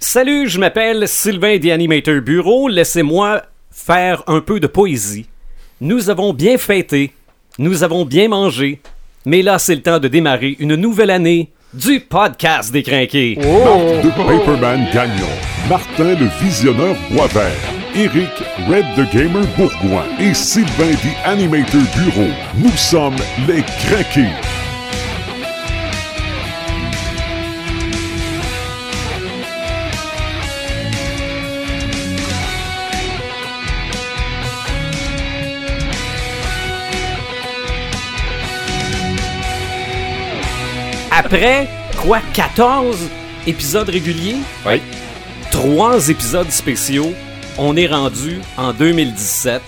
Salut, je m'appelle Sylvain des Animator Bureau. Laissez-moi faire un peu de poésie. Nous avons bien fêté, nous avons bien mangé, mais là c'est le temps de démarrer une nouvelle année du podcast des Crinqués. Marc de Paperman Gagnon, Martin le Visionneur Boisvert, Eric Red the Gamer Bourgoin et Sylvain the Animator Bureau. Nous sommes les craqués. Après quoi 14 épisodes réguliers, Oui. trois épisodes spéciaux, on est rendu en 2017.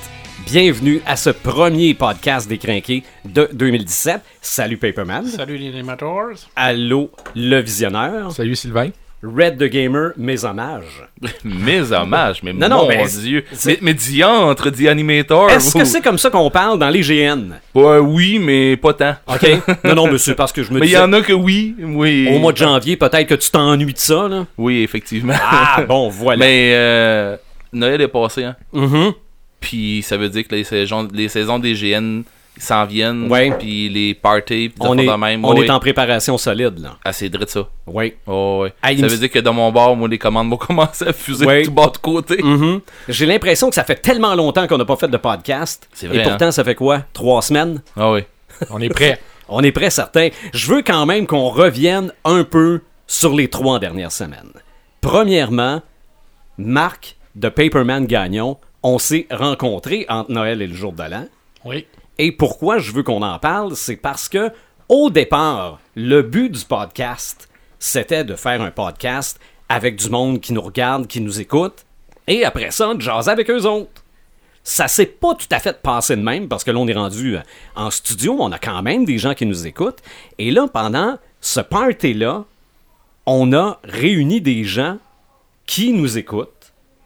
Bienvenue à ce premier podcast des Crinqués de 2017. Salut Paperman. Salut les animators. Allô le visionneur. Salut Sylvain. Red the Gamer, mes hommages. Mes hommages, mais Non, non, non, mon mais- dieu. c'est- Mais, mais diantre, dit animator. Est-ce vous. que c'est comme ça qu'on parle dans les GN? Ouais, oui, mais pas tant. OK? non, non, mais c'est parce que Ah, je me mais il disais, y en a que oui, oui. au mois de janvier, peut-être que tu t'ennuies de ça, là. Oui, effectivement. Ah, bon, voilà. mais euh, Noël est passé, hein. Mhm. Puis ça veut dire que les saisons, les saisons des GN s'en viennent. Ouais. Puis les parties, puis des On, est, affaires de même. on ouais. est en préparation solide, là. Ah, c'est drôle, ça. Oui. Oh, ouais. Ah, il ça me- veut dire que dans mon bar, moi, les commandes vont commencer à fuser Ouais. Mm-hmm. de tout bord de côté. J'ai l'impression que ça fait tellement longtemps qu'on n'a pas fait de podcast. C'est vrai, hein. Et pourtant, ça fait quoi? Trois semaines? Ah, oui. On est prêt. On est prêt, certain. Je veux quand même qu'on revienne un peu sur les trois dernières semaines. Premièrement, Marc de Paperman Gagnon, on s'est rencontrés entre Noël et le jour de l'an. Oui. Et pourquoi je veux qu'on en parle, c'est parce que au départ, le but du podcast, c'était de faire un podcast avec du monde qui nous regarde, qui nous écoute, et après ça, de jaser avec eux autres. Ça s'est pas tout à fait passé de même parce que là, on est rendu euh, en studio, on a quand même des gens qui nous écoutent. Et là, pendant ce party-là, on a réuni des gens qui nous écoutent.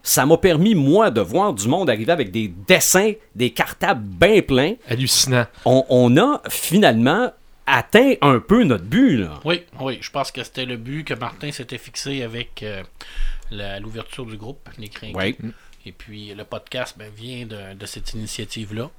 Ça m'a permis, moi, de voir du monde arriver avec des dessins, des cartables bien pleins Hallucinant. on, on a finalement atteint un peu notre but. Là. Oui, oui. Je pense que c'était le but que Martin s'était fixé avec euh, la- l'ouverture du groupe, les Crinqués. Oui. Et puis le podcast ben, vient de, de cette initiative-là.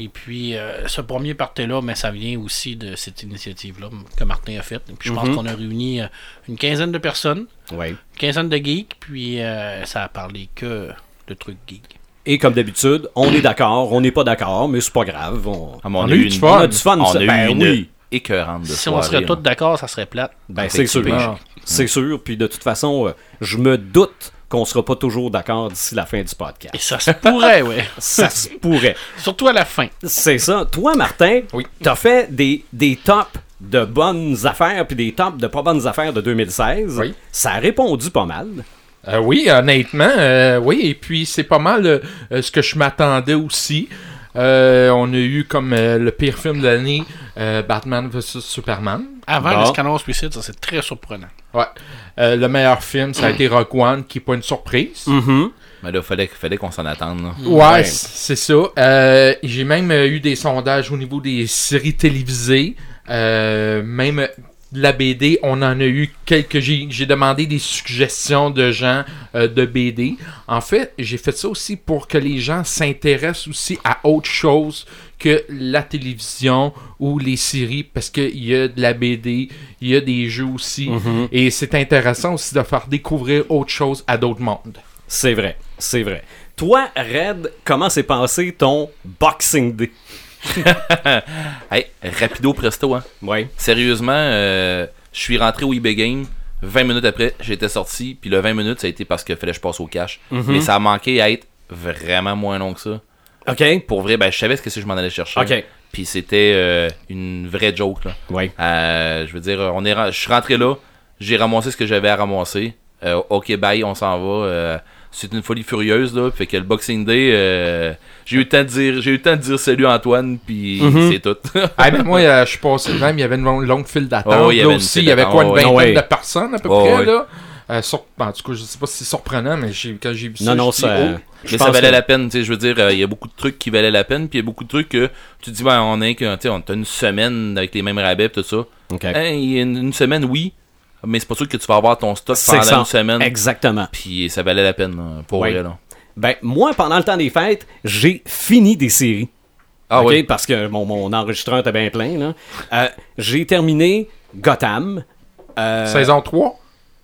Et puis euh, ce premier parti-là, mais ça vient aussi de cette initiative-là que Martin a faite. Et puis je pense qu'on a réuni euh, une quinzaine de personnes, Ouais. une quinzaine de geeks, puis euh, ça a parlé que de trucs geeks. Et comme d'habitude, on est d'accord, on n'est pas d'accord, mais c'est pas grave. On... Ah, mais On a eu une- du on fun. a du fun, On ça. a eu Ben une oui. écœurante de Si on soirée, serait là. tous d'accord, ça serait plate. Ben, c'est sûr. Effectivement. C'est sûr. Puis de toute façon, euh, je me doute qu'on sera pas toujours d'accord d'ici la fin du Et podcast. ça se pourrait, ouais. Ça se pourrait. Surtout à la fin. C'est ça. Toi, Martin, Oui. t'as fait des, des tops de bonnes affaires puis des tops de pas bonnes affaires de 2016. Oui. Ça a répondu pas mal. Euh, oui, honnêtement, euh, oui. Et puis, c'est pas mal euh, euh, ce que je m'attendais aussi. Euh, on a eu comme euh, le pire film de l'année, euh, Batman vs Superman. Avant Bon. le scanner suicide, ça c'est très surprenant. Ouais. Euh, le meilleur film, ça a été Rock One, qui n'est pas une surprise. Mais là, fallait, fallait qu'on s'en attende. là. Ouais, c- c'est ça. Euh, J'ai même euh, eu des sondages au niveau des séries télévisées. Euh, même euh, la BD, on en a eu quelques. J'ai j'ai demandé des suggestions de gens euh, de BD. En fait, j'ai fait ça aussi pour que les gens s'intéressent aussi à autre chose que la télévision ou les séries, parce qu'il y a de la BD, il y a des jeux aussi. Et c'est intéressant aussi de faire découvrir autre chose à d'autres mondes. C'est vrai, c'est vrai. Toi, Red, comment s'est passé ton Boxing Day? Hey, rapido presto, hein. Oui. Sérieusement, euh, je suis rentré au eBay Game. 20 minutes après, j'étais sorti. Puis le 20 minutes, ça a été parce que fallait que je passe au cash. Mais ça a manqué à être vraiment moins long que ça. OK? Pour vrai, ben, je savais ce que c'est que je m'en allais chercher. Ok. Puis c'était euh, une vraie joke, là. Oui. Euh, je veux dire, on est, ren- je suis rentré là, j'ai ramassé ce que j'avais à ramasser. Euh, ok, bye, on s'en va. Euh, c'est une folie furieuse là, fait que le Boxing Day, euh, j'ai eu le temps de dire, j'ai eu le temps de dire salut Antoine, puis Mhm. c'est tout. Ah ben moi, euh, je suis passé devant, mais il y avait une longue, longue file d'attente. Oh, il y là avait une aussi, file il y avait d'attente. quoi, une Oh, oui. vingtaine Oh, oui. de personnes à peu Oh, près, oui. là? Euh, sur... En tout cas, je sais pas si c'est surprenant, mais j'ai... quand j'ai vu ça, Non, non, j'ai dit, ça. oh. je Mais ça pense valait que- la peine, tu sais, je veux dire, euh, il y a beaucoup de trucs qui valaient la peine, puis il y a beaucoup de trucs que tu te dis, ben, on est, que, tu sais, on a une semaine avec les mêmes rabais, pis tout ça. OK. Hein, il y a une, une semaine, oui. mais c'est pas sûr que tu vas avoir ton stock C'est pendant ça. une semaine. Exactement. Puis ça valait la peine là, pour Oui. vrai. Là. Ben, moi, pendant le temps des fêtes, j'ai fini des séries. Ah OK? oui. Parce que mon, mon enregistreur était bien plein. là. Euh, j'ai terminé Gotham. Euh, Saison 3.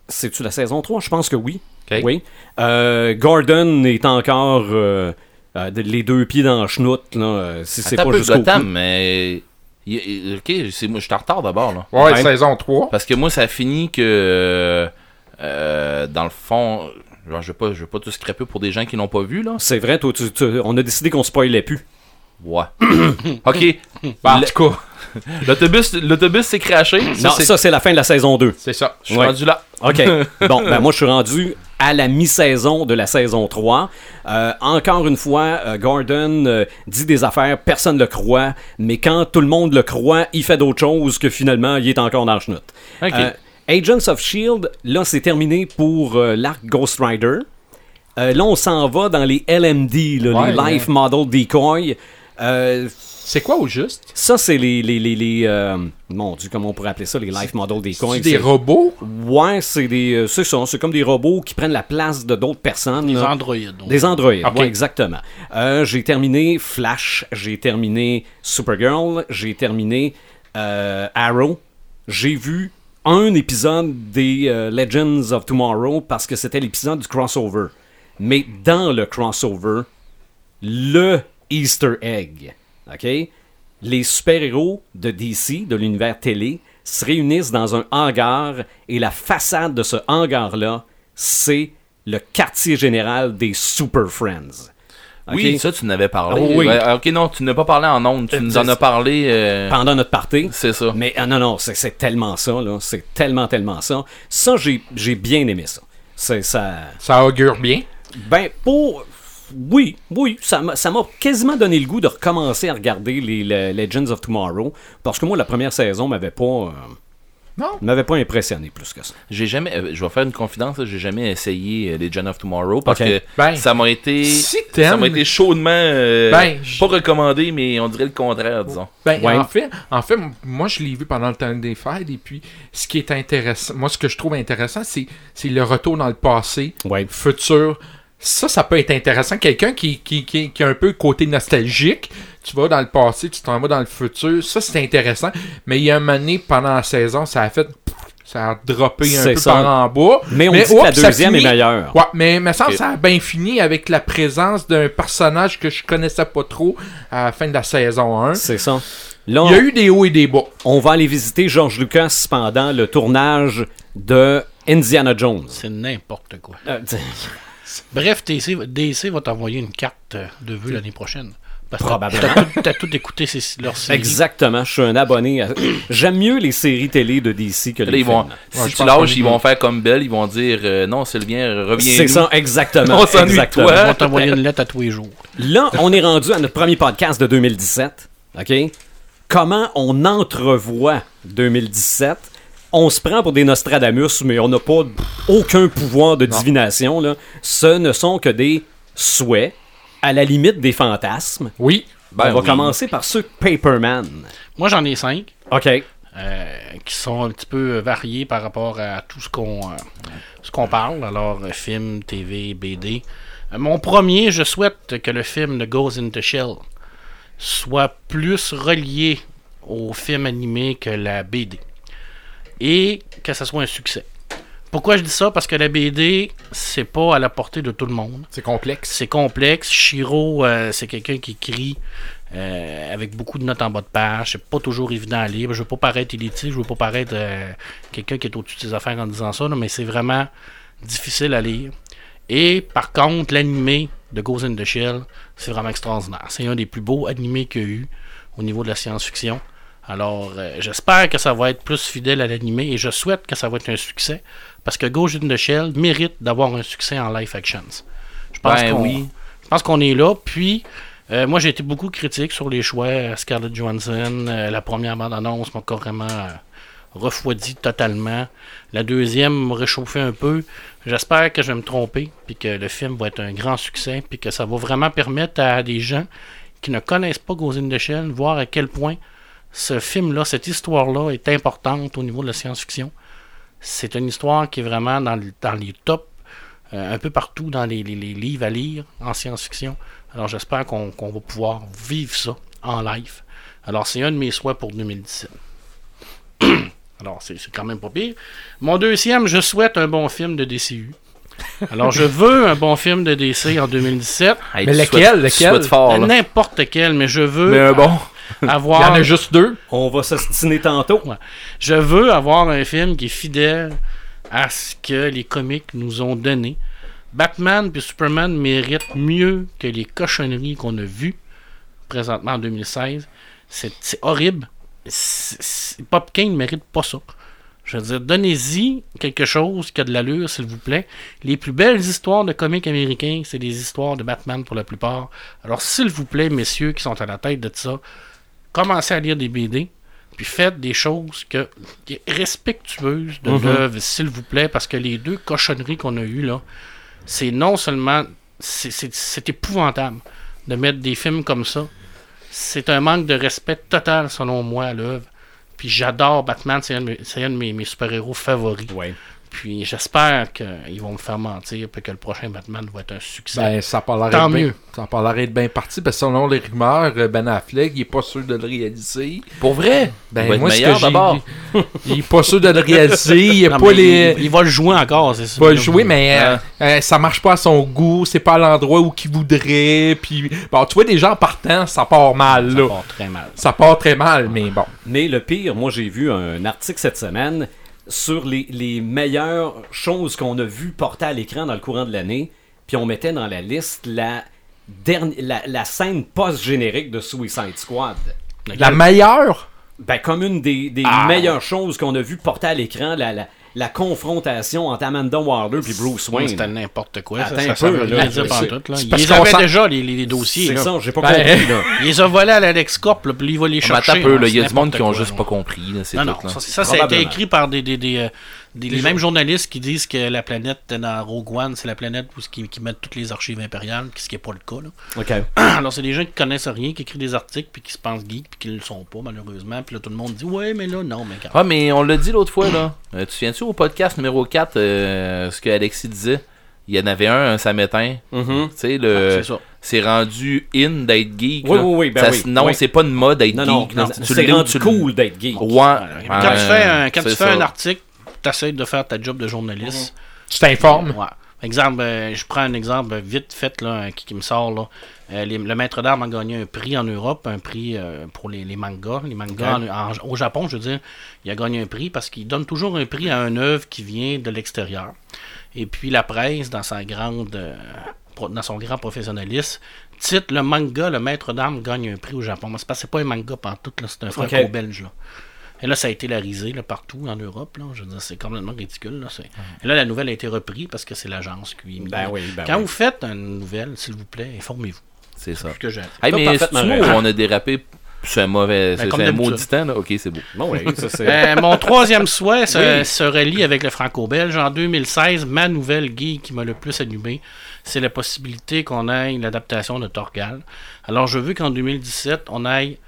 C'est-tu la saison 3? Je pense que oui. OK. Oui. Euh, Gordon est encore euh, euh, de- les deux pieds dans la chenoute, là, euh, si c'est Attends pas un peu jusqu'au Gotham, cou. mais. il- il- Ok, c'est- moi, je suis en retard d'abord. là. Ouais, Ouais. saison 3. Parce que moi, ça finit que. euh, dans le fond. genre, je vais pas, je vais pas tout scraper pour des gens qui l'ont pas vu, là. C'est vrai, toi, tu- tu- on a décidé qu'on spoilait plus. Ouais. ok. Bah, en Le- tout cas, L'autobus, l'autobus s'est craché. Ça, non, c'est- ça, c'est la fin de la saison 2. c'est ça. Je suis Ouais. rendu là. OK. Bon, ben moi, je suis rendu à la mi-saison de la saison 3. Euh, encore une fois, euh, Gordon euh, dit des affaires, personne ne le croit, mais quand tout le monde le croit, il fait d'autres choses que finalement, il est encore dans le chenoute. OK. Euh, Agents of S.H.I.E.L.D., E là, c'est terminé pour euh, l'arc Ghost Rider. Euh, là, on s'en va dans les LMD, là, Ouais, hein. les Life Model Decoy. Euh, C'est quoi au juste? ça, c'est les... les, les, les, euh, mon Dieu, comment on pourrait appeler ça, les Life Model Decoy? C'est des c'est- robots? Ouais, c'est des. euh, C'est ça, c'est comme des robots qui prennent la place de d'autres personnes. Les là. androïdes. donc. Des androïdes, Ok. ouais, exactement. Euh, j'ai terminé Flash, j'ai terminé Supergirl, j'ai terminé euh, Arrow. J'ai vu un épisode des euh, Legends of Tomorrow parce que c'était l'épisode du crossover. Mais dans le crossover, le Easter egg. OK? Les super-héros de DC, de l'univers télé, se réunissent dans un hangar et la façade de ce hangar-là, c'est le quartier général des Super Friends. OK? Oui, ça, tu n'avais parlé. Oh, oui. Ouais, ok, non, tu n'as pas parlé en ondes. Tu nous en as parlé. euh, pendant notre partie. C'est ça. Ah. Mais ah, non, non, c'est- c'est tellement ça, là. C'est tellement, tellement ça. Ça, j'ai j'ai bien aimé ça. C'est ça. Ça augure bien. Ben, pour. Oui, oui, ça m'a ça m'a quasiment donné le goût de recommencer à regarder les, le- Legends of Tomorrow. Parce que moi, la première saison m'avait pas. euh, Non. m'avait pas impressionné plus que ça. J'ai jamais. euh, je vais faire une confidence. là, J'ai jamais essayé euh, les John of Tomorrow parce Ok. que Ben, ça m'a été. si ça t'aimes- m'a été chaudement. euh, Ben, j- pas recommandé, mais on dirait le contraire, disons. Ben, Ouais. en, fait, en fait, m- moi, je l'ai vu pendant le temps des fêtes. Et puis, ce qui est intéressant, moi, ce que je trouve intéressant, c'est c'est le retour dans le passé, Ouais. futur. Ça, ça peut être intéressant. Quelqu'un qui, qui, qui, qui a un peu le côté nostalgique, tu vas dans le passé, tu t'en vas dans le futur. Ça, c'est intéressant. Mais il y a un moment donné, pendant la saison, ça a fait. Ça a droppé un C'est peu ça. par en bas. Mais on dit que la oups, ça deuxième est finit- meilleure. Ouais, mais il me semble Ok. que ça a bien fini avec la présence d'un personnage que je connaissais pas trop à la fin de la saison 1. C'est ça. Là, Il y a eu des hauts et des bas. on va aller visiter George Lucas pendant le tournage de Indiana Jones. C'est n'importe quoi. Euh, t- Bref, DC, va- DC va t'envoyer une carte euh, de vue l'année prochaine. Parce que Probablement. T'as tout, t'as tout écouté ses- leur série. Exactement, je suis un abonné. à- J'aime mieux les séries télé de DC que Là, les ils vont, films. Ouais, si je tu pense qu'on lâches, est ils bien. vont faire comme Belle. Ils vont dire euh, non, Sylvain, reviens. C'est ça, exactement. On s'ennuie de exactement. toi. Ils vont t'envoyer une lettre à tous les jours. Là, on est rendu à notre premier podcast de 2017. OK? Comment on entrevoit 2017? On se prend pour des Nostradamus, mais on n'a pas aucun pouvoir de divination. Là. Ce ne sont que des souhaits, à la limite des fantasmes. Oui. Ben on va commencer par ceux de Paperman. Moi, j'en ai cinq OK. euh, qui sont un petit peu euh, variés par rapport à tout ce qu'on euh, ce qu'on parle. Alors, euh, film, TV, BD. Euh, mon premier, je souhaite que le film The Goes in the Shell soit plus relié au film animé que la BD. et que ça soit un succès. Pourquoi je dis ça Parce que la BD, c'est pas à la portée de tout le monde. C'est complexe. C'est complexe. Shiro, euh, c'est quelqu'un qui écrit euh, avec beaucoup de notes en bas de page. C'est pas toujours évident à lire. Je veux pas paraître élitiste, je veux pas paraître euh, quelqu'un qui est au-dessus de ses affaires en disant ça, là, mais c'est vraiment difficile à lire. Et par contre, l'animé de Ghost in the Shell, c'est vraiment extraordinaire. C'est un des plus beaux animés qu'il y a eu au niveau de la science-fiction. Alors, euh, j'espère que ça va être plus fidèle à l'animé et je souhaite que ça va être un succès parce que Ghost in the Shell mérite d'avoir un succès en live actions. Je pense Ben qu'on oui. je pense qu'on est là. Puis, euh, moi, j'ai été beaucoup critique sur les choix euh, Scarlett Johansson. euh, la première bande-annonce m'a carrément euh, refroidi totalement. La deuxième m'a réchauffé un peu. J'espère que je vais me tromper, puis que le film va être un grand succès, puis que ça va vraiment permettre à des gens qui ne connaissent pas Ghost in the Shell, voir à quel point ce film-là, cette histoire-là est importante au niveau de la science-fiction. C'est une histoire qui est vraiment dans, le- dans les tops, euh, un peu partout dans les, les- les livres à lire en science-fiction. Alors j'espère qu'on qu'on va pouvoir vivre ça en live. Alors c'est un de mes souhaits pour 2017. Alors c'est c'est quand même pas pire. Mon deuxième, je souhaite un bon film de DCU. Alors je veux un bon film de DC en 2017. Hey, Mais tu lequel, souhaites- tu lequel? souhaites fort, Oh là. N'importe quel, mais je veux Mais un bon. Il y avoir en a juste deux. On va s'ostiner tantôt. Ouais. Je veux avoir un film qui est fidèle à ce que les comics nous ont donné. Batman puis Superman méritent mieux que les cochonneries qu'on a vues présentement en 2016. C'est c'est horrible. C'est- c'est- Bob Kane ne mérite pas ça. Je veux dire, donnez-y quelque chose qui a de l'allure, s'il vous plaît. Les plus belles histoires de comics américains, c'est des histoires de Batman pour la plupart. Alors, s'il vous plaît, messieurs qui sont à la tête de ça, commencez à lire des BD, puis faites des choses que, qui est respectueuses Mhm. de l'œuvre, s'il vous plaît, parce que les deux cochonneries qu'on a eues, là, c'est non seulement. c'est- C'est c'est épouvantable de mettre des films comme ça. C'est un manque de respect total, selon moi, à l'œuvre. Puis j'adore Batman, c'est un de mes, c'est un de mes- mes super-héros favoris. Ouais. Puis j'espère qu'ils vont me faire mentir, puis que le prochain Batman va être un succès. Ben, ça a pas l'air Tant d'être bien- mieux. Ça a pas l'air d'être bien parti, parce que selon les rumeurs, euh, Ben Affleck, il est pas sûr de le réaliser. Pour vrai? Ben, Il va être moi, ce que meilleur, j'ai- d'abord. Il est pas sûr de le réaliser, il a Non, pas mais les... il, il va le jouer encore, c'est ça. pas le jouer, mais euh, Ah. euh, ça marche pas à son goût, c'est pas à l'endroit où qu'il voudrait, puis... Bon, tu vois, des gens partant, ça part mal, Ça là. part très mal. Ça part très mal, mais bon. Mais le pire, moi j'ai vu un article cette semaine sur les, les meilleures choses qu'on a vues portées à l'écran dans le courant de l'année. Puis on mettait dans la liste la, derni- la, la scène post-générique de Suicide Squad. La meilleure... Ben, comme une des, des Ah. meilleures choses qu'on a vues portées à l'écran, la, la, la confrontation entre Amanda Waller et Bruce Ouais, Wayne. C'était n'importe quoi. Attends ça, ça, un ça peu, veut là, rien c'est- dire pantoute, là. c'est parce Ils qu'on avaient s'en- déjà les, les- les dossiers. C'est là. ça, j'ai pas Ben, compris. Là. Ils les ont volés à l'Alex Corp, là, puis il va les Mais chercher. Ah, ben, attends un peu, hein, là, il y a c'est du monde qui ont n'importe juste quoi, pas là. compris. là, c'est Non, tout, non, là. ça, c'est- ça, ça a été Probablement. écrit par des, des, des, euh, des- les mêmes journalistes qui disent que la planète euh, dans Rogue One, c'est la planète où ce qui, qui mettent toutes les archives impériales, ce qui n'est pas le cas. Là. OK. Alors, c'est des gens qui connaissent rien, qui écrivent des articles, puis qui se pensent geeks, puis qui ne le sont pas, malheureusement. Puis là, tout le monde dit Ouais, mais là, non, mais quand Ah, mais on l'a dit l'autre fois, là. Euh, tu viens-tu au podcast numéro 4, euh, ce que Alexis disait? Il y en avait un, hein, un samétain. Mm. Mm-hmm. Tu sais, Ah, le... c'est ça. c'est rendu in d'être geek. Oui, là. oui, oui, ben Ça oui, se- Non, oui. c'est pas une mode d'être Non, non, geek. non, là. Tu c'est l'es ou rendu tu Oh. cool d'être geek. Ouais. Quand tu fais un, quand tu c'est fais un ça. article, tu essaies de faire ta job de journaliste. Tu t'informes. Ouais. Exemple, euh, je prends un exemple euh, vite fait là, euh, qui, qui me sort. Là. Euh, les- le maître d'armes a gagné un prix en Europe, un prix euh, pour les, les mangas. Les mangas en- en- au Japon, je veux dire, il a gagné un prix parce qu'il donne toujours un prix à une œuvre qui vient de l'extérieur. Et puis la presse, dans, sa grande, euh, pro- dans son grand professionnalisme, titre le manga, le maître d'armes gagne un prix au Japon. Mais c'est pas, c'est pas un manga pantoute, là, c'est un franco-belge. là. Et là, ça a été la risée là, partout en Europe. Là. Je veux dire, c'est complètement ridicule. Là, c'est- Et là, la nouvelle a été reprise parce que c'est l'agence qui. Ben oui, ben Quand oui. vous faites une nouvelle, s'il vous plaît, informez-vous. C'est ça. C'est ce que j'ai. T'as Hey, mais c'est parfaitement raison. on a dérapé. C'est un mauvais. C'est Ben, comme c'est un d'habitude. maudit temps, là. Ok, c'est beau. Bon, oui, ça c'est. Euh, mon troisième souhait se, se relie avec le franco-belge. En 2016, ma nouvelle geek qui m'a le plus allumé, c'est la possibilité qu'on aille l'adaptation de Torgal. Alors, je veux qu'en 2017, on aille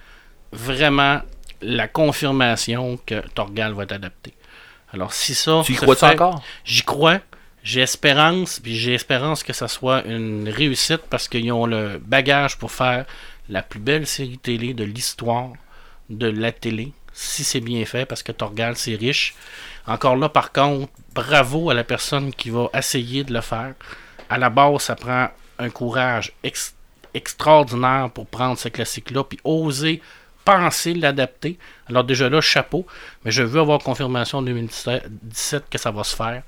vraiment la confirmation que Torgal va être adapté. Alors, si ça. Tu y se crois-tu fait- encore? J'y crois. J'ai espérance, puis j'ai espérance que ça soit une réussite parce qu'ils ont le bagage pour faire la plus belle série télé de l'histoire de la télé, si c'est bien fait, parce que Torgal, c'est riche. Encore là, par contre, bravo à la personne qui va essayer de le faire. À la base, ça prend un courage ex- extraordinaire pour prendre ce classique-là, puis oser penser l'adapter. Alors déjà là, chapeau, mais je veux avoir confirmation en 2017 que ça va se faire.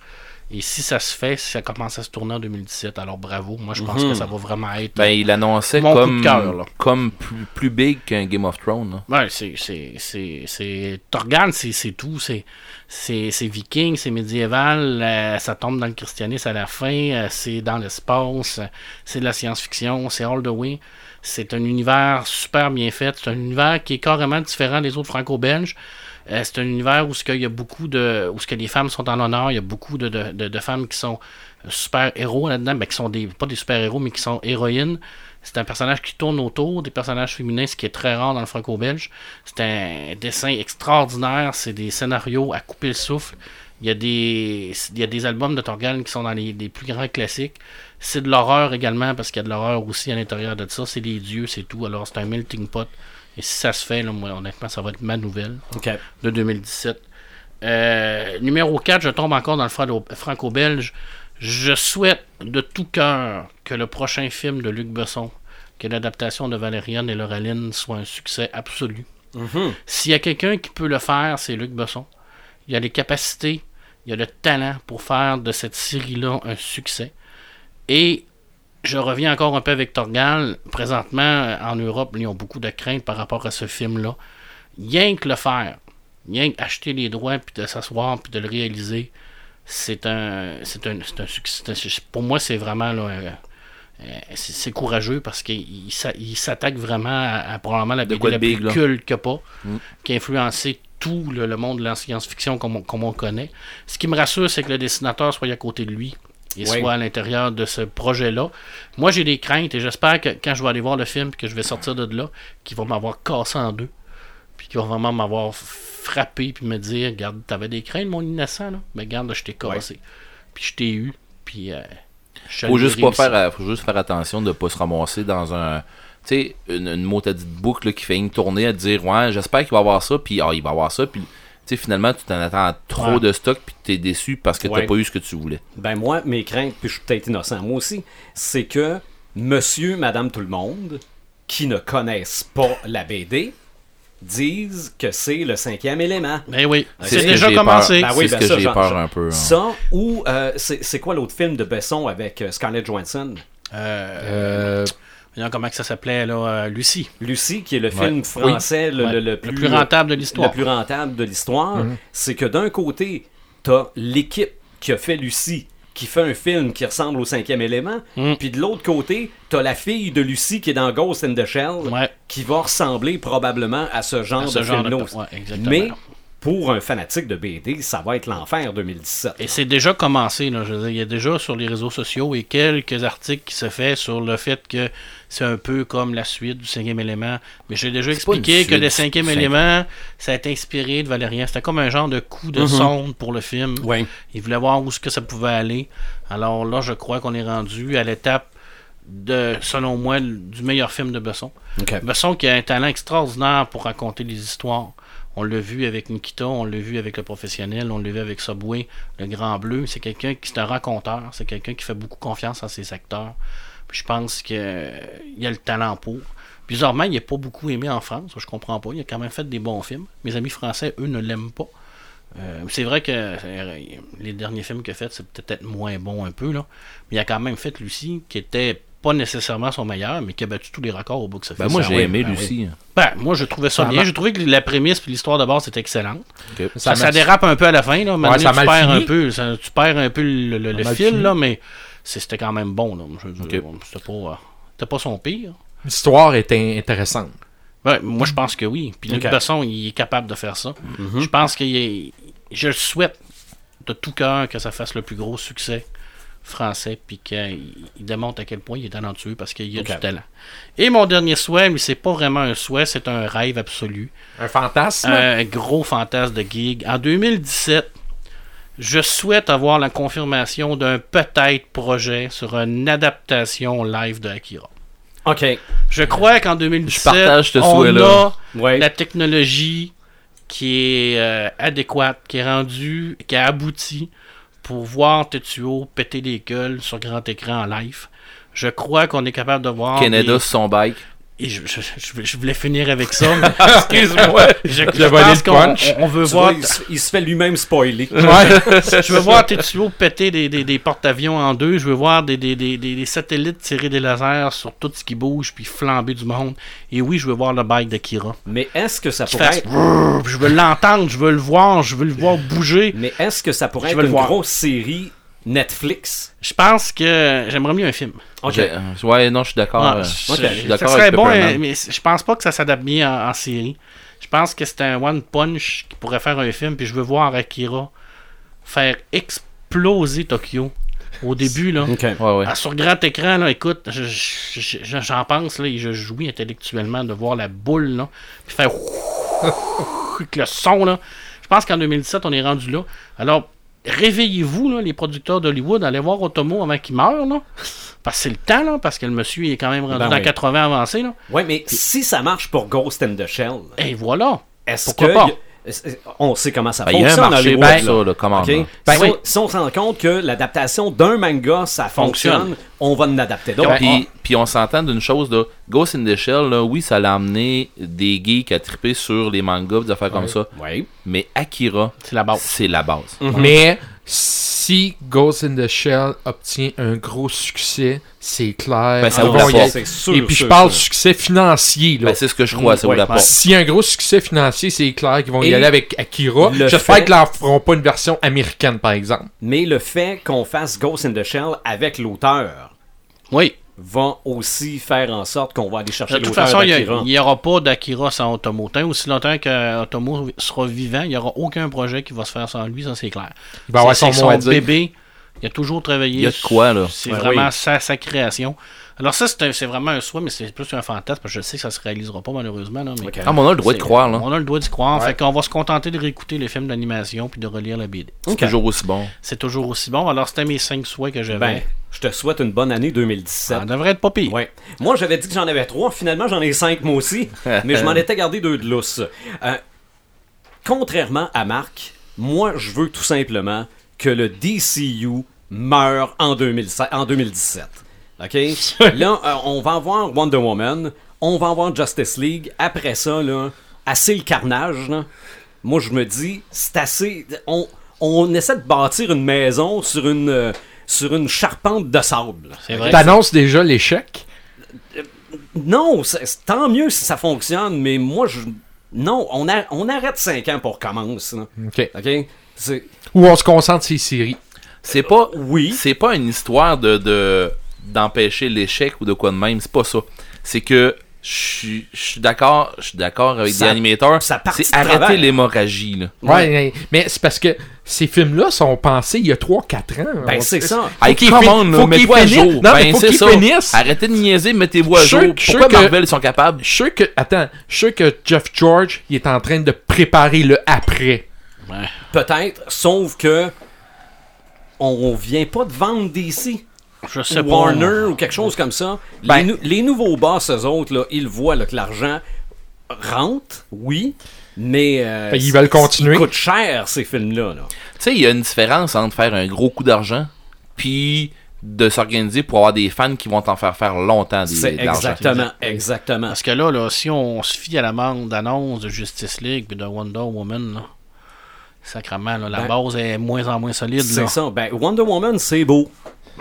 Et si ça se fait, si ça commence à se tourner en 2017, alors bravo. Moi, je pense que ça va vraiment être... Ben, il annonçait Mon coup de comme, cœur, là. comme plus, plus big qu'un Game of Thrones. là. Ouais, c'est, c'est, c'est, c'est... Torgan, c'est, c'est tout. C'est, c'est, c'est viking, c'est médiéval, euh, ça tombe dans le christianisme à la fin, euh, c'est dans l'espace, euh, c'est de la science-fiction, c'est all the way. C'est un univers super bien fait. C'est un univers qui est carrément différent des autres franco-belges. Euh, c'est un univers où ce qu'il y a beaucoup de, où ce que les femmes sont en honneur. Il y a beaucoup de, de, de- de femmes qui sont super héros là-dedans, mais qui sont des, pas des super héros, mais qui sont héroïnes. C'est un personnage qui tourne autour des personnages féminins, ce qui est très rare dans le franco-belge. C'est un dessin extraordinaire, c'est des scénarios à couper le souffle. Il y, a des, il y a des albums de Torgal qui sont dans les, les plus grands classiques. C'est de l'horreur également, parce qu'il y a de l'horreur aussi à l'intérieur de ça. C'est des dieux, c'est tout. Alors, c'est un melting pot. Et si ça se fait, là, moi, honnêtement, ça va être ma nouvelle OK. de 2017. Euh, numéro 4, je tombe encore dans le frado- franco-belge. Je souhaite de tout cœur que le prochain film de Luc Besson, que l'adaptation de Valériane et Laureline soit un succès absolu. Mm-hmm. S'il y a quelqu'un qui peut le faire, c'est Luc Besson. Il a les capacités, il a le talent pour faire de cette série-là un succès. Et je reviens encore un peu avec Torgal. Présentement, euh, en Europe, ils ont beaucoup de craintes par rapport à ce film-là. Rien que le faire, rien qu'acheter les droits, puis de s'asseoir, puis de le réaliser, c'est un, c'est un, c'est un succès. c'est un succès. Pour moi, c'est vraiment là, euh, euh, c'est c'est courageux parce qu'il il s'a- il s'attaque vraiment à, à probablement la BD quoi de la plus big, là. Mm. culte que pas, qui a influencé tout le, le monde de la science-fiction comme on, comme on connaît. Ce qui me rassure, c'est que le dessinateur soit à côté de lui et Ouais. soit à l'intérieur de ce projet-là. Moi, j'ai des craintes et j'espère que quand je vais aller voir le film et que je vais sortir de là, qu'il va m'avoir cassé en deux. Puis qu'il va vraiment m'avoir frappé puis me dire Regarde, t'avais des craintes, mon innocent, là. Mais regarde, je t'ai cassé. Puis je t'ai eu. Puis. euh, je Faut l'ai juste, pas réussi. faire, faut juste faire attention de pas se ramasser dans un. Tu sais, une, une motadite boucle là, qui fait une tournée à te dire Ouais, j'espère qu'il va avoir ça, puis ah, il va avoir ça, puis. Tu sais, finalement, tu t'en attends trop Ouais. de stock, puis t'es déçu parce que Ouais. t'as pas eu ce que tu voulais. Ben moi, mes craintes, puis je suis peut-être innocent, moi aussi, c'est que monsieur, madame, tout le monde, qui ne connaissent pas la BD, disent que c'est le cinquième élément. Ben oui, ce c'est que déjà j'ai commencé. peur. Ben oui, C'est ce ben que ça, j'ai j'en- peur j'en- un peu, hein. Ça, ou euh, c'est c'est quoi l'autre film de Besson avec euh, Scarlett Johansson? Euh, Euh, voyons comment que ça s'appelait, là, euh, Lucie. Lucie, qui est le film français le, Ouais. le- le Le plus, plus rentable de l'histoire. Mhm. le plus rentable de l'histoire, c'est que d'un côté, t'as l'équipe qui a fait Lucie, qui fait un film qui ressemble au cinquième élément, Mm. puis de l'autre côté, t'as la fille de Lucie qui est dans Ghost in the Shell, Ouais. qui va ressembler probablement à ce genre À ce de genre film de- ouais, exactement. Mais pour un fanatique de BD, ça va être l'enfer 2017. Et c'est déjà commencé, là. Je veux dire, il y a déjà sur les réseaux sociaux et quelques articles qui se fait sur le fait que c'est un peu comme la suite du cinquième élément. Mais j'ai déjà C'est pas une expliqué que suite, le c'est cinquième du cinquième. élément, ça a été inspiré de Valérien. C'était comme un genre de coup Mhm. de sonde pour le film. Oui. Il voulait voir où ce que ça pouvait aller. Alors là, je crois qu'on est rendu à l'étape de, selon moi, l- du meilleur film de Besson. Besson qui a un talent extraordinaire pour raconter les histoires. On l'a vu avec Nikita, on l'a vu avec le professionnel, on l'a vu avec Subway, le Grand Bleu. C'est quelqu'un qui est un raconteur, c'est quelqu'un qui fait beaucoup confiance à ses acteurs. Puis je pense qu'il a le talent pour. Bizarrement, il n'est pas beaucoup aimé en France, je comprends pas. Il a quand même fait des bons films. Mes amis français, eux, ne l'aiment pas. Euh, c'est vrai que euh, les derniers films qu'il a fait, c'est peut-être moins bon un peu, là. Mais il a quand même fait Lucie, qui était pas nécessairement son meilleur, mais qui a battu tous les records au box-office. Ben, moi, Ah j'ai oui, aimé ben oui. Lucie. hein. Ben, moi, je trouvais ça Ça a bien. mar- Je trouvais que la prémisse puis l'histoire de base, c'était excellente. Ok. Ça, ça m'a- dérape un peu à la fin, là. Maintenant, ça a tu, mal perds un fini. peu, ça- tu perds un peu le, le- le mal fil, fini. là, mais c'est- c'était quand même bon, là. Je veux dire, Ok. bon, C'était pas, euh, c'était pas son pire. L'histoire était intéressante. Ouais, moi, je pense que oui. Puis Luc Ok. Besson, il est capable de faire ça. Mm-hmm. Je pense qu'il est... Je le souhaite de tout cœur que ça fasse le plus gros succès français, puis qu'il il démontre à quel point il est talentueux parce qu'il a du Ok. talent. Et mon dernier souhait, mais c'est pas vraiment un souhait, c'est un rêve absolu. Un fantasme. Un gros fantasme de gig. En 2017, je souhaite avoir la confirmation d'un peut-être projet sur une adaptation live de Akira. OK. Je crois qu'en 2017, Je partage ce on souhait-là. a Ouais. la technologie qui est euh, adéquate, qui est rendue, qui a abouti pour voir Tetsuo péter des gueules sur grand écran en live. Je crois qu'on est capable de voir. Canada, des- sur son bike. et je, je- je- je voulais finir avec ça, mais excuse-moi. Je, je volé pense le qu'on punch. on- on veut Tu vois, voir. il, se- il se fait lui-même spoiler. Je veux voir Tetsuo péter des, des- des porte-avions en deux. Je veux voir des, des- des- des- des satellites tirer des lasers sur tout ce qui bouge puis flamber du monde. Et oui, je veux voir le bike d'Akira. Mais est-ce que ça Qu'il pourrait fasse être... brrr, Je veux l'entendre, je veux le voir, je veux le voir bouger. Mais est-ce que ça pourrait Je être veux le une voir. grosse série Netflix? Je pense que j'aimerais mieux un film. OK. J'ai- euh, Ouais, non, je suis d'accord. Ah, euh, je- je suis Ça d'accord serait avec bon, Pepperman. euh, mais c- je pense pas que ça s'adapte bien en, en série. Je pense que c'est un one punch qui pourrait faire un film, puis je veux voir Akira faire exploser Tokyo au début là. OK. Ouais, ouais. Ah, sur grand écran, là, écoute, je- je- je- je- j'en pense, là, et je jouis intellectuellement de voir la boule, là, puis faire avec le son, là. Je pense qu'en 2017, on est rendu là. Alors, réveillez-vous, là, les producteurs d'Hollywood, allez voir Otomo avant qu'il meure, là. Parce que c'est le temps, là, parce que le monsieur il est quand même rendu Ben dans oui. 80 avancé, là. Ouais, mais si ça marche pour Ghost and the Shell, Et voilà. est-ce Pourquoi que pas? y a- est-ce- on sait comment ça Ben, il y a un fonctionne dans marché Hollywood, pour ça, là. là, comment, OK? là. si, oui. on, si on se rend compte que l'adaptation d'un manga, ça fonctionne, Fonctionne. Ben, on va en adapter Ah, d'autres. Puis, puis on s'entend d'une chose, là, Ghost in the Shell, là, oui, ça l'a amené des geeks à triper sur les mangas, des affaires comme ça. Oui. Mais Akira, C'est la base. c'est la base. Mais si Ghost in the Shell obtient un gros succès, c'est clair. Ben, ça ils ouvre la vont y aller. porte. C'est sûr, Et puis je sûr, parle sûr. succès financier. Là. Ben, c'est ce que je crois, ça vous Ouais, la ouais. porte. si un gros succès financier, c'est clair qu'ils vont y Et aller avec Akira. le J'espère fait- qu'ils n'en feront pas une version américaine, par exemple. Mais le fait qu'on fasse Ghost in the Shell avec l'auteur Oui. va aussi faire en sorte qu'on va aller chercher De toute l'auteur façon, il y a- d'Akira. il n'y aura pas d'Akira sans Otomo. Tant aussi longtemps que Otomo sera vivant, il n'y aura aucun projet qui va se faire sans lui, ça c'est clair. Il va avoir C'est- son c'est mot à dire. bébé. Il a toujours travaillé. Il y a de quoi, là. C'est Ouais, vraiment oui. sa, sa création. Alors ça, c'est un- c'est vraiment un souhait, mais c'est plus un fantasme, parce que je sais que ça se réalisera pas malheureusement. là, mais Ok. Ah, mais on a le droit de c'est- croire, là. On a le droit d'y croire. Fait qu'on va se contenter de réécouter les films d'animation puis de relire la BD. C'est Ok. toujours aussi bon. C'est toujours aussi bon. Alors c'était mes cinq souhaits que j'avais. Ben, je te souhaite une bonne année 2017. ça devrait être pas pire. Ouais. Moi, j'avais dit que j'en avais trois. Finalement, j'en ai cinq, moi aussi. mais je m'en étais gardé deux de lousse. Euh, contrairement à Marc, moi, je veux tout simplement que le DCU meure en, 2007 en 2017. OK? là, euh, on va avoir Wonder Woman. On va avoir Justice League. Après ça, là, assez le carnage. là. Moi, je me dis, c'est assez. On, on essaie de bâtir une maison sur une, euh, sur une charpente de sable. C'est vrai. T'annonces déjà l'échec? Non, c'est- c'est- tant mieux si ça fonctionne, mais moi, je. Non, on, a- on arrête 5 ans pour commencer. là. Ok. OK? C'est- Ou on se concentre sur les séries. C'est pas, Oui. c'est pas une histoire de, de- d'empêcher l'échec ou de quoi de même. C'est pas ça. C'est que je suis je suis d'accord, je suis d'accord avec Ça- des animateurs. ça partit c'est de arrêter travers. l'hémorragie, là. Ouais, mais- mais c'est parce que ces films-là sont pensés il y a 3-4 ans. Ben, On- c'est ça. Hey, qu'ils come fin- on, là, faut qu'ils mettez-vous à finissent. jour. Non, Ben, mais faut c'est qu'ils ça. finissent. Arrêtez de niaiser, mettez-vous à Je- jour. je- Pourquoi que- Marvel ils sont capables? Je suis sûr que. Attends, je suis sûr que Jeff George, il est en train de préparer le après. Ouais. Peut-être, sauf que. On vient pas de vendre DC. Je sais pas. Warner ou quelque chose comme ça. Ben- les, nou- les nouveaux boss, eux autres, là, ils voient là, que l'argent rentre, oui, mais. euh, Fait qu'ils veulent continuer. Ils coûtent cher, ces films-là. là. Tu sais, il y a une différence entre faire un gros coup d'argent puis de s'organiser pour avoir des fans qui vont t'en faire faire longtemps des, C'est de l'argent. exactement, exactement. Parce que là, là, si on se fie à la bande d'annonce de Justice League et de Wonder Woman, là, sacrément, là, la Ben, base est moins en moins solide. là. C'est ça. Ben, Wonder Woman, c'est beau.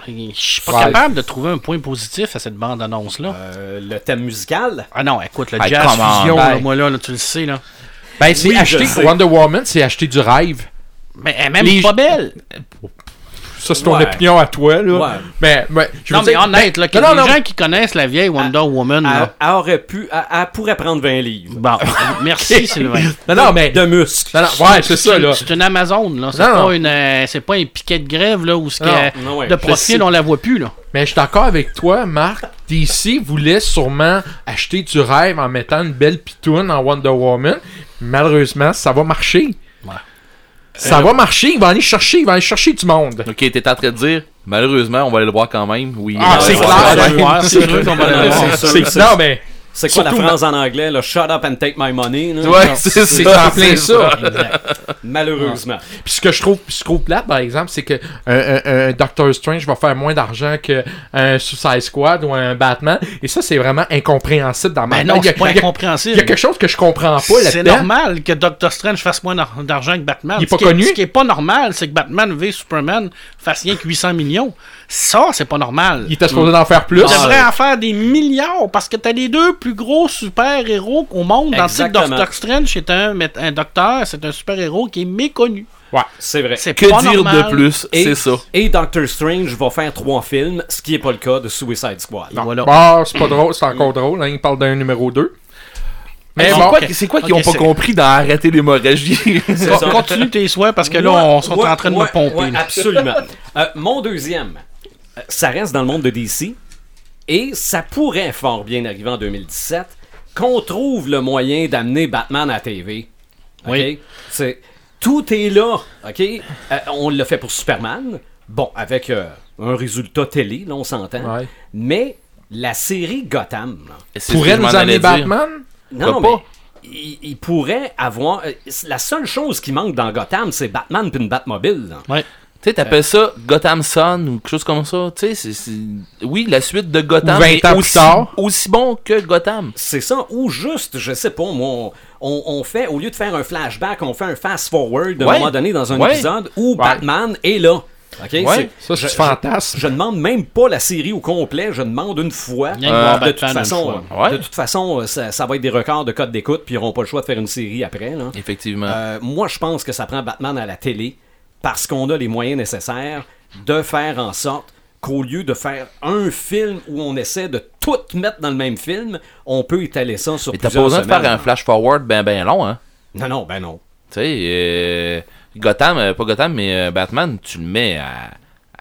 Je suis pas Ouais. capable de trouver un point positif à cette bande d'annonce-là. Euh, le thème musical. Ah non, écoute, le Hey, jazz come on, fusion, là, ben. moi là, là, tu le sais, là. Ben, c'est Oui, je acheter sais. Wonder Woman, c'est acheter du rêve. Mais elle est même Les- pas belle. Ça, c'est ton Ouais. opinion à toi, là. Ouais. Mais, mais, je veux Non, mais dire- ben, honnête, là, Non, non, les non. Ah, gens qui connaissent la vieille Wonder Woman, Elle, là. elle aurait pu. Elle, elle pourrait prendre 20 livres. Bon, merci Sylvain. Non, non, mais. De muscles. Non, non, ouais, c'est ça, une- là. C'est une Amazon, là. C'est Non, non. pas, une, euh, c'est pas un piquet de grève, là, où ce Non, que- non, ouais, de je sais. profil, on la voit plus, là. Mais je suis d'accord avec toi, Marc. DC voulait sûrement acheter du rêve en mettant une belle pitoune en Wonder Woman. Malheureusement, ça va marcher. Ouais. Ça va marcher, il va aller chercher, il va aller chercher du monde. Ok, t'es en train de dire, malheureusement, on va aller le voir quand même. Oui, on Ah, va c'est aller le clair, voir. On va ouais. le voir, c'est sûr qu'on va le voir. C'est sûr, C'est- c'est- Non, mais C'est quoi la Surtout- phrase en anglais, là? Shut up and take my money. là? Ouais, c'est c'est ça, en plein c'est ça. Exact. Malheureusement. Puis ce que je trouve, je trouve plate, par exemple, c'est que un, un- un Doctor Strange va faire moins d'argent qu'un Suicide Squad ou un Batman. Et ça, c'est vraiment incompréhensible dans ma Ben non, il y a- c'est pas il y a- incompréhensible. Il y a quelque chose que je comprends pas là-dedans. C'est normal que Doctor Strange fasse moins d'ar- d'argent que Batman. Il est Ce pas qui connu. Ce qui est pas normal, c'est que Batman v Superman fasse rien que 800 millions. Ça, c'est pas normal. Il était supposé en faire plus. Tu devrais en faire des milliards parce que t'as les deux plus gros super-héros au monde. Dans le titre, Exactement. Doctor Strange, c'est un, mét- un docteur, c'est un super-héros qui est méconnu. C'est Ben, vrai. C'est Que pas dire normal. de plus? C'est ça. Et Doctor Strange va faire trois films, ce qui est pas le cas de Suicide Squad. Non. Voilà. Bon, c'est pas drôle, c'est encore drôle. hein, il parle d'un numéro 2. Mais Ils bon, ont Quoi- Ok. C'est quoi qu'ils Ok, ont c'est- pas compris dans arrêter l'hémorragie? C'est ça. Continue tes souhaits parce que là, Moi- on sont moi- en train de moi- me pomper. ouais, là. absolument. Euh, mon deuxième, euh, ça reste dans le monde de DC et ça pourrait fort bien arriver en 2017 qu'on trouve le moyen d'amener Batman à TV. OK? Oui. C'est Tout est là. OK? Euh, on l'a fait pour Superman. Bon, avec euh, un résultat télé, là, on s'entend. Ouais. Mais la série Gotham, là, Et c'est ce que Pourrait je nous m'en amener allais dire. Batman non, non, Pas. mais il, il pourrait avoir. euh, c'est La seule chose qui manque dans Gotham, c'est Batman puis une Batmobile. là. Ouais. Tu sais, t'appelles ça Gotham Sun ou quelque chose comme ça. Tu sais, c'est- c'est- oui, la suite de Gotham Ou 20 est ans plus aussi, tard. aussi bon que Gotham. C'est ça, ou juste, je sais pas, moi, on, on- on fait, au lieu de faire un flashback, on fait un fast-forward à un Ouais. moment donné dans un Ouais. épisode où Batman est là. Ok, c'est- Ça, je- c'est fantastique. Je demande même pas la série au complet, je demande une fois. Rien que voir de, Batman toute une façon, fois. euh, de Ouais. toute façon, euh, ça, ça va être des records de code d'écoute, puis ils n'auront pas le choix de faire une série après. Là. Effectivement. Euh, moi, je pense que ça prend Batman à la télé parce qu'on a les moyens nécessaires de faire en sorte qu'au lieu de faire un film où on essaie de tout mettre dans le même film, on peut étaler ça sur Mais t'as pas plusieurs besoin de semaines. hein. faire un flash forward ben ben long, hein. Non, non, ben non. Tu sais, euh, Gotham, euh, pas Gotham, mais euh, Batman, tu le mets à,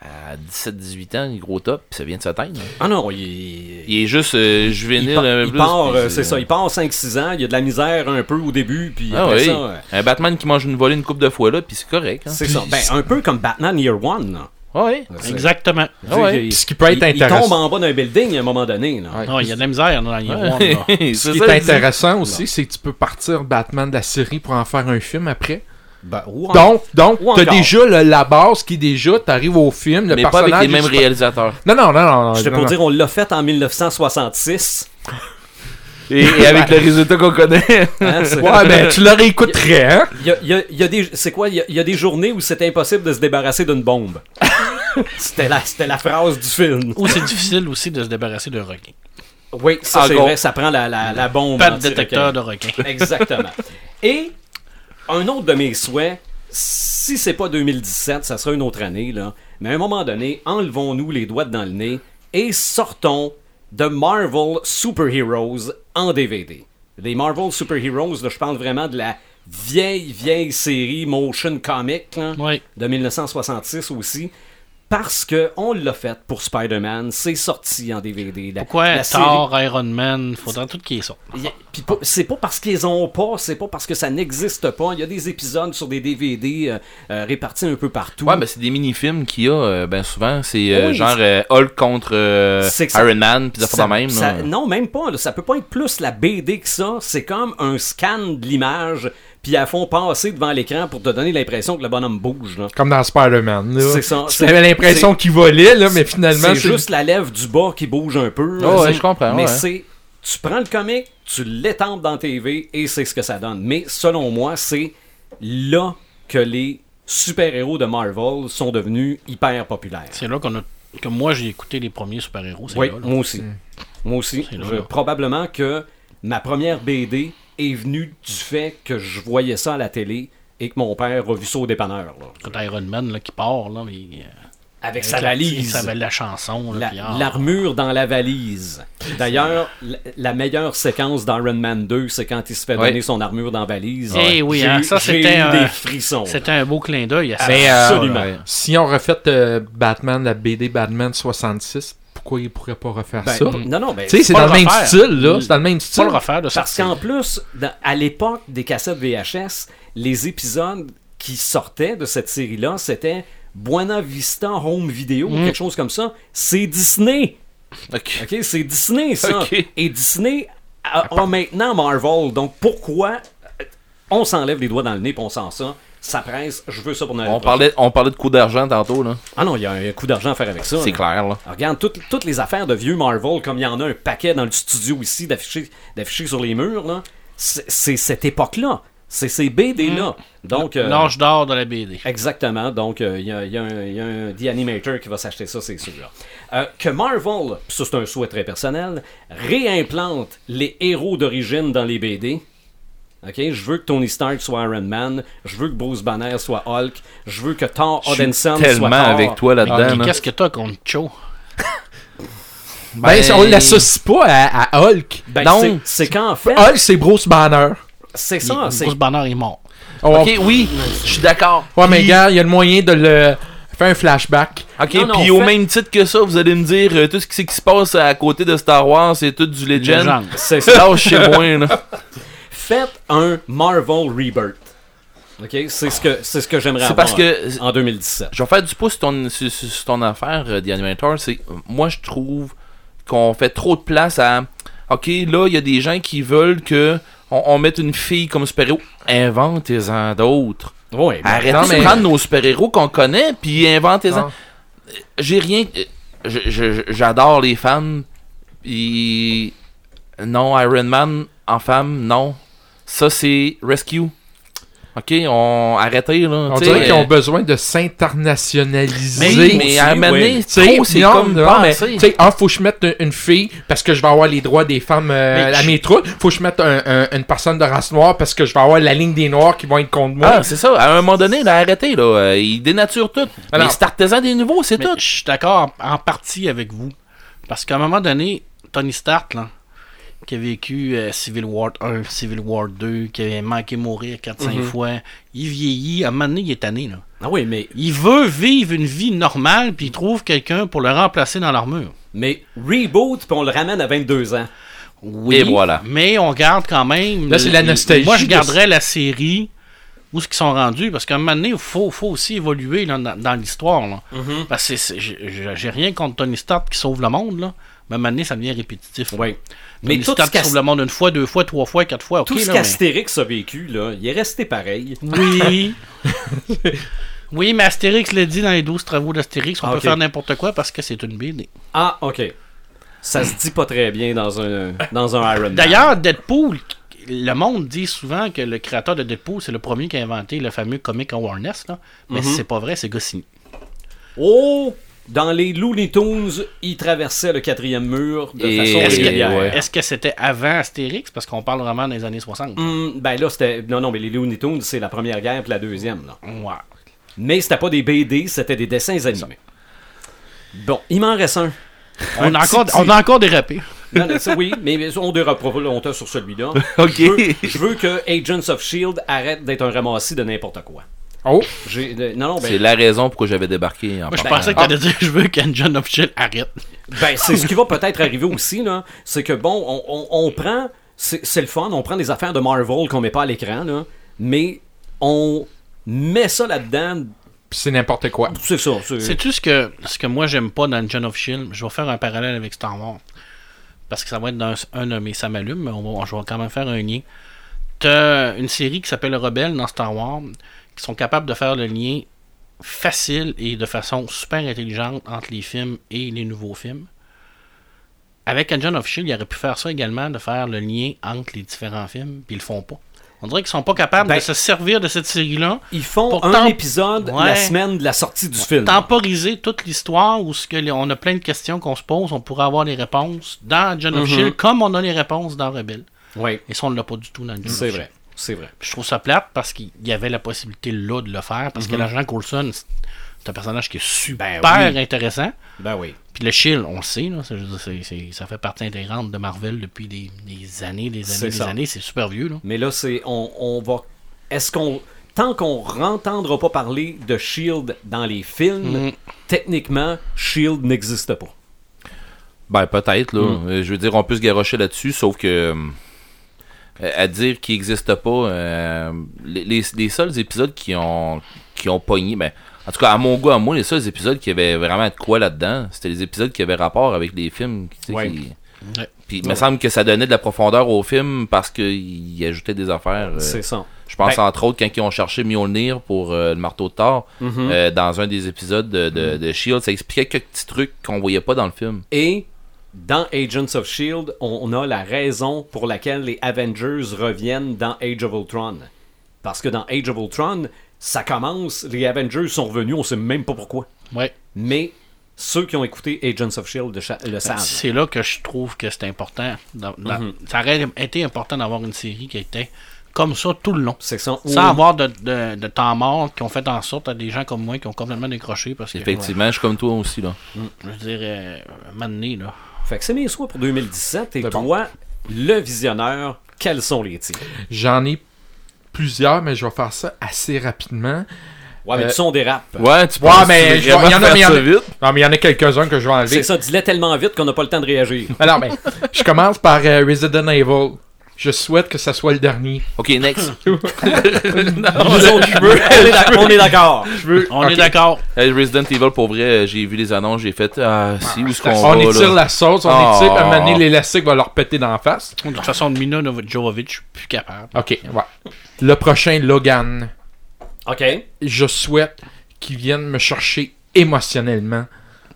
à 17-18 ans, gros top, puis ça vient de s'atteindre. Ah non, il... Il est juste euh, il juvénile pa- un peu il plus, part, puis euh, c'est ça, il part 5-6 ans, il y a de la misère un peu au début, puis Ah après oui. ça... euh, Un Batman qui mange une volée une coupe de fois là, puis c'est correct. Hein. C'est ça. Ben, un peu comme Batman Year One. là. Ah oui. C'est- Exactement. Ah ouais. il- Ce qui peut être il- Il intéressant. tombe en bas d'un building à un moment donné. Là. Ouais. Non, Ah, il y a de la misère dans les rois, là. C'est Ce qui ça, est je dis. intéressant aussi, c'est que tu peux partir Batman de la série pour en faire un film après. Ben, ou en- Donc, donc Ou t'as encore. déjà le- la base qui est déjà, t'arrives au film, le Mais pas personnage... avec les mêmes est- réalisateurs. Non, non, non, non. non, J'étais non, pour non. dire, on l'a fait en 1966. Et, et avec le résultat qu'on connaît. Hein, c'est- Ouais, ben tu le réécouterais, hein? Il y a- il y a- il y a des- C'est quoi? Il y, a, il y a des journées où c'était impossible de se débarrasser d'une bombe. c'était, la, c'était la phrase du film. Ou c'est difficile aussi de se débarrasser d'un requin. Oui, ça c'est Encore. vrai, ça prend la, la, la bombe. Pas de anti-requin. détecteur de requin. Exactement. Et un autre de mes souhaits, si c'est pas 2017, ça sera une autre année, là. Mais à un moment donné, enlevons-nous les doigts dans le nez et sortons de Marvel Super Heroes en DVD. Les Marvel Super Heroes, là, je parle vraiment de la vieille, vieille série Motion Comic là, Oui. de 1966 aussi. Parce que on l'a fait pour Spider-Man, c'est sorti en DVD. La- Pourquoi la série- Thor, Iron Man, faudra tout qu'ils sortent. y a- Puis pas- c'est pas parce qu'ils ont pas, c'est pas parce que ça n'existe pas. Il y a des épisodes sur des DVD euh, euh, répartis un peu partout. Ouais, ben c'est des mini-films qu'il y a euh, ben souvent. C'est euh, Oui, genre euh, Hulk contre euh, C'est que ça- Iron Man, puis Ça- de même. ça- là. non, même pas. là. Ça peut pas être plus la BD que ça. C'est comme un scan de l'image, puis à fond passer devant l'écran pour te donner l'impression que le bonhomme bouge. là. Comme dans Spider-Man, là. C'est ça, Tu c'est- avais l'impression qu'il volait, là, mais finalement... C'est juste la lèvre du bas qui bouge un peu. là, ouais, c'est- je comprends, Mais ouais. c'est. Tu prends le comic, tu l'étampes dans TV et c'est ce que ça donne. Mais selon moi, c'est là que les super-héros de Marvel sont devenus hyper populaires. C'est là qu'on a que moi j'ai écouté les premiers super-héros, c'est Oui, là, là. moi aussi. Moi aussi. C'est là, Je- là. probablement que ma première BD est venue du fait que je voyais ça à la télé et que mon père a vu ça au dépanneur. là. Quand Iron Man là, qui part, là, mais, euh, Avec avec sa la- valise. Ça avait la chanson. Là, La- puis, ah, L'armure dans la valise. D'ailleurs, la, la meilleure séquence d'Iron Man 2, c'est quand il se fait Ouais. donner son armure dans la valise. Eh oui, J'ai hein, eu- ça, j'ai c'était eu un- des frissons. C'était un beau clin d'œil à ça. Mais, euh, Absolument. ouais. Si on refait euh, Batman, la BD Batman 66, pourquoi il pourrait pas refaire Ben, ça? non, non, mais Tu sais, c'est pas dans le le même refaire. style, là. Mm. C'est dans le même Faut style. le refaire de parce sortir. qu'en plus, dans- à l'époque des cassettes VHS, les épisodes qui sortaient de cette série-là, c'était Buena Vista Home Video Mm. ou quelque chose comme ça. C'est Disney. Ok. OK, c'est Disney, ça. Ok. Et Disney a, a maintenant Marvel. Donc, pourquoi euh, on s'enlève les doigts dans le nez et on sent ça? Ça presse, je veux ça pour Noël. On prochain. parlait, on parlait de coups d'argent tantôt, là. Ah non, il y a un coup d'argent à faire avec ça. C'est là. clair, là. Alors, Regarde, toutes, toutes les affaires de vieux Marvel, comme il y en a un paquet dans le studio ici d'affichés d'affichés sur les murs, là, c'est c'est cette époque-là. C'est ces BD-là. Mmh. Donc, euh, L'âge d'or de la BD. Exactement. Donc, euh, il y, a- il y a un- il y a un The Animator qui va s'acheter ça, c'est sûr. Euh, que Marvel, pis ça c'est un souhait très personnel, réimplante les héros d'origine dans les BD. Ok, je veux que Tony Stark soit Iron Man, je veux que Bruce Banner soit Hulk, je veux que Thor Je suis Odinson soit tellement Thor. avec toi là-dedans. hein. Mais là. Qu'est-ce que t'as contre Cho? Ben, Ben, on l'associe pas à, à Hulk. Ben, non. c'est- c'est qu'en fait, Ah! Hulk, c'est Bruce Banner. c'est ça. Le Ah, c'est- Bruce Banner est mort. On- Ok, oui, je suis d'accord. Ouais, mais Puis- gars, il y a le moyen de le faire un flashback. Ok, Non, non, puis au fait- même titre que ça, vous allez me dire euh, tout ce qui, c'est qui se passe à côté de Star Wars, c'est tout du Legend. Legend. C'est ça. Lâche chez moi, là. Faites un Marvel Rebirth. OK? C'est ce que, c'est ce que j'aimerais C'est avoir parce que- en 2017. Je vais faire du pouce sur ton, sur- sur- sur ton affaire, euh, The Animator. C'est, moi, je trouve qu'on fait trop de place à. Ok, là, il y a des gens qui veulent que on, on mette une fille comme super-héros. Inventez-en d'autres. Oui, ben, Arrêtez non, de mais- prendre nos super-héros qu'on connaît, puis inventez-en. Non. J'ai rien. je- je- J'adore les femmes. Puis. Non, Iron Man en femme, non. Ça, c'est Rescue. Ok, on arrêtez là. On T'sais, dirait qu'ils euh, ont besoin de s'internationaliser. mais, aussi, mais à un moment donné, oui. T'sais, trop, c'est non, comme non, mais, penser. t'sais, ah, faut que je mette une- une fille parce que je vais avoir les droits des femmes euh, Mais à je- mes troupes. Faut que je mette un- un- une personne de race noire parce que je vais avoir la ligne des noirs qui vont être contre moi. Ah, c'est ça. À un moment donné, là, arrêtez, là. Euh, Il dénature tout. Alors- mais c'est artisan des nouveaux, c'est Mais tout. Je suis d'accord en, en partie avec vous. Parce qu'à un moment donné, Tony Stark, là, qui a vécu euh, Civil War 1, Civil War 2, qui a manqué mourir 4-5 fois, il vieillit. À un moment donné, il est tanné. Là. ah oui, mais, Il veut vivre une vie normale, puis il trouve quelqu'un pour le remplacer dans l'armure. mais reboot, puis on le ramène à 22 ans. Oui, Et voilà. mais on garde quand même... Là, c'est la nostalgie Moi, je de- garderais la série où ce qu'ils sont rendus, parce qu'à un moment donné, il faut, faut aussi évoluer là, dans, dans l'histoire. là. Parce que c'est- c'est- j'ai j'ai rien contre Tony Stark qui sauve le monde, là. mais à un moment donné, ça devient répétitif. là. Oui. Mais Mais tout Stark ce qui sauve qu'As- le monde une fois, deux fois, trois fois, quatre fois, ok, tout ce là, mais- qu'Astérix a vécu, là, il est resté pareil. Oui. oui, mais Astérix le dit dans les 12 travaux d'Astérix, on Ah, peut ok. faire n'importe quoi parce que c'est une BD. Ah, OK. Ça se dit pas très bien dans un, dans un Iron Man. D'ailleurs, Deadpool, le monde dit souvent que le créateur de Deadpool, c'est le premier qui a inventé le fameux comic awareness, là. mais Mhm. c'est pas vrai, c'est Goscinny. Oh! Dans les Looney Tunes, il traversait le quatrième mur de Et- façon Est-ce que- régulière. ouais. Est-ce que c'était avant Astérix? Parce qu'on parle vraiment des années 60. Hum, ben là, c'était. Non, non, mais les Looney Tunes, c'est la première guerre puis la deuxième, là. Ouais. Mais c'était pas des BD, c'était des dessins animés. Bon, il m'en reste un. On, a petit- encore, petit- on a encore dérapé. Non, non, ça, oui, mais on dira pas longtemps sur celui-là. Ok. Je veux, je veux que Agents of Shield E arrête d'être un ramassis de n'importe quoi. Ah. Oh, J'ai- euh, non, non, C'est ben, la raison pourquoi j'avais débarqué en Moi, je partant. pensais que t'allais dire je veux qu'un John Official arrête. ben, c'est ce qui va peut-être arriver aussi, là. C'est que bon, on, on- on prend, c'est c'est le fun, on prend des affaires de Marvel qu'on met pas à l'écran, là, mais on met ça là-dedans. pis c'est n'importe quoi. C'est ça. c'est- Sais-tu ce que, ce que moi j'aime pas dans John of Shield? Je vais faire un parallèle avec Star Wars. Parce que ça va être dans un de mes ça m'allume, mais on va, je vais quand même faire un lien. T'as une série qui s'appelle Rebelle dans Star Wars, qui sont capables de faire le lien facile et de façon super intelligente entre les films et les nouveaux films. Avec John of Shield, il aurait pu faire ça également, de faire le lien entre les différents films, puis ils le font pas. On dirait qu'ils sont pas capables Ben- de se servir de cette série-là Ils font Pour un temp- épisode la Ouais. semaine de la sortie du film. temporiser toute l'histoire où ce que les- on a plein de questions qu'on se pose, on pourrait avoir les réponses dans John Mm-hmm. of Shield comme on a les réponses dans Rebel. Oui, Et ça, on ne l'a pas du tout dans John of c'est Shield. vrai. C'est vrai. Puis je trouve ça plate parce qu'il y avait la possibilité là de le faire parce que l'agent Coulson, c'est un personnage qui est super Mm-hmm. Ben intéressant. Ben oui. Puis le Shield, on le sait, là, c'est- je veux dire, c'est- c'est- ça fait partie intégrante de Marvel depuis des, des années, des C'est années, des ça. années. C'est super vieux. Là. Mais là, c'est on, on va. Est-ce qu'on tant qu'on n'entendra pas parler de Shield dans les films, techniquement, Shield n'existe pas. Ben, peut-être, là. Mm. Euh, Je veux dire, on peut se garrocher là-dessus, sauf que. euh, à dire qu'il n'existe pas. euh, les, les- les seuls épisodes qui ont, qui ont pogné. Ben, en tout cas, à mon goût, à moi, les seuls épisodes qui avaient vraiment de quoi là-dedans, c'était les épisodes qui avaient rapport avec les films. tu sais, Ouais. qui- Ouais. Puis, il me semble que ça donnait de la profondeur au film parce qu'il ajoutait des affaires. euh, C'est ça. Je pense Ben- entre autres quand ils ont cherché Mjolnir pour euh, le marteau de Thor, Mm-hmm. euh, dans un des épisodes de, de- de Shield, ça expliquait quelques petits trucs qu'on voyait pas dans le film. Et dans Agents of Shield, on a la raison pour laquelle les Avengers reviennent dans Age of Ultron. Parce que dans Age of Ultron, ça commence, les Avengers sont revenus, on sait même pas pourquoi. Ouais. Mais ceux qui ont écouté Agents of Shield le cha- le savent. C'est là que je trouve que c'est important. Dans- dans- Mhm. Ça aurait été important d'avoir une série qui était comme ça tout le long. C'est ça. Sans avoir de, de, de temps mort, qui ont fait en sorte à des gens comme moi qui ont complètement décroché parce que Effectivement, je suis comme toi aussi là. je veux dire, euh, à un moment donné, là. Fait que c'est mes soins pour 2017. Et C'est bon. toi, le visionneur, quels sont les titres? J'en ai plusieurs, mais je vais faire ça assez rapidement. Ouais, mais Euh, tu sont des raps. Ouais, tu penses mais tu je vais- vraiment il y en a, faire mais il y en a- ça vite? Non, mais il y en a quelques-uns que je vais enlever. C'est ça, dis-le tellement vite qu'on n'a pas le temps de réagir. Alors, ben, je commence par euh, Resident Evil. Je Je souhaite que ça soit le dernier. Ok, next. Nous autres, on est d'ac- on est d'accord. Je veux. On Ok. est d'accord. Hey, Resident Evil, pour vrai, euh, j'ai vu les annonces, j'ai fait. Ah, si, où est-ce qu'on On va, étire là? la sauce, on Ah. étire, puis à un moment donné, l'élastique va leur péter dans la face. De toute façon, de Mina Jovovich, je suis plus capable. Ok, ouais. Le prochain, Logan. OK. je souhaite qu'ils viennent me chercher émotionnellement.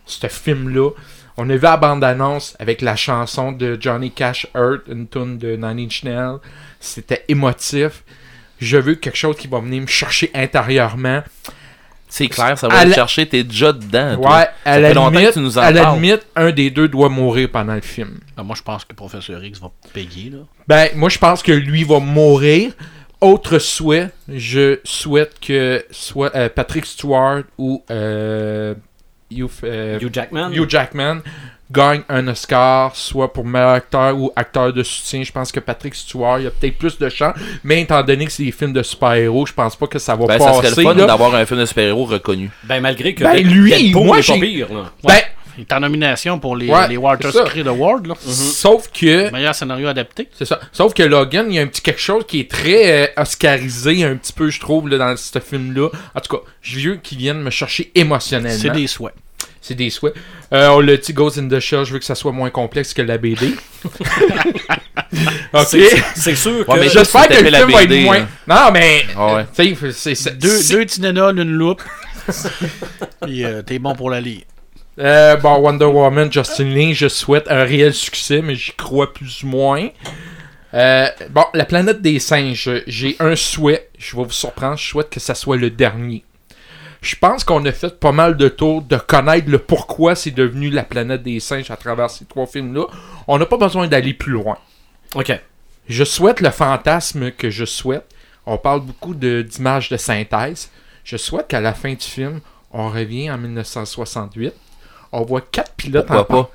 Ce film-là. On a vu la bande-annonce avec la chanson de Johnny Cash Earth, une tune de Nine Inch Nails. C'était émotif. Je veux quelque chose qui va venir me chercher intérieurement. C'est clair, ça À va le la- chercher, t'es déjà dedans. toi. Ouais, à fait la, longtemps que limite, tu nous en à la parles. limite, un des deux doit mourir pendant le film. Ah, Moi, je pense que Professeur X va payer. Là. Ben, moi, je pense que lui va mourir. Autre souhait, je souhaite que soit euh, Patrick Stewart ou euh, Hugh, euh, Hugh Jackman. Hugh Jackman gagne un Oscar, soit pour meilleur acteur ou acteur de soutien. Je pense que Patrick Stewart, il y a peut-être plus de chance, mais étant donné que c'est des films de super-héros, je pense pas que ça va Ben, ça passer. serait le fun là. d'avoir un film de super-héros reconnu. Ben, malgré que. Ben, Dead- lui, Deadpool moi, est pas j'ai- pire, là. Ben, Il est en nomination pour les, Ouais, les Walter c'est ça. Creed Awards. là. Mhm. sauf que... Meilleur scénario adapté. C'est ça. Sauf que Logan, il y a un petit quelque chose qui est très euh, oscarisé un petit peu, je trouve, là, dans ce film-là. En tout cas, je veux qu'ils viennent me chercher émotionnellement. C'est des souhaits. C'est des souhaits. Euh, on le dit Ghost in the Shell, je veux que ça soit moins complexe que la BD. C'est- ok. C'est sûr que. Ouais, mais juste- J'espère que C'était le la film va être BD, moins. Non, mais. Ah ouais. Tu sais, c'est- c'est. Deux, c'est- deux Tylenol, une loupe. Puis euh, t'es bon pour la lire. Euh, bon, Wonder Woman, Justin Lin, je souhaite un réel succès, mais j'y crois plus ou moins. Euh, bon, la planète des singes, j'ai un souhait, je vais vous surprendre, je souhaite que ça soit le dernier. Je pense qu'on a fait pas mal de tours de connaître le pourquoi c'est devenu la planète des singes à travers ces trois films-là. On n'a pas besoin d'aller plus loin. OK. Je souhaite le fantasme que je souhaite. On parle beaucoup de- d'images de synthèse. Je souhaite qu'à la fin du film, on revient en 1968. On voit quatre pilotes Pourquoi embar- pas?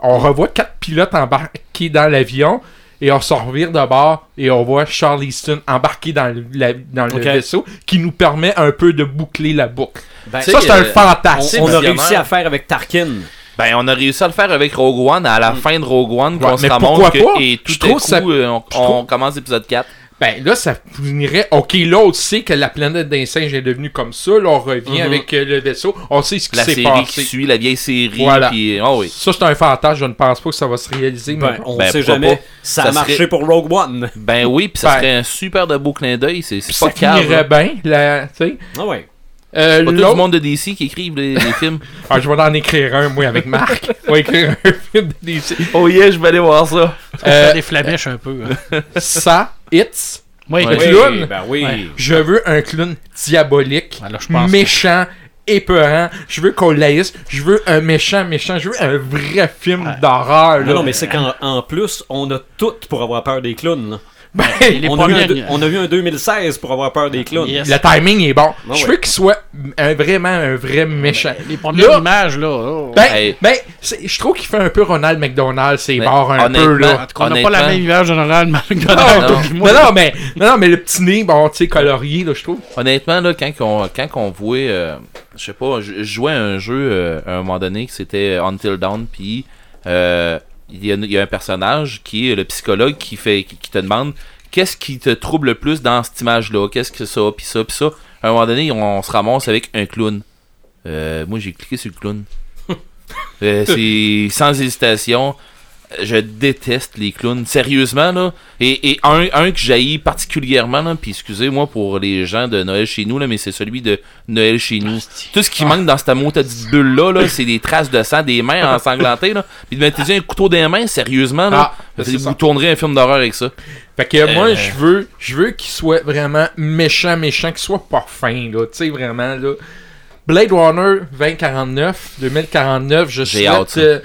On revoit quatre pilotes embarqués dans l'avion et on se revire de bord et on voit Charlie Easton embarqué dans le, la- dans le Ok. vaisseau qui nous permet un peu de boucler la boucle. Ben, Tu sais ça, c'est que- un on, fantasme. c'est on a visionnaire. réussi à faire avec Tarkin. Ben, on a réussi à le faire avec Rogue One, à la fin de Rogue One, qu'on Mm. Ouais, se mais ramasse pourquoi que, pas? et tout Je à trouve coup, ça- euh, on, je trouve- on commence l'épisode 4. Ben là, ça finirait. Ok, là, on sait que la planète des singes est devenue comme ça. Là, on revient avec euh, le vaisseau. On sait ce qui Mhm. La s'est série passé. qui suit, la vieille série, Voilà. puis... Oh oui. Ça, c'est un fantasme. Je ne pense pas que ça va se réaliser. mais Ben, on Ben, sait pourquoi jamais. pas? Ça, a Ça marché serait- pour Rogue One. Ben oui, puis ça Ben. serait un super de beau clin d'œil, c'est c'est ça pas calme. finirait bien. la- tu sais. Ah ouais. Euh, Pas tout l'autre- le monde de DC qui écrivent les, les films. Ah, je vais en écrire un, moi, avec Marc. On va écrire un film de DC. oh yeah, je vais aller voir ça. Euh, Faire des flamèches un peu. hein. ça, It's. Oui, Ouais. Oui, clown. ben oui. Ouais. Je veux un clown diabolique, Ben, Alors, je pense- méchant, épeurant. Je veux qu'on laisse. Je veux un méchant, méchant. Je veux un vrai film Ah d'horreur. là. Non, non, mais c'est qu'en en plus, on a tout pour avoir peur des clowns. là. Ben, Il est On a, eu premier. un, deux- on a eu un 2016 pour avoir peur des clowns. Yes. le timing est bon. Ah je ouais. veux qu'il soit un- vraiment un vrai méchant. Les premières Là- images, là. oh. Ben, Hey. ben c'est- je trouve qu'il fait un peu Ronald McDonald, c'est Mais barres un peu, honnêtement, là. En tout cas, on n'a pas la honnêtement- même image générale, Non, McDonald. non, non, non, mais, non, non, mais le petit nez, bon, tu sais, colorié, là, je trouve. Honnêtement, là, quand on, quand qu'on voit, euh, je sais pas, je je jouais à un jeu euh, à un moment donné que c'était Until Dawn, puis euh, il y, a- il y a un personnage qui est le psychologue qui fait, qui, qui te demande qu'est-ce qui te trouble le plus dans cette image-là, qu'est-ce que ça, puis ça, puis ça. À un moment donné, on, on se ramasse avec un clown. Euh, moi, j'ai cliqué sur le clown. Euh, c'est sans hésitation. Je déteste les clowns, sérieusement là. Et, et un, un que j'haïs particulièrement là, puis excusez-moi pour les gens de Noël chez nous là, mais c'est celui de Noël chez nous. Tout ce qui manque dans cette maudite bulle là, là c'est des traces de sang, des mains ensanglantées là. Puis de mettre un couteau des mains, sérieusement là, Ah, ben, c'est vous ça. tournerez un film d'horreur avec ça. Fait que moi, je veux, je veux qu'il soit vraiment méchant, méchant, qu'il soit pas fin, là, tu sais, vraiment, là. Blade Runner 2049, 2049, je J'ai souhaite... hâte, ça. euh,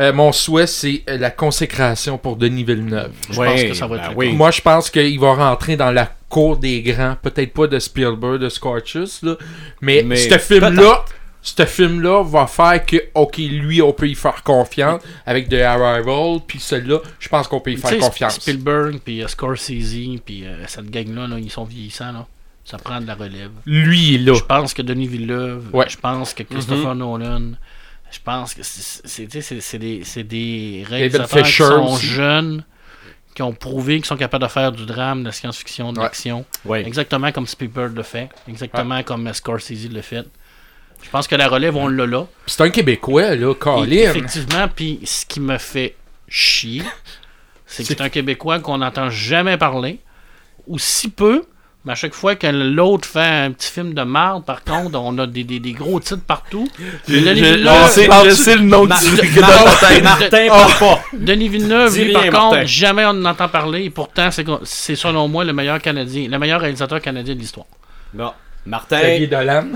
euh, mon souhait, c'est euh, la consécration pour Denis Villeneuve. Je Ouais, pense que ça va ben être oui. Ah oui. Moi, je pense qu'il va rentrer dans la cour des grands. Peut-être pas de Spielberg, de Scorchus, là. Mais, Mais ce film-là, ce film-là va faire que, ok, lui, on peut y faire confiance avec The Arrival, puis celui-là, je pense qu'on peut y Tu faire sais, confiance. Spielberg, puis euh, Scorsese, puis euh, cette gang-là, là, ils sont vieillissants. Là. Ça prend de la relève. Lui, il est là. Je pense que Denis Villeneuve, Ouais. Mhm. je pense que Christopher Nolan, je pense que c'est- c'est c'est- tu sais, c'est- c'est des, c'est des réalisateurs qui Fisher sont aussi. jeunes, qui ont prouvé qu'ils sont capables de faire du drame, de la science-fiction, de Ouais. l'action. Ouais. Exactement comme Spielberg le fait. Exactement comme Scorsese le fait. Je pense que la relève, on l'a là. Puis C'est un Québécois, là, Et Colin. effectivement, puis ce qui me fait chier, c'est que c'est un Québécois qu'on n'entend jamais parler, ou si peu, mais à chaque fois que l'autre fait un petit film de marde, par contre, on a des, des- des gros titres partout. Denis Villeneuve- Ah, le nom Mar- truc Martin, Martin, parle pas. Denis Villeneuve, Dis lui, rien, par contre, Martin. jamais on n'entend parler, et pourtant, c'est qu'on- c'est selon moi le meilleur Canadien, le meilleur réalisateur canadien de l'histoire. Bon. Martin. Xavier Dolan.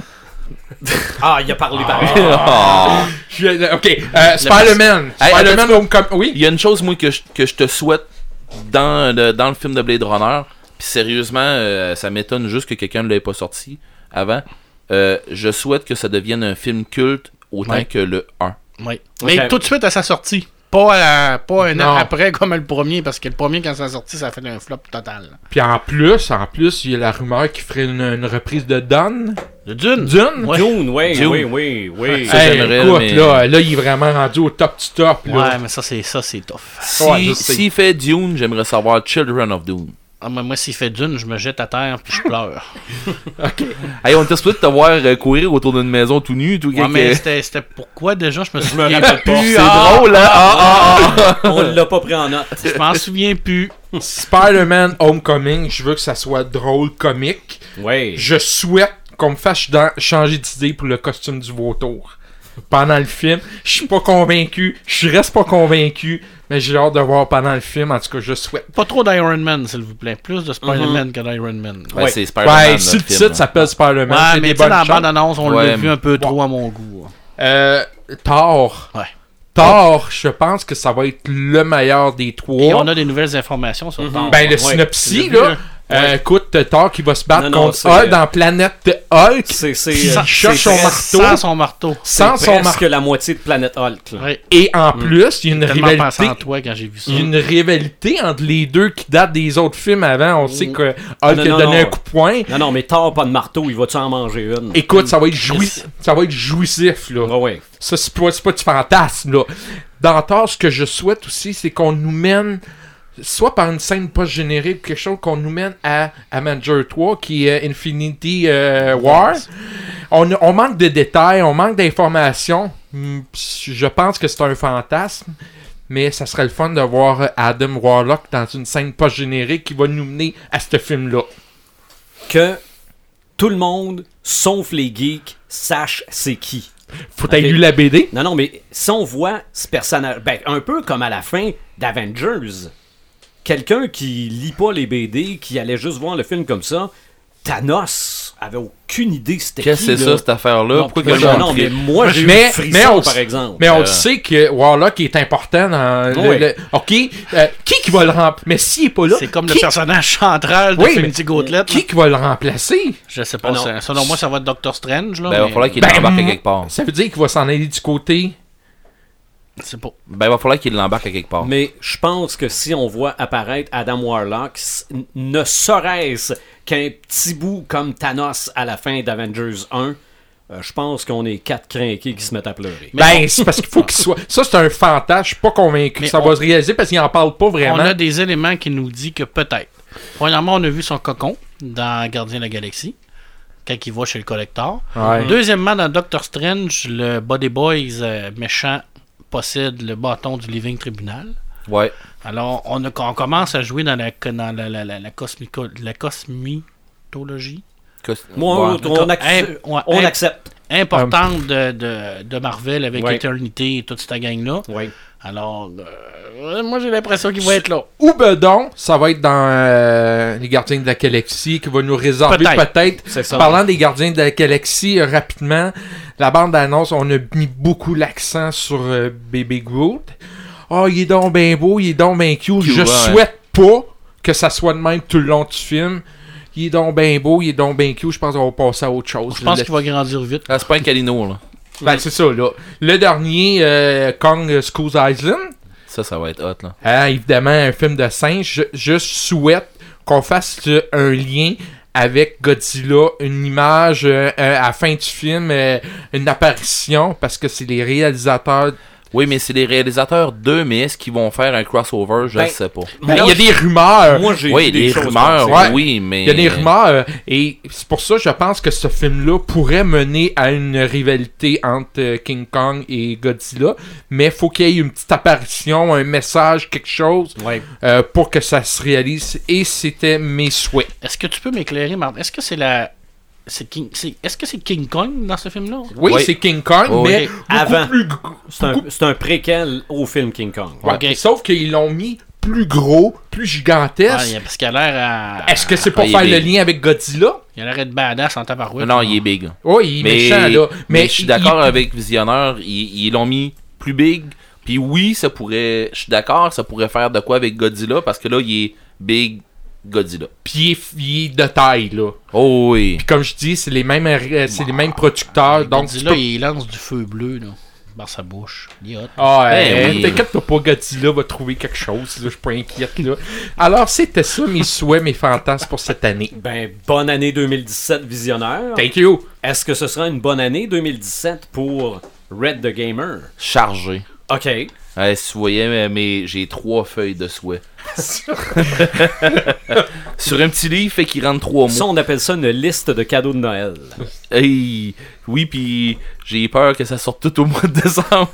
Ah, il a parlé pareil. Ah. Oh. Je- Ok, euh, Spider-Man. Hey, Spider-Man Homecoming. Il Oui. y a une chose, moi, que je, que je te souhaite dans le, dans le film de Blade Runner. Puis sérieusement, euh, ça m'étonne juste que quelqu'un ne l'ait pas sorti avant. Euh, je souhaite que ça devienne un film culte autant Ouais. que le 1. Oui. Ok. Mais tout de suite à sa sortie. Pas, à- pas un an Non. après comme le premier, parce que le premier, quand ça a sorti, ça a fait un flop total. Puis en plus, en plus, il y a la rumeur qui ferait une, une reprise de Don. Le Dune. Dune. Ouais. June, oui, June. oui, oui, oui. Ça, Hey, j'aimerais, écoute, mais- là, là, il est vraiment rendu au top du top. Là. Ouais, mais ça, c'est ça, c'est tough. S'il Ouais, je sais. s'il fait Dune, j'aimerais savoir Children of Dune. Ah, mais moi, s'il fait d'une, je me jette à terre puis je pleure. Hey, on était supposé te voir euh, courir autour d'une maison tout nu. Tout ouais, quelque- mais c'était c'était pourquoi déjà Je me souviens rappelle pas. plus. C'est Ah, drôle, hein? Ah, ah, ah. On l'a pas pris en note. Je m'en souviens plus. Spider-Man Homecoming, je veux que ça soit drôle, comique. Oui. Je souhaite qu'on me fasse dans- changer d'idée pour le costume du vautour. Pendant le film, je suis pas convaincu, je reste pas convaincu, mais j'ai hâte de voir pendant le film, en tout cas, je souhaite. Pas trop d'Iron Man, s'il vous plaît. Plus de Spider-Man que d'Iron Man. Ouais. Ouais, Ben, c'est Spider-Man. Mhm. Ouais, le si le film, titre là. s'appelle Spider-Man, Ouais, c'est mais des tu sais, bonnes dans la chances. bande-annonce, on Ouais, l'a vu un peu trop ouais. à mon goût. hein. Euh, Thor. Ouais. Thor, je pense que ça va être le meilleur des trois. Et on a des nouvelles informations sur Thor. Ben, le Ouais, synopsis, tu l'as vu, là. hein? Euh, écoute, euh, Thor qui va se battre Non, non, contre c'est, Hulk euh, dans Planète Hulk. C'est c'est Puis euh, il cherche c'est son presque- marteau Sans son marteau. c'est sans son presque Mm. marteau. la moitié de planète Hulk. là. Ouais. Et en plus, il y a une Tellement pensé rivalité. en toi quand j'ai vu ça. il y a une rivalité entre les deux qui date des autres films avant. On sait que Hulk Mm. non, a non, donné un non. coup de poing. Non, non, mais Thor, pas de marteau, il va-tu en manger une? Écoute, ça va être jouissif. Ça va être jouissif, là. Ah ouais. Ça, c'est pas, c'est pas du fantasme, là. Dans Thor, ce que je souhaite aussi, c'est qu'on nous mène, soit par une scène post-générique, quelque chose qu'on nous mène à Avenger 3, qui est Infinity euh, War. On, on manque de détails, on manque d'informations. Hmm, Je pense que c'est un fantasme. Mais ça serait le fun de voir Adam Warlock dans une scène post-générique qui va nous mener à ce film-là. Que tout le monde, sauf les geeks, sache c'est qui. Faut t'avoir Ok. lu la BD. Non, non, mais si on voit ce personnage, ben, un peu comme à la fin d'Avengers, quelqu'un qui lit pas les BD, qui allait juste voir le film comme ça, Thanos avait aucune idée c'était qui. Qu'est-ce que c'est là. ça, cette affaire-là? Non, Pourquoi moi, que le non, monde non, mais crie- moi, j'ai eu Mais- le frisson, mais on- par exemple. Mais on Euh. le sait que Warlock est important dans le- Oui. le, OK, euh, qui qui va le remplacer Mais s'il est pas là, C'est comme le qui, personnage central de Oui, Infinity Gauntlet. qui qui va le remplacer Je sais Ah pas. non. ça- selon moi, ça va être Doctor Strange. Là, Ben, il va mais- falloir qu'il Ben, l'embarque à moi- quelque part. Ça veut dire qu'il va s'en aller du côté C'est pas. Ben, il va falloir qu'il l'embarque à quelque part. Mais je pense que si on voit apparaître Adam Warlock, s- n- ne serait-ce qu'un petit bout comme Thanos à la fin d'Avengers 1, euh, je pense qu'on est quatre crinqués qui se mettent à pleurer. Ben, c'est parce qu'il faut qu'il soit ça c'est un fantasme, je suis pas convaincu que Mais ça on- va se réaliser parce qu'il en parle pas vraiment. On a des éléments qui nous disent que peut-être. Premièrement, on a vu son cocon dans Gardien de la Galaxie, quand il va chez le collector. Ouais. Deuxièmement, dans Doctor Strange, le Body Boys euh, méchant possède le bâton du Living Tribunal. Ouais. Alors, on, a- on commence à jouer dans la, dans la, la, la, la, cosmico- la cosmitologie Cos- Moi, ouais. on, on Comme- accepte- Hey, ouais, on hey. accepte. importante de, de, de Marvel avec Ouais. Eternity et toute cette gang-là. Oui. Alors, euh, moi, j'ai l'impression qu'il va être là. Ou ben donc, ça va être dans euh, les gardiens de la galaxie qui va nous réserver Peut-être. peut-être. C'est ça. Parlant des gardiens de la galaxie euh, rapidement, la bande annonce, on a mis beaucoup l'accent sur euh, Baby Groot. Oh, il est donc bien beau, il est donc bien cute. Cute, Je ouais. souhaite pas que ça soit de même tout le long du film. Il est donc bien beau, il est donc bien cute. Je pense qu'on va passer à autre chose. Je pense Le- qu'il va grandir vite. Ah, c'est pas un Calino, là. Ben, c'est ça, là. Le dernier, euh, Kong Schools Island. Ça, ça va être hot, là. Ah, évidemment, un film de singe. Je, je souhaite qu'on fasse euh, un lien avec Godzilla, une image euh, euh, à la fin du film, euh, une apparition, parce que c'est les réalisateurs Oui, mais c'est les réalisateurs de Miss qui vont faire un crossover, je Ben, sais pas. Ben, Là, il y a des rumeurs. Moi, j'ai Oui, vu des les choses rumeurs, passer. comme ça. oui, mais. Il y a des rumeurs, euh, et c'est pour ça que je pense que ce film-là pourrait mener à une rivalité entre euh, King Kong et Godzilla, mais faut qu'il y ait une petite apparition, un message, quelque chose, Ouais. euh, pour que ça se réalise, et c'était mes souhaits. Est-ce que tu peux m'éclairer, Martin? Est-ce que c'est la. C'est King... c'est- Est-ce que c'est King Kong dans ce film-là? Oui, Oui. c'est King Kong, Oui. mais Avant. plus gros. C'est un, c'est un préquel au film King Kong. Ouais. Ok. Sauf qu'ils l'ont mis plus gros, plus Ah, gigantesque. il a- parce qu'il a l'air à. Est-ce que c'est pour Ah, il faire est le big. lien avec Godzilla? Il a l'air d'être badass en tabarouette. Non, il est big. Oui, il est méchant, là. mais je suis il- d'accord il- avec Visionneur, ils ils l'ont mis plus big. Puis oui, ça pourrait. Je suis d'accord, ça pourrait faire de quoi avec Godzilla parce que là, il est big Godzilla. Puis il est- il est de taille, là. Oh oui. Puis comme je dis, c'est les mêmes, euh, c'est les mêmes producteurs, donc tu Godzilla, peux- il lance du feu bleu, là. Par sa bouche. Il est hot. Ah, Ben euh, oui. t'inquiète pas, Godzilla va trouver quelque chose, là, je suis pas inquiète, là. Alors, c'était ça mes souhaits, mes fantasmes pour cette année. Ben, bonne année 2017, visionnaire. Thank you! Est-ce que ce sera une bonne année 2017 pour Red the Gamer? Chargé. OK. Ouais, si vous voyez, mais, mais j'ai trois feuilles de souhait. Sur un petit livre, fait qu'il rentre trois Ça, mots. on appelle ça une liste de cadeaux de Noël. Hey, oui, puis j'ai peur que ça sorte tout au mois de décembre.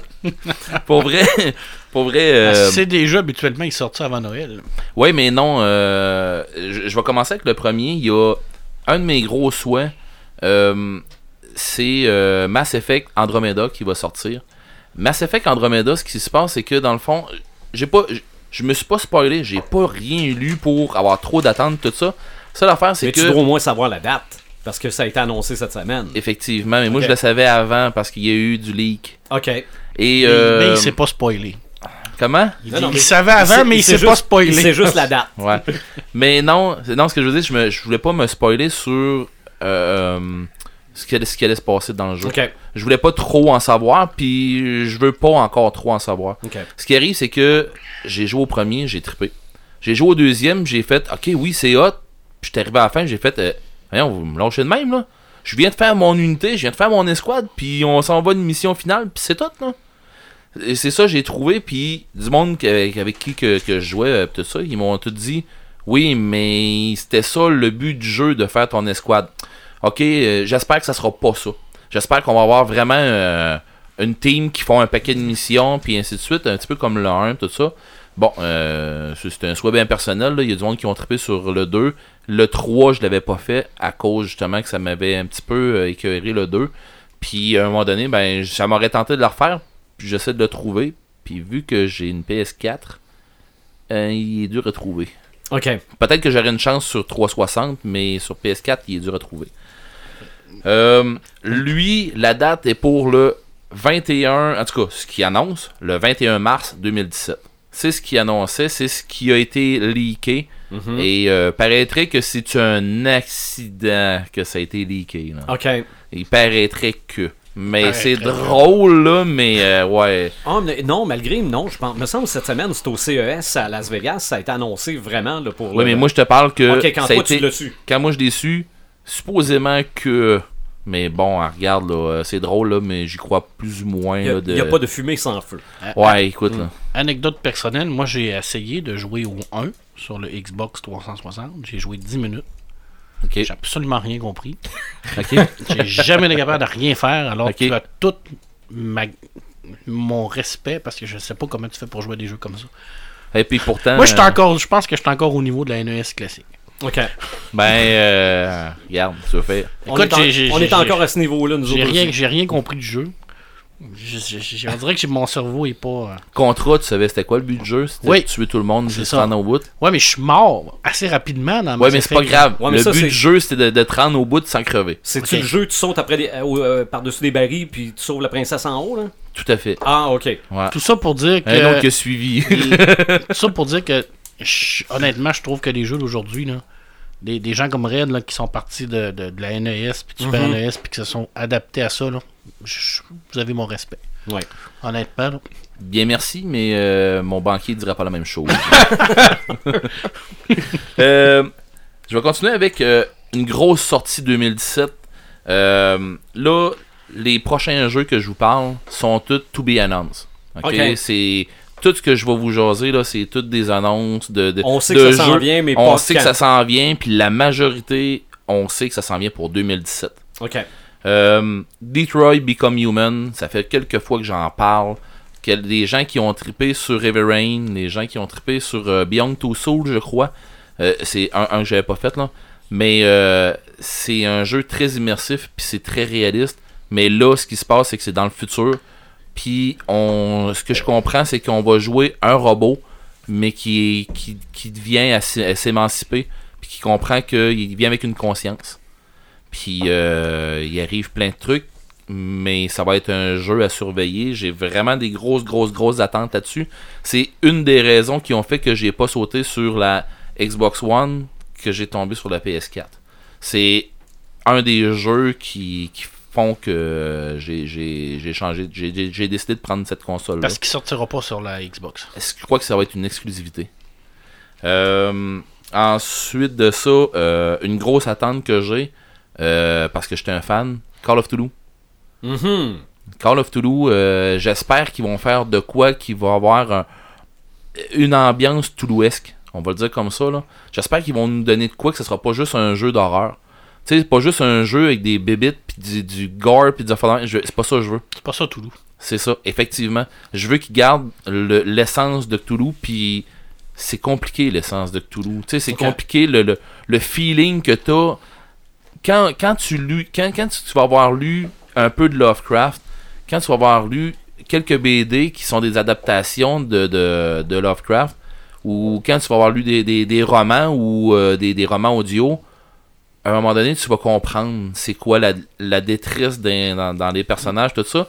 pour vrai, pour vrai. euh, Ah, Parce que C'est des jeux, habituellement, ils sortent ça avant Noël. Ouais, mais non. euh, je, je vais commencer avec le premier. Il y a un de mes gros souhaits. euh, c'est euh, Mass Effect Andromeda qui va sortir. Mass Effect Andromeda, ce qui se passe, c'est que dans le fond, j'ai pas, je- je me suis pas spoilé, j'ai pas rien lu pour avoir trop d'attentes, tout ça. Ça l'affaire, c'est Mais que tu dois au moins savoir la date, parce que ça a été annoncé cette semaine. effectivement, mais moi Ok. je le savais avant parce qu'il y a eu du leak. OK. Et Mais- euh, Mais il s'est pas spoilé. comment Il, Non, non, il mais- savait avant, mais il s'est juste- pas spoilé. C'est juste la date. Ouais. Mais non, c'est- non, ce que je veux dire, je, me- je voulais pas me spoiler sur euh, euh, ce, qui allait, ce qui allait se passer dans le jeu. OK. Je voulais pas trop en savoir, puis je veux pas encore trop en savoir. OK. Ce qui arrive, c'est que j'ai joué au premier, j'ai trippé. J'ai joué au deuxième, j'ai fait, ok, oui, c'est hot. Puis j'étais arrivé à la fin, j'ai fait, euh, voyons, vous me lâchez de même, là. Je viens de faire mon unité, je viens de faire mon escouade, puis on s'en va d'une mission finale, puis c'est tout, là. Et c'est ça, j'ai trouvé, puis du monde que- avec, qui que, que je jouais, euh, tout ça, ils m'ont tout dit, oui, mais c'était ça le but du jeu, de faire ton escouade. Ok, euh, j'espère que ça sera pas ça. J'espère qu'on va avoir vraiment euh, une team qui font un paquet de missions, puis ainsi de suite, un petit peu comme le 1, tout ça. Bon, euh, c'est c'est un souhait bien personnel, là. il y a du monde qui ont trippé sur le 2. Le 3, je l'avais pas fait à cause justement que ça m'avait un petit peu euh, écœuré le 2. Puis à un moment donné, ben ça m'aurait tenté de le refaire, puis j'essaie de le trouver. Puis vu que j'ai une PS4, euh, il est dur à trouver. OK. Peut-être que j'aurais une chance sur 360, mais sur PS4, il est dur à trouver. Euh, lui, la date est pour le 21, en tout cas, ce qu'il annonce, le 21 mars 2017. C'est ce qu'il annonçait, c'est ce qui a été leaké. Et euh, paraîtrait que c'est un accident que ça a été leaké. là. OK. Il paraîtrait que. Mais Paraîtrait c'est que. drôle, là, mais euh, ouais. Ah, mais non, malgré, non, je pense. Me semble que cette semaine, c'est au CES à Las Vegas, ça a été annoncé vraiment là, pour. le- Oui, mais moi, je te parle que. Ok, quand ça a toi, tu été- l'as su. Quand moi, je l'ai su, supposément que. Mais bon, ah, regarde, là, euh, c'est drôle, là, mais j'y crois plus ou moins. Il n'y a, là, de... il y a pas de Mm. fumée sans feu. Ouais, écoute, là. Anecdote personnelle, moi j'ai essayé de jouer au 1 sur le Xbox 360. J'ai joué 10 minutes. Ok. J'ai absolument rien compris. Ok. J'ai jamais été capable de rien faire alors Ok. que tu as tout ma- mon respect parce que je sais pas comment tu fais pour jouer à des jeux comme ça. Et puis pourtant. Moi je suis euh, encore je pense que je suis encore au niveau de la NES classique. OK. Ben, euh, regarde, tu veux faire. On, Écoute, est, en- j'ai- j'ai- on est j'ai- encore à ce niveau-là, nous J'ai autres. rien aussi. j'ai rien compris du jeu. Je, je- je- on dirait que j'ai- mon cerveau est pas euh, Contra, tu savais c'était quoi le but du jeu C'était Oui. de tuer tout le monde C'est juste ça. en au bout. Ouais, mais je suis mort assez rapidement dans Ouais, Mass mais c'est Effect. pas grave. Ouais, mais le ça, but c'est- du jeu, c'était de, de te rendre au bout sans crever. C'est-tu Ok. le jeu, tu sautes après des- euh, euh, par-dessus des barils, puis tu sauves la princesse en haut, là? Tout à fait. Ah, OK. Ouais. Tout ça pour dire que Un autre qui a suivi. Tout ça pour dire que, je- honnêtement, je trouve que les jeux d'aujourd'hui, là, des, des gens comme Red là, qui sont partis de, de, de la NES puis du Mm-hmm. Super NES puis qui se sont adaptés à ça, là, je- je- vous avez mon respect. Ouais. Honnêtement, là. Bien merci, mais euh, mon banquier dira pas la même chose. Euh, je vais continuer avec euh, une grosse sortie 2017. Euh, là, les prochains jeux que je vous parle sont tous to be announced. OK? Ok. C'est tout ce que je vais vous jaser là, c'est toutes des annonces de, de On sait de que ça s'en jeux. vient, mais on pas sait quand. que ça s'en vient, puis la majorité, on sait que ça s'en vient pour 2017. OK. Euh, Detroit Become Human, ça fait quelques fois que j'en parle. Que les gens qui ont trippé sur Heavy Rain, les gens qui ont trippé sur euh, Beyond Two Souls, je crois. Euh, c'est un, un que j'avais pas fait là. Mais euh, c'est un jeu très immersif, puis c'est très réaliste. Mais là, ce qui se passe, c'est que c'est dans le futur. Puis on, ce que je comprends, c'est qu'on va jouer un robot, mais qui, est- qui, qui devient à s'é- à s'émanciper, puis qui comprend qu'il vient avec une conscience. Puis euh, il arrive plein de trucs, mais ça va être un jeu à surveiller. J'ai vraiment des grosses, grosses, grosses attentes là-dessus. C'est une des raisons qui ont fait que j'ai pas sauté sur la Xbox One, que j'ai tombé sur la PS4. C'est un des jeux qui, qui font que euh, j'ai- j'ai j'ai changé, j'ai- j'ai j'ai décidé de prendre cette console. Parce qu'il sortira pas sur la Xbox. Est-ce que je crois que ça va être une exclusivité? Euh, ensuite de ça, euh, une grosse attente que j'ai, euh, parce que j'étais un fan, Call of Toulouse. Mm-hmm. Mhm. Call of Toulouse, euh, j'espère qu'ils vont faire de quoi qui va avoir un- une ambiance toulouesque. On va le dire comme ça. là. J'espère qu'ils vont nous donner de quoi que ce sera pas juste un jeu d'horreur. Tu sais, c'est pas juste un jeu avec des bébites, puis du, du gore, puis des affaires. de même. Je- C'est pas ça que je veux. C'est pas ça, Toulouse. C'est ça, effectivement. Je veux qu'ils gardent le- l'essence de Cthulhu, puis c'est compliqué l'essence de Cthulhu. Tu sais, c'est Ok. compliqué le, le, le feeling que t'as. Quand, quand, tu, lus, quand, quand tu, tu vas avoir lu un peu de Lovecraft, quand tu vas avoir lu quelques BD qui sont des adaptations de, de, de Lovecraft, ou quand tu vas avoir lu des, des, des romans ou euh, des, des romans audio, à un moment donné, tu vas comprendre c'est quoi la, la détresse d'un- dans, dans les personnages, tout ça.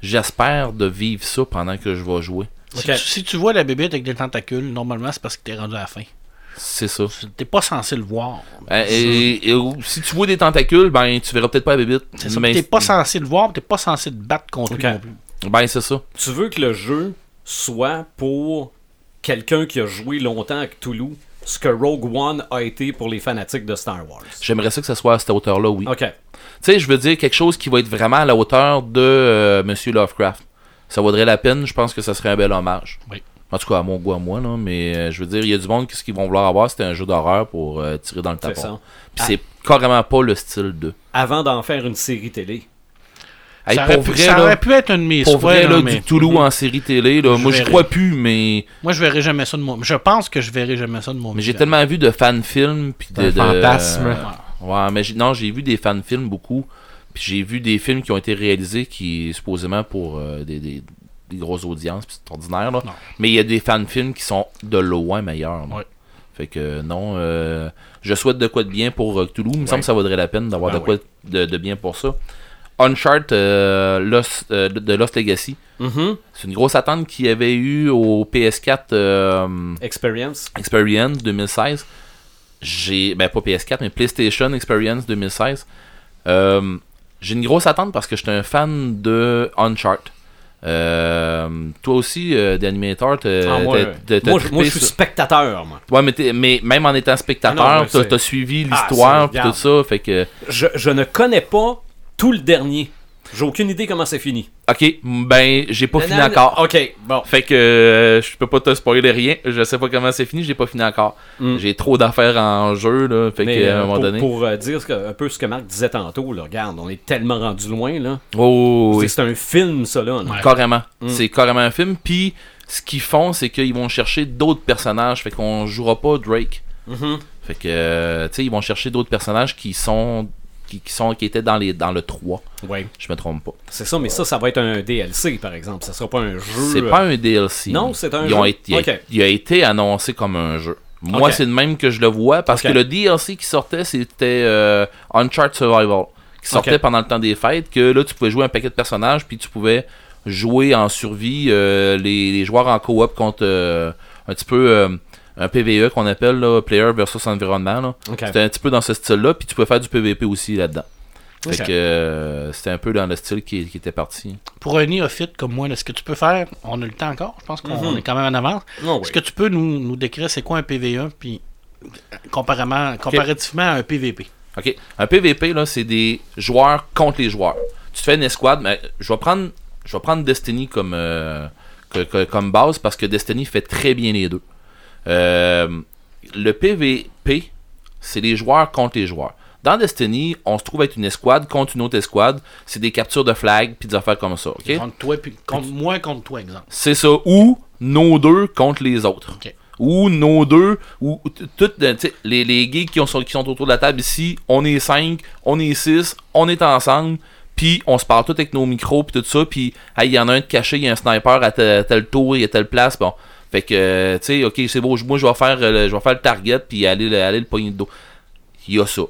J'espère de vivre ça pendant que je vais jouer. Si Ok. tu- Si, tu vois la bébête avec des tentacules, normalement, c'est parce que t'es rendu à la fin. C'est ça. T'es pas censé le voir. Euh, Et, et- ou- si tu vois des tentacules, ben tu verras peut-être pas la bébite. Ben, C'est ça. Mais- T'es pas censé le voir, t'es pas censé te battre contre Ok. lui non plus. Ben c'est ça. Tu veux que le jeu soit pour quelqu'un qui a joué longtemps à Cthulhu, ce que Rogue One a été pour les fanatiques de Star Wars. J'aimerais ça que ça soit à cette hauteur-là, oui. OK. Tu sais, je veux dire quelque chose qui va être vraiment à la hauteur de euh, Monsieur Lovecraft. Ça vaudrait la peine, je pense que ça serait un bel hommage. Oui. En tout cas, à mon goût à moi, là, mais euh, je veux dire, il y a du monde que ce qu'ils vont vouloir avoir, c'était un jeu d'horreur pour euh, tirer dans le C'est tapon. ça. Ah. Puis c'est carrément pas le style de. Avant d'en faire une série télé. Hey, ça pour aurait, pu, vrai, ça là, aurait pu être un de mes pour souhaits, vrai, là, là, mais Mhm. du Toulouse en série télé, là, Je moi j'y verrai. crois plus, mais moi je verrai jamais ça de moi. Je pense que je verrai jamais ça de moi. Mais j'ai tellement vu de fan films puis de, Un de- fantasme. Ouais, mais j'ai- non, j'ai vu des fan films beaucoup. Puis j'ai vu des films qui ont été réalisés qui supposément pour euh, des, des- des grosses audiences, puis c'est ordinaire là. Non. Mais il y a des fan films qui sont de loin meilleurs. là. Ouais. Fait que euh, non, euh, je souhaite de quoi de bien pour euh, Cthulhu. Il me semble que ça vaudrait la peine d'avoir Ben de quoi de, de bien pour ça. Uncharted euh, Lost, euh, de Lost Legacy. Mhm. C'est une grosse attente qu'il y avait eu au PS4 euh, Experience. Experience 2016. J'ai, ben pas PS4, mais PlayStation Experience 2016. Euh, j'ai une grosse attente parce que j'étais un fan de Uncharted. Euh, toi aussi, euh, d'animateur, t'es- Ah, moi, t'es- t'es- t'es moi, je- moi, je trippé suis sur- spectateur, moi. Ouais, mais, t'es- mais même en étant Ah non, spectateur, je t'as sais. t'as suivi Ah, l'histoire ça, pis tout ça, fait que. Je, je ne connais pas tout le dernier. J'ai aucune idée comment c'est fini. Ok, ben j'ai pas fini Nanana- encore. OK, bon. Fait que euh, je peux pas te spoiler rien. Je sais pas comment c'est fini, j'ai pas fini encore. Mm. J'ai trop d'affaires en jeu là. Fait Mais que, à euh, un moment pour, donné. pour, euh, dire ce que- un peu ce que Marc disait tantôt, là, regarde, on est tellement rendu loin, là. Oh, oui. C'est un film, ça, là. non? Ouais. Carrément. C'est carrément un film. Puis, ce qu'ils font, c'est qu'ils vont chercher d'autres personnages. Fait qu'on jouera pas Drake. Mhm. Fait que, euh, tu sais, ils vont chercher d'autres personnages qui sont. Qui, qui sont qui étaient dans les dans le 3 Ouais. je me trompe pas C'est ça, mais ça, ça va être un DLC, par exemple. Ça sera pas un jeu. c'est euh, pas un DLC Non, c'est un Ils ont jeu. été- il, a, Ok. il a été annoncé comme un jeu moi Ok. c'est le même que je le vois parce Ok. que le DLC qui sortait c'était euh, Uncharted Survival qui sortait Ok. pendant le temps des fêtes que là tu pouvais jouer un paquet de personnages puis tu pouvais jouer en survie euh, les, les joueurs en coop contre euh, un petit peu euh, un PVE qu'on appelle là, player versus environnement là. Ok. c'était un petit peu dans ce style là puis tu pouvais faire du PVP aussi là-dedans fait Ok. que euh, c'était un peu dans le style qui, qui était parti Pour un néophyte comme moi, là, ce que tu peux faire, on a le temps encore, je pense Mhm. qu'on on est quand même en avance. Ah Oh, oui. Est-ce que tu peux nous, nous décrire c'est quoi un PVE, puis comparément, comparativement à un PVP? OK. Un PVP, là, c'est des joueurs contre les joueurs. Tu tu te fais une escouade, mais je vais prendre, je vais prendre Destiny comme, euh, que- que- comme base parce que Destiny fait très bien les deux. Euh, le PVP, c'est les joueurs contre les joueurs. Dans Destiny, on se trouve être une escouade contre une autre escouade. C'est des captures de flags puis des affaires comme ça. ok? Contre toi, puis contre moi, contre toi, exemple. C'est ça. Ou nos deux contre les autres. Ok. Ou nos deux, ou t- toutes euh, tu sais, les, les geeks qui, ont- sont, qui sont autour de la table ici, on est cinq, on est six, on est ensemble, puis on se parle tout avec nos micros, puis tout ça, puis hey, il y en a un de caché, il y a un sniper à tel, tel tour, il y a telle place, bon. Fait que, euh, tu sais, ok, c'est beau, moi je vais faire, euh, le- je vais faire le target, puis aller, le- aller le poignet de dos. Il y a ça.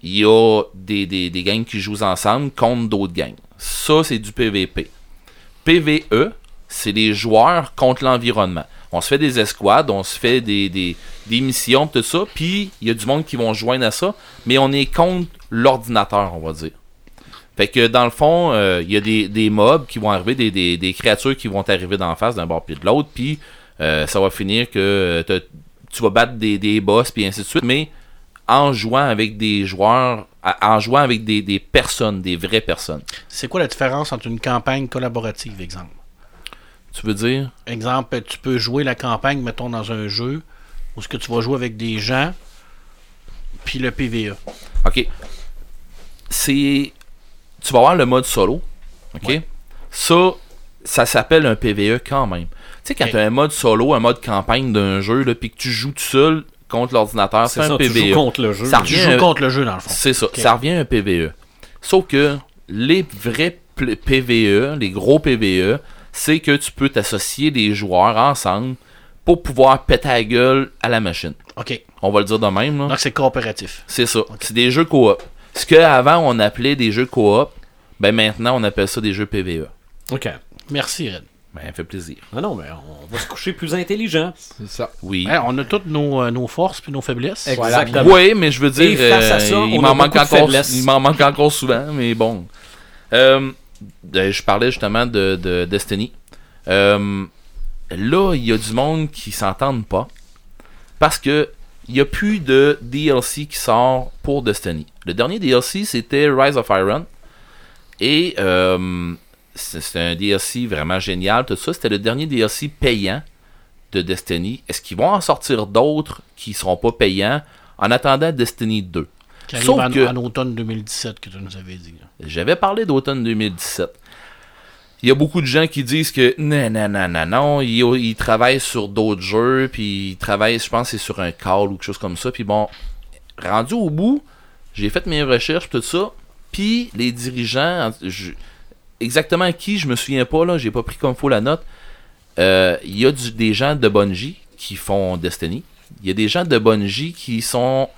Il y a des, des, des gangs qui jouent ensemble contre d'autres gangs. Ça, c'est du PVP. PVE, E, c'est les joueurs contre l'environnement. On se fait des escouades, on se fait des, des, des missions, tout ça, puis il y a du monde qui vont se joindre à ça, mais on est contre l'ordinateur, on va dire. Fait que dans le fond, euh, il y a des, des mobs qui vont arriver, des, des, des créatures qui vont arriver d'en face d'un bord puis de l'autre, puis euh, ça va finir que euh, t'as- tu vas battre des, des boss, puis ainsi de suite, mais en jouant avec des joueurs, à- en jouant avec des, des personnes, des vraies personnes. C'est quoi la différence entre une campagne collaborative, exemple? Tu veux dire? Exemple, tu peux jouer la campagne, mettons, dans un jeu, où ce que tu vas jouer avec des gens, puis le E. PVE. OK. C'est. Tu vas voir le mode solo. OK? Ça, ça s'appelle un PVE quand même. Tu sais, quand Ok. tu as un mode solo, un mode campagne d'un jeu, là, puis que tu joues tout seul contre l'ordinateur, c'est C'est ça, un tu joues PVE. contre le jeu. Ça Tu revient joues à- contre le jeu, dans le fond. E. c'est ça. Ça revient à un PVE. Sauf que les vrais pl- PVE, les gros PVE, c'est que tu peux t'associer des joueurs ensemble pour pouvoir péter la gueule à la machine. OK. On va le dire de même. Là. Donc, c'est coopératif. C'est ça. C'est des jeux coop. Ce qu'avant on appelait des jeux coop, ben maintenant on appelle ça des jeux PVE. OK. Merci, Red. Ben, ça fait plaisir. Ah non, mais on va se coucher plus intelligent. C'est ça. Oui. Hein, on a toutes nos, euh, nos forces puis nos faiblesses. Exactement. Oui, mais je veux dire, Et face à ça, euh, on il a m'en manque beaucoup de encore, faiblesses. il m'en manque encore souvent, mais bon. Euh, euh, je parlais justement de, de Destiny. Euh, là, il y a du monde qui s'entendent pas parce que il y a plus de DLC qui sort pour Destiny. Le dernier DLC, c'était Rise of Iron. Et euh, c'est c'est un DLC vraiment génial, tout ça. C'était le dernier DLC payant de Destiny. Est-ce qu'ils vont en sortir d'autres qui seront pas payants en attendant Destiny 2 Qui arrive Sauf en, que- en automne 2017 que tu nous avais dit. là. J'avais parlé d'automne 2017. Il y a beaucoup de gens qui disent que non, non, non, non, non, ils, ils travaillent sur d'autres jeux, puis ils travaillent, je pense, que c'est sur un call ou quelque chose comme ça. Puis bon, rendu au bout, j'ai fait mes recherches, tout ça, puis les dirigeants, je- exactement qui, je me souviens pas, là, j'ai pas pris comme faut la note. Euh, Il y a du- des gens de Bungie qui font Destiny. Il y a des gens de Bungie qui sont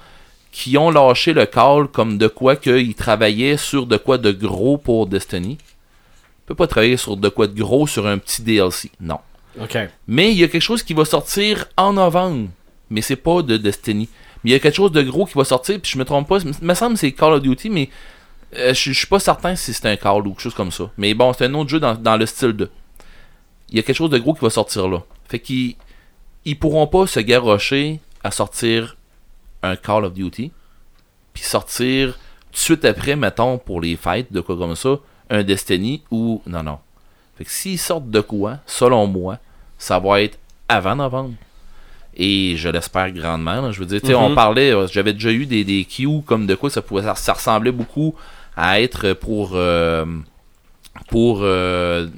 qui ont lâché le call comme de quoi qu'ils travaillaient sur de quoi de gros pour Destiny. On peut pas travailler sur de quoi de gros sur un petit DLC, non. OK. Mais il y a quelque chose qui va sortir en novembre, mais c'est pas de Destiny. Mais il y a quelque chose de gros qui va sortir, puis je me trompe pas, il me semble que c'est Call of Duty, mais euh, je je suis pas certain si c'est un call ou quelque chose comme ça. Mais bon, c'est un autre jeu dans, dans le style de. Il y a quelque chose de gros qui va sortir là. Fait qu'ils ils pourront pas se garrocher à sortir un Call of Duty, puis sortir tout de suite après, mettons, pour les fêtes, de quoi comme ça, un Destiny ou. Non, non. Fait que s'ils sortent de quoi, selon moi, ça va être avant novembre. Et je l'espère grandement. là. Je veux dire, tu sais, on parlait, euh, j'avais déjà eu des, des Q comme de quoi ça pouvait ça, ça ressemblait beaucoup à être pour euh, pour euh,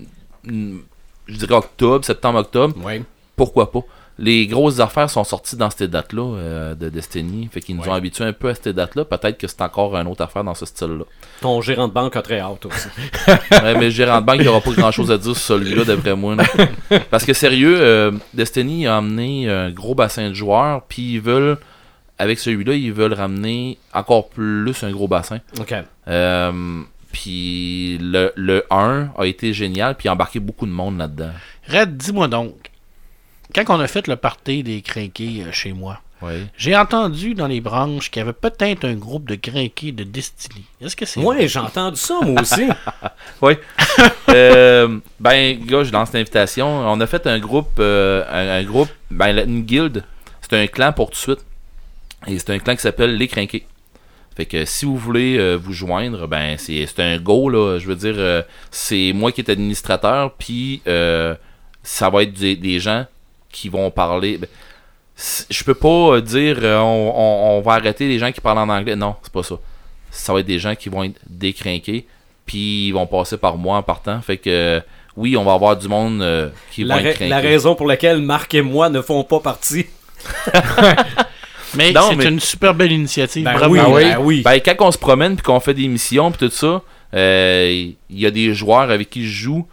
n- je dirais octobre, septembre, octobre. Oui. Pourquoi pas? Les grosses affaires sont sorties dans cette date-là euh, de Destiny. Fait qu'ils nous ont habitués un peu à cette date-là. Peut-être que c'est encore une autre affaire dans ce style-là. Ton gérant de banque a très hâte aussi. Ouais, mais le gérant de banque, il aura pas grand chose à dire sur celui-là, d'après moi. là. Parce que sérieux, euh, Destiny a amené un gros bassin de joueurs, puis ils veulent, avec celui-là, ils veulent ramener encore plus un gros bassin. OK. Euh, puis le, le 1 a été génial, puis il a embarqué beaucoup de monde là-dedans. Red, dis-moi donc, quand on a fait le party des crinqués euh, chez moi, Oui. j'ai entendu dans les branches qu'il y avait peut-être un groupe de crinqués de Destiny. Est-ce que c'est vrai? Ouais, j'ai entendu ça, moi aussi. Oui. Euh, ben, gars, je lance l'invitation. On a fait un groupe, euh, un, un groupe, ben, la- une guilde. C'est un clan pour tout de suite. Et c'est un clan qui s'appelle Les Crinqués. Fait que si vous voulez euh, vous joindre, ben c'est c'est un go là. Je veux dire, euh, c'est moi qui est administrateur, puis euh, ça va être des, des gens qui vont parler. ben, c- je peux pas euh, dire euh, on, on- on va arrêter les gens qui parlent en anglais. Non, c'est pas ça. Ça va être des gens qui vont être décrinqués, puis ils vont passer par moi en partant. Fait que euh, oui, on va avoir du monde euh, qui La, va être ra- la crinqué. raison pour laquelle Marc et moi ne font pas partie. Mais Non, c'est mais- une super belle initiative. Ben Bravo. oui, Ah oui? ben oui. Ben, quand on se promène puis qu'on fait des missions puis tout ça, euh, il y a des joueurs avec qui je joue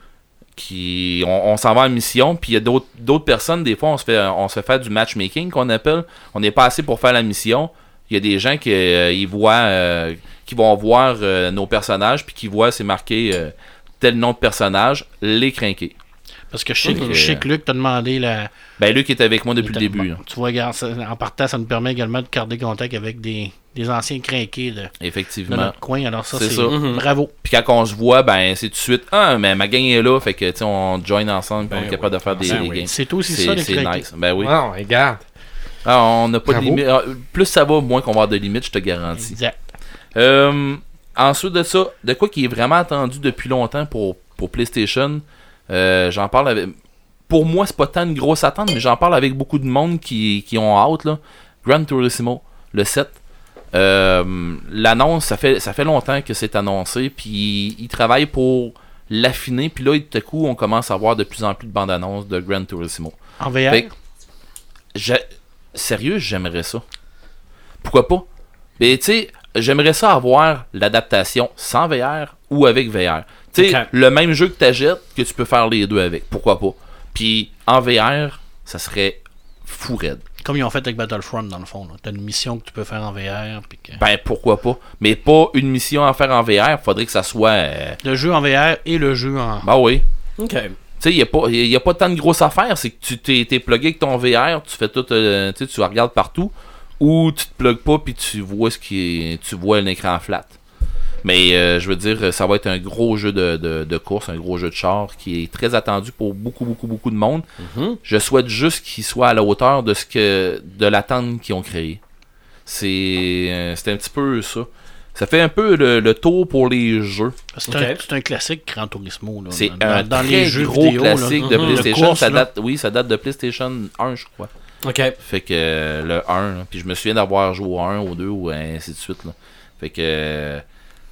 qui on, on s'en va en mission puis il y a d'autres d'autres personnes des fois on se fait on se fait faire du matchmaking qu'on appelle, on n'est pas assez pour faire la mission. Il y a des gens qui euh, ils voient euh, qui vont voir euh, nos personnages puis qui voient c'est marqué euh, tel nom de personnage, les crinquer. Parce que je sais, que- Ok. je sais que Luc t'a demandé la. Ben lui qui est avec moi depuis le début, hein. là. Tu vois, regarde, ça- en partant, ça nous permet également de garder contact avec des, des anciens crinqués de, de hein. effectivement. notre coin. Alors ça, C'est c'est ça. Mhm. bravo. Puis quand on se voit, ben c'est tout de suite ah mais ma gang est là, fait que tu sais on join ensemble, puis Ben on est capable de faire des, Ben des oui. games. C'est aussi ça Mm-hmm. C'est les c'est crinqués. nice. Ben oui. Non, regarde. Ah, on n'a pas de Bravo. limite. Ah, Plus ça va, moins qu'on va avoir de limites, je te garantis. Exact. Euh, ensuite de ça, de quoi qui est vraiment attendu depuis longtemps pour, pour PlayStation, euh, j'en parle avec. Pour moi, c'est pas tant une grosse attente, mais j'en parle avec beaucoup de monde qui, qui ont hâte. Là. Gran Turismo, le 7. Euh, L'annonce, ça fait, ça fait longtemps que c'est annoncé, puis ils travaillent pour l'affiner, puis là, tout à coup, on commence à voir de plus en plus de bandes annonces de Gran Turismo. En VR, Fait que- J'a- Sérieux, j'aimerais ça. Pourquoi pas? Mais tu sais, j'aimerais ça avoir l'adaptation sans VR ou avec VR. Tu sais, Ok. le même jeu que tu que tu peux faire les deux avec. Pourquoi pas? Puis en VR, ça serait fou raide. comme ils ont fait avec Battlefront, dans le fond. là. T'as une mission que tu peux faire en VR. puis que- Ben pourquoi pas? Mais pas une mission à faire en VR, faudrait que ça soit. euh, Le jeu en VR et le jeu en. Ben oui. OK. Tu sais, il n'y a, pas- y a pas tant de grosses affaires. C'est que tu t'es t'es plugué avec ton VR, tu fais tout, euh, tu sais, tu regardes partout, ou tu te plugues pas puis tu vois ce qui est, tu vois un écran flat. Mais euh, je veux dire, ça va être un gros jeu de, de- de course, un gros jeu de char qui est très attendu pour beaucoup, beaucoup, beaucoup de monde. Je souhaite juste qu'il soit à la hauteur de ce que de l'attente qu'ils ont créé. C'est euh, c'est un petit peu ça. Ça fait un peu le, le tour pour les jeux. C'est un, Ok. c'est un classique Gran Turismo. là. C'est Dans- un dans très les jeux gros vidéo, là. classique de Mhm. PlayStation. course, ça là. date, oui, ça date de PlayStation 1, je crois. OK. Fait que euh, le 1, là. puis je me souviens d'avoir joué au 1, au 2, ou ainsi de suite. Là. Fait que euh,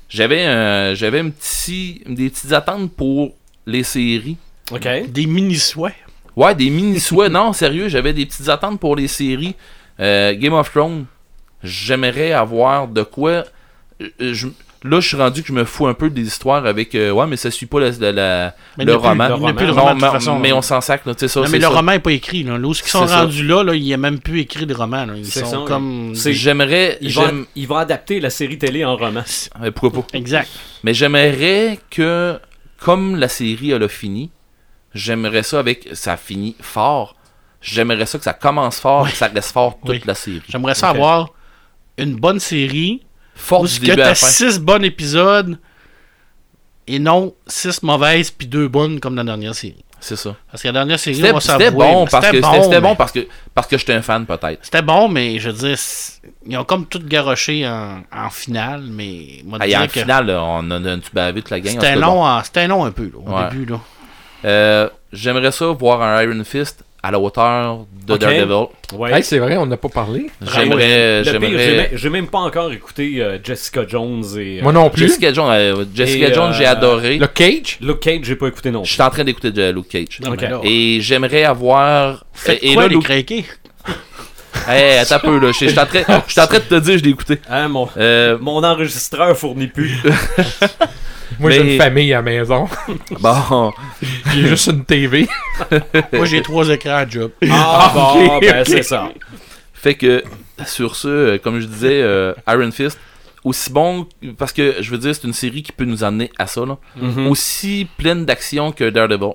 j'avais un- j'avais un petit, des petites attentes pour les séries. OK. Des mini-souhaits. Ouais, des mini souhaits. non, sérieux, j'avais des petites attentes pour les séries. Euh, Game of Thrones, j'aimerais avoir de quoi. euh, je- là, je suis rendu que je me fous un peu des histoires avec. euh, ouais, mais ça suit pas la- la- la- Mais il le n'y a plus- roman. il n'y a plus de Non, roman, de mais, toute façon, mais là. on s'en sac, là, tu sais, ça, Non, c'est mais le ça. roman n'est pas écrit. Là. Là, où ils sont C'est ça. rendus là, là, il a même plus écrit de roman. là. Ils C'est sont ça, comme. c'est- J'aimerais. Il va, j'aime- il va adapter la série télé en roman. euh, pourquoi pas? Exact. Mais j'aimerais que, comme la série, elle a fini, j'aimerais ça avec. Ça finit fort. J'aimerais ça que ça commence fort et que ça reste fort toute Oui. la série. J'aimerais ça avoir une bonne série Fort où du ce que début à t'as la fin. six bons épisodes et non six mauvaises puis deux bonnes comme la dernière série. C'est ça. Parce que la dernière série, C'était on va c'était s'avouer, bon, mais parce que c'était- mais- c'était bon parce que parce que j'étais un fan peut-être. C'était bon, mais je veux dire, c'est- ils ont comme tout garoché en, en finale, mais moi, Et dire en que finale, là, on a un petit bavé toute la gang. en c'était tout cas, long, bon. en- c'était long un peu là, au Ouais. début. Là. Euh, J'aimerais ça voir un Iron Fist à la hauteur de Ok. Daredevil. Ouais. Hey, c'est vrai, on n'a pas parlé. Le J'aimerais, pire, j'ai j'aimerais. même- j'ai même pas encore écouté euh, Jessica Jones et euh, Moi non plus. Jessica Jones, euh, Jessica Et, Jones, j'ai euh, adoré. Le Cage. Luke Cage, j'ai pas écouté non. Je plus. suis en train d'écouter de Luke Cage. Ok. mais là, Et j'aimerais avoir. Faites et et quoi, là, les Luke- craqués? Hey, attends un peu, là. Je je suis en train je suis en train de te dire, je l'ai écouté. Hein, mon, Euh, mon enregistreur fournit plus. Moi, j'ai Mais- une famille à la maison. bon. J'ai juste une TV. Moi, j'ai trois écrans à job. Ah, bon, ok, ben ok. c'est ça. Fait que, sur ce, euh, comme je disais, euh, Iron Fist, aussi bon, parce que je veux dire, c'est une série qui peut nous amener à ça, là. Mhm. Aussi pleine d'action que Daredevil.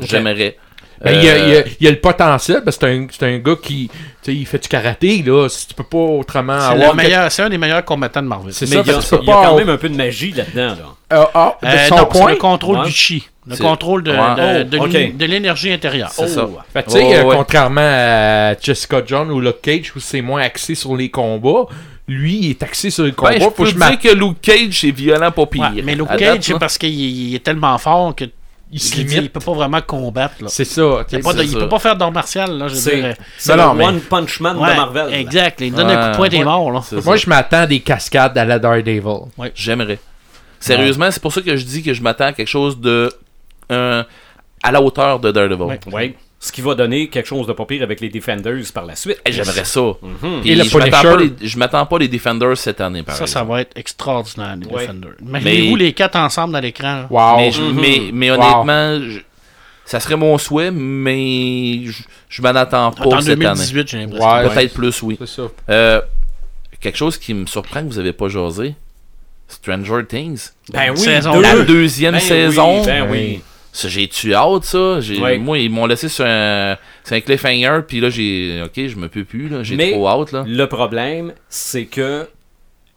J'aimerais. Ben, il, y a, Euh, il y a- il y a le potentiel, parce que c'est un, c'est un gars qui. Tu sais, il fait du karaté, là. Si tu peux pas autrement C'est avoir. le meilleur- c'est un des meilleurs combattants de Marvel. Ah, Euh, C'est Mais ça, il y a, parce que tu peux il y a pas. quand même un peu de magie là-dedans. Là. Ah, ah, de Euh, son non, c'est point. le contrôle Ouais. du chi, le C'est- contrôle de, Ouais. de- de Oh, l'é- ok. de l'énergie intérieure. C'est Oh. ça. Fait que, tu sais, Ouais, euh, ouais. contrairement à Jessica John ou Luke Cage, où c'est moins axé sur les combats, lui, il est axé sur le combat. Ben, je faut que peux je m'a- dire que Luke Cage est violent pas pire. Ouais, mais Luke À Cage, date, c'est là. parce qu'il il est tellement fort que il se il dit, il limite. peut pas vraiment combattre. Là. C'est ça. tu Il, sais. a pas de- c'est il ça. peut pas faire d'art martial. Là, je veux dire. C'est c'est le Non, non, mais- One Punch Man Ouais, de Marvel. Exact. Il donne un coup de Ouais. poing des morts. Là. C'est ça. Moi, je m'attends à des cascades à la Daredevil. J'aimerais. Sérieusement, c'est pour ça que je dis que je m'attends à quelque chose de. euh, à la hauteur de Daredevil. Ouais. Oui. Ce qui va donner quelque chose de pas pire avec les Defenders par la suite. Eh, J'aimerais ça. Puis Et le je m'attends Punisher. pas les- je m'attends pas, les Defenders cette année, par Mhm. Ça, ça va être extraordinaire, les Ouais. Defenders. Imaginez-vous Mais- les quatre ensemble dans l'écran. là. Wow. Mm-hmm. mais, je- mais, mais Wow. honnêtement, je- ça serait mon souhait, mais je, je m'en attends pas En cette année. 2018, j'ai l'impression. Ouais. Peut-être plus, oui. C'est ça. Euh, quelque chose qui me surprend que vous avez pas jasé Stranger Things. Ben oui, Saison deux. La deux. deuxième Ben oui, saison. ben oui. Ça, j'ai tu hâte, ça. J'ai- Ouais. Moi, ils m'ont laissé sur un, sur un cliffhanger, puis là, j'ai. Ok, je me peux plus, là. J'ai Mais- trop hâte, là. Le problème, c'est que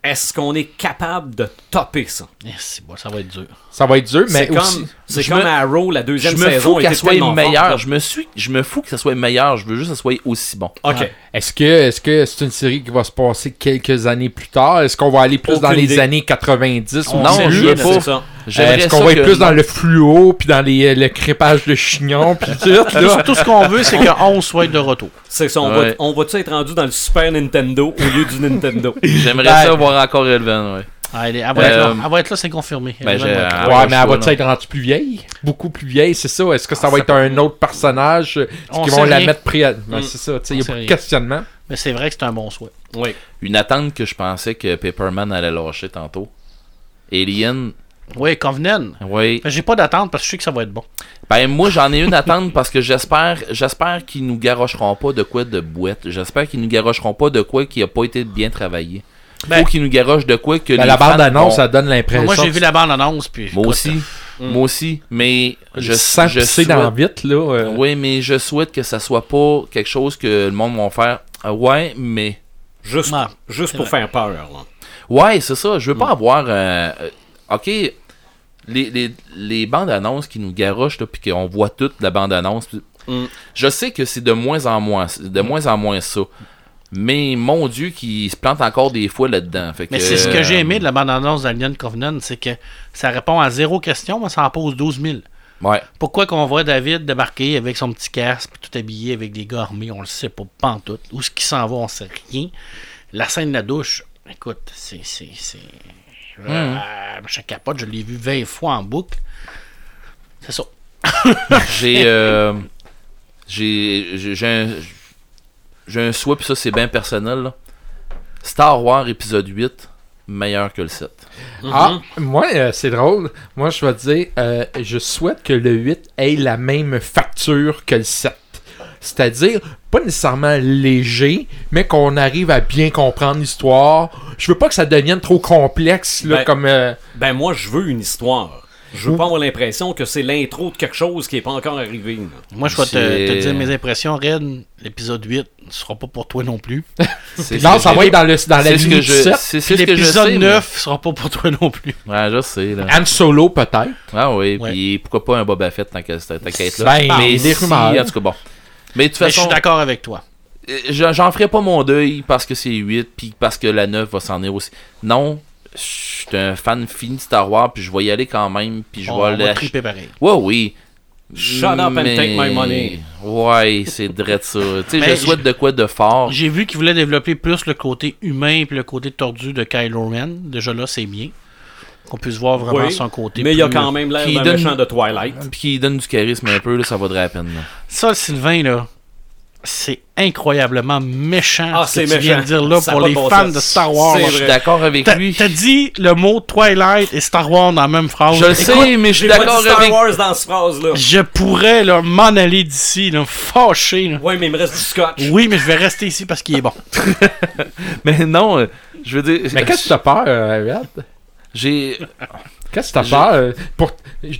est-ce qu'on est capable de topper ça? Eh, c'est bon, ça va être dur. Ça va être dur, mais C'est comme, aussi. c'est je comme me- Arrow, la deuxième Je me saison fous était qu'elle soit tellement meilleure. forte. Je me, suis, je me fous que ça soit meilleur. Je veux juste que ça soit aussi bon. Euh, OK. Est-ce que est-ce que c'est une série qui va se passer quelques années plus tard Est-ce qu'on va aller plus Aucune dans les idée. années 90 ou On non, sait plus? je rien veux de pas. ça. J'aimerais Est-ce qu'on ça va être que- plus dans le fluo puis dans les, euh, le crépage de chignon puis tout là Tout ce qu'on veut, c'est que 11 soit de retour. C'est ça, on va Ouais. on va-tu être rendu dans le Super Nintendo au lieu du Nintendo? J'aimerais Ben- ça voir encore Elven, ouais. Ah, elle, est- elle va être Euh, là, Elle va être là, c'est confirmé. ben, Elle va j'ai- être là. Ah, Ouais, ouais, mais je elle vois, va-tu être rendue plus vieille Beaucoup plus vieille, c'est ça Est-ce que ça va être un autre personnage euh, Est-ce On qu'ils sait vont la rien. mettre pris à... Ben, C'est ça, tu sais, il On n'y a sait pas de rien. questionnement. Mais c'est vrai que c'est un bon souhait. oui. Une attente que je pensais que Paperman allait lâcher tantôt. Alien, Oui, Covenant. oui. Mais J'ai pas d'attente parce que je sais que ça va être bon. Ben moi j'en ai une attente parce que j'espère j'espère qu'ils nous garocheront pas de quoi de boîte. J'espère qu'ils nous garocheront pas de quoi qui a pas été bien travaillé. Ben- Faut qu'ils nous garochent de quoi que Ben, les la bande fans annonce, vont- ça donne l'impression. Moi, j'ai vu que- la bande-annonce. puis Moi aussi. Moi aussi. Mais je, Je sens je que c'est souhaite- dans vite là. euh. Oui, mais je souhaite que ça soit pas quelque chose que le monde va faire. Ah, Ouais, mais. Juste, Ouais, juste c'est pour vrai. faire peur. là. Ouais, c'est ça. Je veux pas avoir. euh, euh, ok. Les, les, les bandes annonces qui nous garochent, là, puis qu'on voit toute la bande annonce. puis- Mm. Je sais que c'est de moins en moins, c'est de moins en moins ça. Mais mon Dieu, qui se plante encore des fois là-dedans. Fait Mais c'est ce euh, que j'ai aimé de la bande-annonce d'Alien Covenant, c'est que ça répond à zéro question, mais ça en pose 12 000. euh, Ouais. Pourquoi qu'on voit David débarquer avec son petit casque, puis tout habillé avec des gars armés, on le sait pas, pas en tout. Où ce qui s'en va, on sait rien. La scène de la douche, écoute, c'est... c'est, c'est... Hum. Euh, je capote, je l'ai vu 20 fois en boucle. C'est ça. J'ai. euh, j'ai. j'ai- J'ai un. J'ai un souhait, puis ça, c'est bien personnel. là. Star Wars épisode 8, meilleur que le 7. Ah, Mm-hmm. moi, euh, c'est drôle. Moi, je vais te dire, euh, je souhaite que le 8 ait la même facture que le 7. C'est-à-dire, pas nécessairement léger, mais qu'on arrive à bien comprendre l'histoire. Je veux pas que ça devienne trop complexe, là, Ben, comme... euh, Ben moi, je veux une histoire. Je veux pas avoir l'impression que c'est l'intro de quelque chose qui est pas encore arrivé. là. Moi, je vais C'est- te, te dire mes impressions. Red, l'épisode 8, ne sera pas pour toi non plus. C'est ce non, que ça j'ai- va être dans, le, dans la C'est ce que ligne du je. 7. C'est Puis c'est ce que je l'épisode sais. mais- 9 sera pas pour toi non plus. Ouais, je sais, là. Han Solo, peut-être. Ah oui, Ouais. puis pourquoi pas un Boba Fett tant qu'à cette là Ben, mais des si, rumeurs. en tout cas, bon. Mais de toute Mais Ben, je suis façon, d'accord avec toi. euh, j'en j'en ferai pas mon deuil parce que c'est 8, puis parce que la 9 va s'en aller aussi. Non, je suis un fan fini de Star Wars, puis je vais y aller quand même, puis je on vais va l'ach- triper pareil. Ouais, oui. Shut up and Mais- take my money. Ouais, c'est drôle ça. tu sais, Mais je souhaite de quoi de fort. J'ai vu qu'il voulait développer plus le côté humain et le côté tordu de Kylo Ren. Déjà là, c'est bien. Qu'on puisse voir vraiment Oui, son côté. Mais il y a plus- quand même l'air Qui d'un donne- méchant de Twilight. Puis qu'il donne du charisme un peu, là, ça vaudrait la peine. là. Ça, le Sylvain, là, c'est incroyablement méchant Ah, ce c'est que tu viens méchant. de dire là Ça a pour pas les de bon fans sens. de Star Wars. C'est Je vrai. suis d'accord avec T'as lui. t'as dit le mot Twilight et Star Wars dans la même phrase. Je le Écoute, sais, mais je J'ai suis pas d'accord dit Star avec Wars dans cette phrase-là. Je pourrais là, m'en aller d'ici, là, fâché. là. Ouais, mais il me reste du scotch. Oui, mais je vais rester ici parce qu'il est bon. Mais non, euh, je veux dire. Mais qu'est-ce que t'as peur, euh, Red? J'ai. Qu'est-ce que t'as peur? euh, Pour...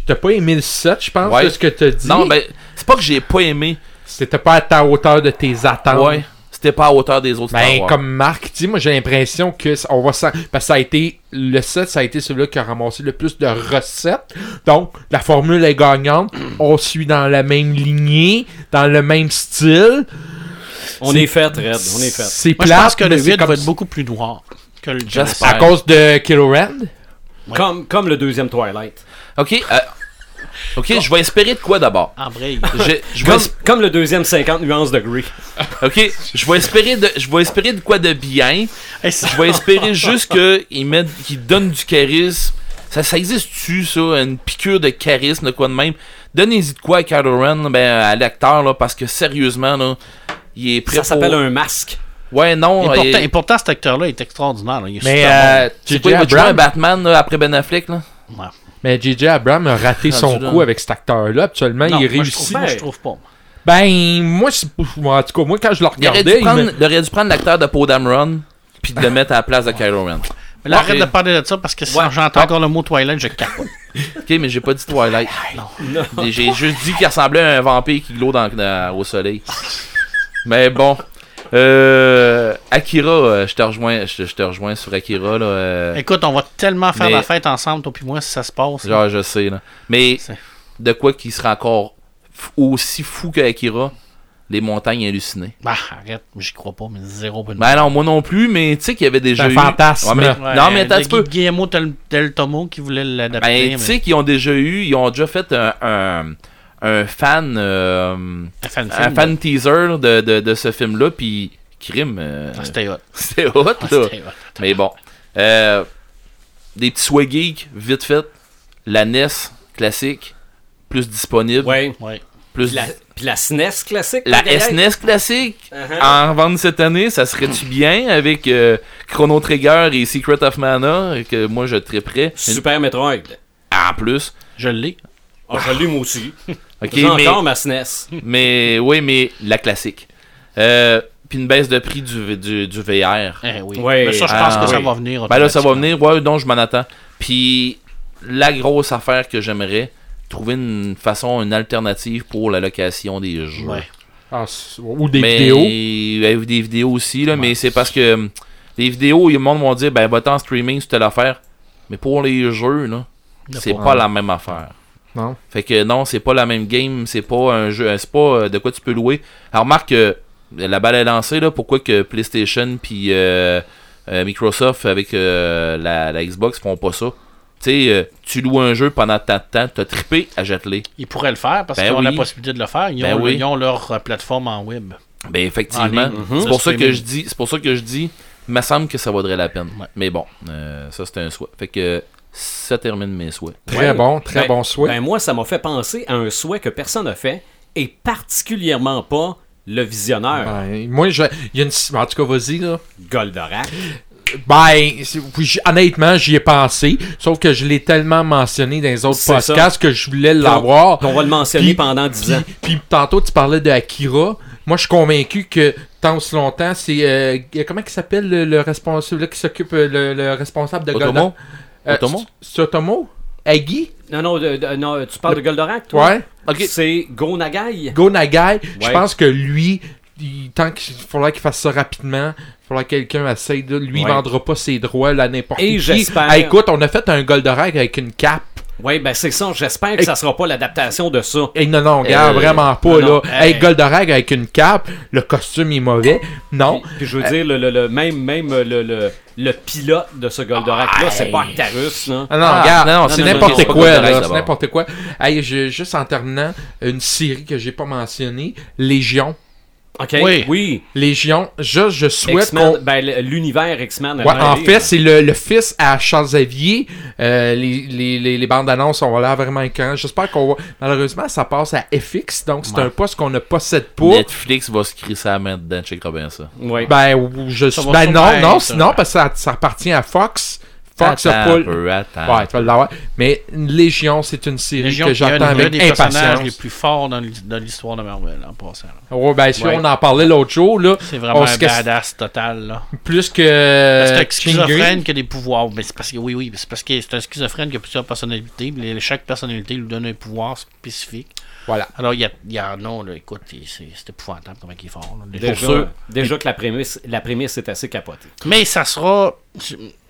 T'as pas aimé le 7, je pense, Ouais. de ce que t'as dit. Non, ben, c'est pas que j'ai pas aimé. C'était pas à ta hauteur de tes attentes. Ouais. C'était pas à hauteur des autres Star Ben, Wars. comme Marc dit, moi j'ai l'impression que ça- on va s'en- parce que ça a été le 7, ça a été celui-là qui a ramassé le plus de recettes. Donc la formule est gagnante. on suit dans la même lignée, dans le même style. On est fait, Red. On est fait. C'est Moi, je pense plate, que le mais c'est vide comme- va être beaucoup plus noir que le J'espère. À Jasper. cause de Killoran? Ouais. Comme, comme le deuxième Twilight. Ok, euh, ok, je vais espérer de quoi d'abord. En vrai, il- Je, je vais Comme, es- comme le deuxième 50 nuances de Grey. ok, je vais espérer de, je vais espérer de quoi de bien. Hey, ça- Je vais espérer juste qu'ils mettent, qu'ils donnent du charisme. Ça, ça existe-tu, ça, une piqûre de charisme, de quoi de même? Donnez-y de quoi à Kylo Ren, ben, à l'acteur, là, parce que sérieusement, là, il est prêt Ça s'appelle pour- un masque. Ouais, Et non, pourtant, il- et pourtant, cet acteur-là est extraordinaire. là. Il est Mais super bon. euh, C'est J.J. quoi, il va jouer un Abrams, Batman, là, après Ben Affleck, là? Ouais. mais J.J. Abrams a raté Ah, son tu coup l'as. avec cet acteur-là. Actuellement, Non, moi, il je trouve- réussit. Moi, je trouve pas. Ben, moi, c'est- moi, en tout cas, moi, quand je le Il aurait regardais, dû il prendre, me- il aurait dû prendre l'acteur de Poe Dameron, puis de le mettre à la place de Kylo Ren. Mais là, Ouais. arrête de parler de ça parce que si Ouais. j'entends encore le mot Twilight, je capote. Ok, mais j'ai pas dit Twilight. Mais J'ai juste dit qu'il ressemblait à un vampire qui glow dans, dans- au soleil. Mais bon. Euh, Akira, euh, je te rejoins, je, te- je te rejoins sur Akira là. euh, Écoute, on va tellement faire Mais- la fête ensemble, toi puis moi, si ça se passe. genre, je sais là. Mais C'est- de quoi qui sera encore f- aussi fou que Akira, les montagnes hallucinées. Bah, arrête, j'y crois pas, mais zéro bonne Ben non, moi non plus, mais tu sais qu'il y avait déjà un eu. fantasme. Ouais, mais- Ouais, non, mais attends un le petit peu. Gu- Guillermo Del, Del Tomo qui voulait l'adapter. Ben, tu sais qu'ils ont déjà eu, ils ont déjà fait un, un, un fan, euh, mais- Fan un film, fan teaser là, de, de, de ce film-là, puis crime, euh, là. C'était hot. c'était hot, là. Ah, C'était hot. Mais bon, Euh, des petits swag geeks, vite fait, la NES classique, plus disponible, Ouais. Ouais. plus Puis la, puis la SNES classique. la par derrière. E SNES classique, Uh-huh. en revendre cette année, ça serait-tu bien avec euh, Chrono Trigger et Secret of Mana, et que moi je triperais, Super Metroid. en plus. Je l'ai. Ah, je l'ai, moi aussi. Ok, J'ai mais- encore ma E SNES. Mais oui, mais la classique. Euh, Puis une baisse de prix du, du, du VR. Eh oui. Ouais. Mais ça, je pense Ah, que ça oui. va venir. Ben là, ça va automatiquement. venir. Ouais, donc je m'en attends. Puis la grosse affaire que j'aimerais, trouver une façon, une alternative pour la location des jeux. Ouais. Ah, c'est- ou des mais, vidéos. ouais, des vidéos aussi, là, mais c'est parce que hum, les vidéos, le monde vont dire, ben, va-t'en en streaming si tu l'affaire. Mais pour les jeux, là, c'est pas. pas la même affaire. Non. Fait que non, c'est pas la même game, c'est pas un jeu, c'est pas euh, de quoi tu peux louer. Alors remarque que la balle est lancée là, pourquoi que PlayStation puis euh, euh, Microsoft avec euh, la, la Xbox font pas ça. Tu sais, euh, tu loues un jeu pendant tant de temps, t'as trippé, achète-les. Ils pourraient le faire parce Ben qu'ils ont la oui. possibilité de le faire. Ils, Ben ont, le- oui. ils ont leur euh, plateforme en web. Ben effectivement, En ligne. Mhm. c'est pour ça que Streaming. je dis, c'est pour ça que je dis, il me semble que ça vaudrait la peine. Ouais. Mais bon, euh, ça c'était un souhait. Fait que ça termine mes souhaits. Très Ouais. bon, très Ben- bon souhait. Ben moi, ça m'a fait penser à un souhait que personne n'a fait, et particulièrement pas le visionneur Ben, moi, je- il y a une- En tout cas, vas-y, là. Goldorak. Ben, c'est- oui, j'- honnêtement, j'y ai pensé. Sauf que je l'ai tellement mentionné dans les autres C'est ça. podcasts que je voulais Qu'on- l'avoir. qu'on va le mentionner Puis- pendant 10 ans. Puis, puis tantôt, tu parlais de Akira. Moi, je suis convaincu que tant aussi longtemps, c'est. euh, comment il s'appelle le, le responsable là, qui s'occupe, euh, le, le responsable de Otomo? Goldorak? Euh, Otomo? c'est- C'est Otomo Agui Non, non, de- de- non tu parles de Goldorak, toi? Ouais. Ok. C'est Go Nagai. Go Nagai. Je Ouais. pense que lui, il, tant qu'il faudra qu'il fasse ça rapidement, il faudra que quelqu'un essaye. de- Lui, il Ouais. vendra pas ses droits là à n'importe Et qui. j'espère- Ah, écoute, on a fait un Goldorak avec une cape. Oui, ben c'est ça. J'espère que ça sera pas l'adaptation de ça. Hey, non, non, regarde, Euh, vraiment pas, non, là. non, hey, hey. Goldorak avec une cape, le costume est mauvais. Oh. Non. Puis je veux Euh. dire, le, le- le- même, même euh, le, le, le pilote de ce Goldorak-là, Ah, c'est pas Arctarus, là. Euh, Ah non, Ah, regarde, non, non, c'est non, non, n'importe c'est pas quoi, Goldorak, là, c'est d'abord. n'importe quoi. Hey, je- juste en terminant, une série que j'ai pas mentionnée, Légion. OK, Oui. oui. Légion, je, je souhaite X-Men, qu'on... ben, le- l'univers X-Men. Ouais, avant en les- fait, c'est le, le fils à Charles Xavier. Euh, les, les, les, les bandes annonces ont l'air vraiment écœurantes. J'espère qu'on va. Malheureusement, ça passe à FX, donc c'est un poste qu'on ne possède pas. Netflix va se crisser à la main dedans, check bien ça. Ouais. Ben, ou- je Ça suis- va ben sûrement non, non, être, sinon, euh, parce que ça, ça appartient à Fox. Fox a attends pas. un peu, attends. Ouais, tu vas l'avoir. Mais Légion, c'est une série Légion, que qui est un j'attends des- un avec des personnages les impatience. plus forts dans l'hi- dans l'histoire de Marvel en passant. là. Ouais, ben, si Ouais. on en parlait l'autre jour, là. C'est Oh, vraiment on un se casse badass total. là. plus que. Euh, euh, c'est un Stingray. schizophrène qui a des pouvoirs. Mais c'est parce que oui, oui, mais c'est parce que c'est un schizophrène qui a plusieurs personnalités. mais les- chaque personnalité lui donne un pouvoir spécifique. Voilà. Alors, il y, a- il y en a, là, écoute, il- c'est c'est épouvantable comment il est fort. là. Déjà, ceux- déjà que la prémisse, la prémisse est assez capotée. Mais ça sera.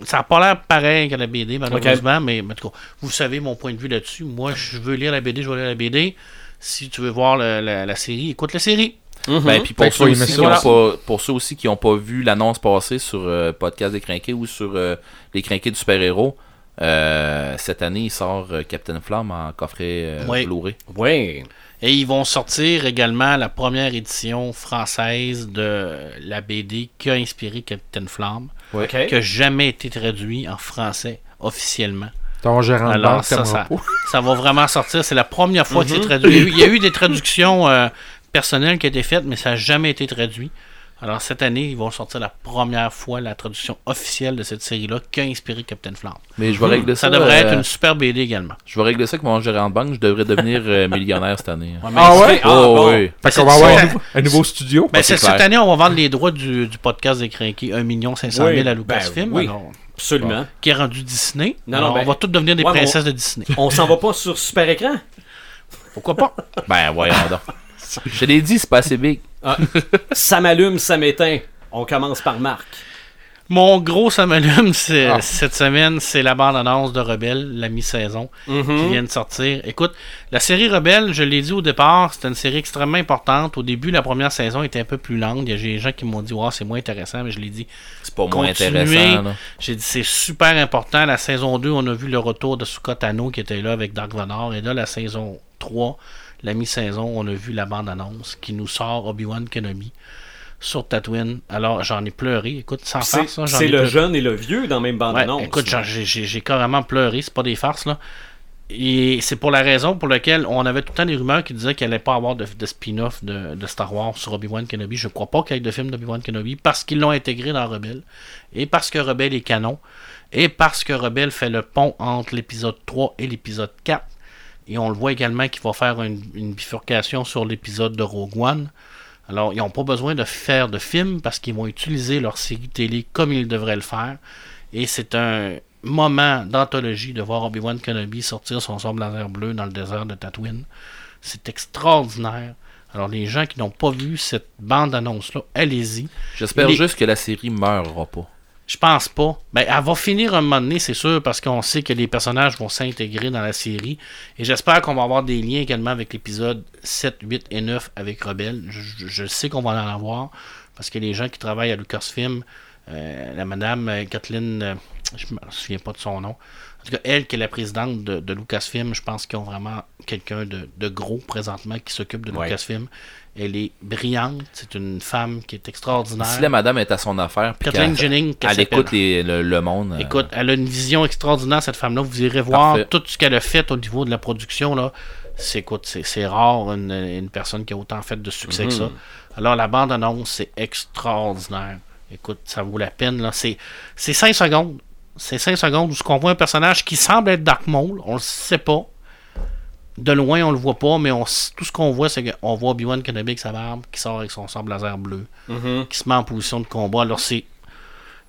Ça n'a pas l'air pareil que la BD, malheureusement, mais mais en tout cas, vous savez mon point de vue là-dessus. Moi, je veux lire la BD, je veux lire la BD. Si tu veux voir la, la- la série, écoute la série. Ben, puis pour, Fait que ceux faut aussi aimer qui ça. ont Voilà. pas, pour ceux aussi qui n'ont pas vu l'annonce passer sur euh, Podcast des Crinqués ou sur euh, Les Crinqués du Super-Héros, euh, cette année, il sort euh, Captain Flamme en coffret euh, Oui. Blu-ray. Oui. Et ils vont sortir également la première édition française de la BD qui a inspiré Capitaine Flamme, OK. qui n'a jamais été traduit en français officiellement. Ton gérant de Alors, banque, ça, ça ça, me ça va vraiment sortir. C'est la première fois que c'est traduit. Il y a eu- Il y a eu des traductions euh, personnelles qui ont été faites, mais ça n'a jamais été traduit. Alors, cette année, ils vont sortir la première fois la traduction officielle de cette série-là qui a inspiré Captain Flamme. Mais je vais régler ça. Mhm. Ça devrait euh, être une super BD également. Je vais régler ça avec mon gérant de banque. Je devrais devenir euh, millionnaire cette année. Oh, Ouais, mais Ah ouais? Ah, bon. oui. Fait qu'on va avoir un, nouveau- un nouveau studio. Ben, Ouais, c'est- c'est clair. cette année, on va vendre les droits du, du podcast des Crinqués 1 500 000 à Oui, Lucasfilm, ben oui. alors, Absolument. qui est rendu Disney. Non, Alors, non, ben, on va tous devenir des ouais, mais on- princesses de Disney. On s'en va pas sur super écran? Pourquoi pas? Ben, voyons donc. Je te l'ai dit, c'est pas assez big. Ça m'allume, ça m'éteint. On commence par Marc. Mon gros ça m'allume c'est- Ah. cette semaine, c'est la bande-annonce de Rebelle, la mi-saison, qui vient de sortir. Écoute, la série Rebelle, je l'ai dit au départ, c'était une série extrêmement importante. Au début, la première saison était un peu plus longue. Il y a des gens qui m'ont dit, wow, c'est moins intéressant, mais je l'ai dit, C'est pas moins Continuer. intéressant. là. J'ai dit c'est super important. La saison 2, on a vu le retour de Sukotano qui était là avec Dark Vador. Et là, la saison 3, la mi-saison, on a vu la bande-annonce qui nous sort Obi-Wan Kenobi sur Tatooine. Alors, j'en ai pleuré. Écoute, sans C'est farce, là, Ah, j'en c'est ai le pleuré. jeune et le vieux dans la même Ouais, bande-annonce. écoute, j'en- j'ai- j'ai j'ai carrément pleuré. C'est pas des farces, là. Et c'est pour la raison pour laquelle on avait tout le temps des rumeurs qui disaient qu'il n'allait pas avoir de, de spin-off de, de Star Wars sur Obi-Wan Kenobi. Je crois pas qu'il y ait de film d'Obi-Wan Kenobi parce qu'ils l'ont intégré dans Rebelle. Et parce que Rebelle est canon. Et parce que Rebelle fait le pont entre l'épisode 3 et l'épisode 4. Et on le voit également qu'il va faire une, une bifurcation sur l'épisode de Rogue One. Alors, ils n'ont pas besoin de faire de film parce qu'ils vont utiliser leur série télé comme ils devraient le faire. Et c'est un moment d'anthologie de voir Obi-Wan Kenobi sortir son sable laser bleu dans le désert de Tatooine. C'est extraordinaire. Alors, les gens qui n'ont pas vu cette bande-annonce-là, allez-y. J'espère Les- juste que la série meurera pas. Je pense pas. Ben, elle va finir un moment donné, c'est sûr, parce qu'on sait que les personnages vont s'intégrer dans la série. Et j'espère qu'on va avoir des liens également avec l'épisode 7, 8 et 9 avec Rebelle. Je, je- je sais qu'on va en avoir, parce que les gens qui travaillent à Lucasfilm, euh, la madame euh, Kathleen, euh, je me souviens pas de son nom. En tout cas, elle, qui est la présidente de, de Lucasfilm, je pense qu'ils ont vraiment quelqu'un de, de gros présentement qui s'occupe de Ouais. Lucasfilm. Elle est brillante, c'est une femme qui est extraordinaire. Si la madame est à son affaire, puis Kathleen qu'elle- Jennings, qu'elle elle écoute s'appelle. les- le, le monde. euh, Écoute, elle a une vision extraordinaire, cette femme-là. Vous irez voir Parfait. tout ce qu'elle a fait au niveau de la production. là. C'est, écoute, c'est, c'est rare une, une personne qui a autant fait de succès que ça. Mhm. Alors, la bande-annonce, c'est extraordinaire. Écoute, ça vaut la peine. Là. C'est, c'est 5 secondes. C'est 5 secondes où ce qu'on voit un personnage qui semble être Dark Maul. On le sait pas. De loin, on le voit pas, mais on, s- tout ce qu'on voit, c'est qu'on voit Obi-Wan Kenobi avec sa barbe, qui sort avec son sable laser bleu, Mhm. qui se met en position de combat. Alors, c'est.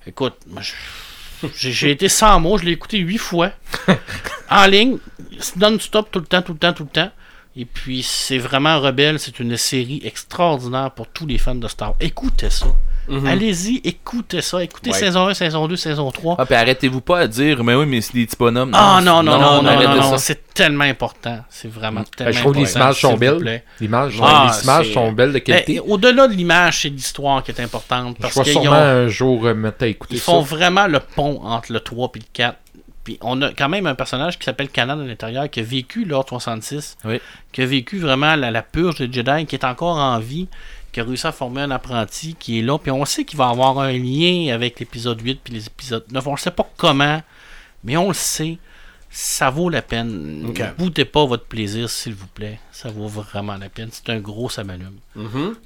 Écoute, moi, je- j'ai j'ai été sans mots, je l'ai écouté huit fois. en ligne, c'est non-stop tout le temps, tout le temps, tout le temps. Et puis, c'est vraiment Rebelle, c'est une série extraordinaire pour tous les fans de Star Wars. Écoutez ça. Mhm. Allez-y, écoutez ça. Écoutez Ouais. saison 1, saison 2, saison 3. Ah, puis arrêtez-vous pas à dire, mais oui, mais c'est des petits bonhommes. Ah non, non, non, non, non, arrêtez non, ça. c'est tellement important. C'est vraiment tellement Ben, je trouve que important. les images s'il sont vous belles. plaît. Les images, sont- Ah, les images c'est- sont belles de qualité. Ben, Au-delà de l'image, c'est l'histoire qui est importante. Parce je vais qu'ils sûrement ont- un jour euh, mettre à écouter Ils ça. font vraiment le pont entre le 3 et le 4. Puis on a quand même un personnage qui s'appelle Kanan à l'intérieur, qui a vécu l'Ordre 66, Oui. qui a vécu vraiment la, la purge des Jedi, qui est encore en vie, qui a réussi à former un apprenti, qui est là. Puis on sait qu'il va avoir un lien avec l'épisode 8 puis les épisodes 9. On ne sait pas comment, mais on le sait. Ça vaut la peine. Ok. Ne boutez pas votre plaisir, s'il vous plaît. Ça vaut vraiment la peine. C'est un gros samalume.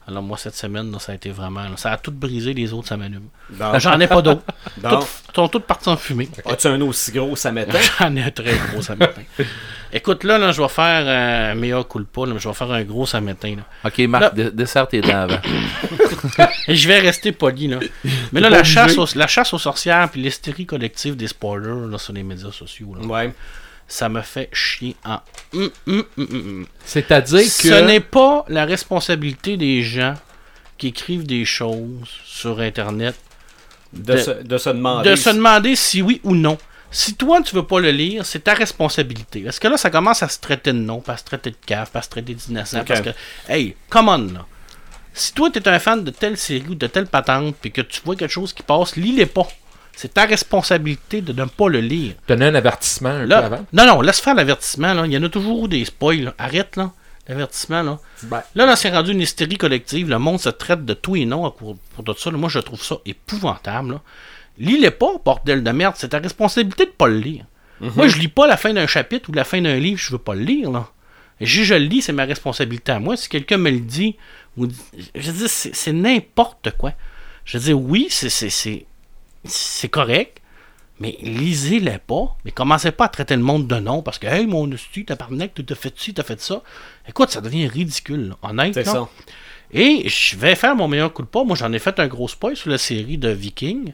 Alors moi, cette semaine, là, ça a été vraiment... là, ça a tout brisé les autres samalumes. Bon. J'en ai pas d'autres. Bon. Toutes- Ils sont toutes parties en fumée. As-tu un aussi gros, ça m'éteint? J'en ai un très gros samétain. Écoute, là, là je vais faire euh, un meilleur culpa, là, mais je vais faire un gros samétain. là. Ok, Marc, de- desserre tes dents avant. Et je vais rester poli. Là. Mais là, la chasse, aux, la chasse aux sorcières puis l'hystérie collective des spoilers là, sur les médias sociaux, là, Ouais. ça me fait chier en. Hum, hum, hum, hum, hum. C'est-à-dire que. Ce n'est pas la responsabilité des gens qui écrivent des choses sur Internet De, De- se, de se demander. de se demander si oui ou non. Si toi, tu veux pas le lire, c'est ta responsabilité. Parce que là, ça commence à se traiter de non, pas à se traiter de cave, pas à se traiter d'innocent. Ok. Parce que, hey, come on, là. Si toi, tu es un fan de telle série ou de telle patente, puis que tu vois quelque chose qui passe, lis-les pas. C'est ta responsabilité de ne pas le lire. Donner un avertissement un Là- peu avant. non, non, laisse faire l'avertissement. là. Il y en a toujours des spoils. là. Arrête, là. L'avertissement, là. Ben. Là, là, c'est rendu une hystérie collective. Le monde se traite de tout et non à cour- pour, tout ça. là. Moi, je trouve ça épouvantable. là. Lis-les pas, bordel de merde. C'est ta responsabilité de pas le lire. Moi, je lis pas la fin d'un chapitre ou la fin d'un livre. Je veux pas le lire, là. Si je le lis, c'est ma responsabilité à moi. Si quelqu'un me le dit, ou dit- je dis, c'est c'est n'importe quoi. Je dis, oui, c'est- c'est- c'est c'est correct. Mais lisez-les pas, mais commencez pas à traiter le monde de nom parce que, hey, mon hostie, t'as parlé, t'as fait ci, t'as fait ça. Écoute, ça devient ridicule, là. honnête. C'est là. ça. Et je vais faire mon meilleur coup de pas. Moi, j'en ai fait un gros spoil sur la série de Viking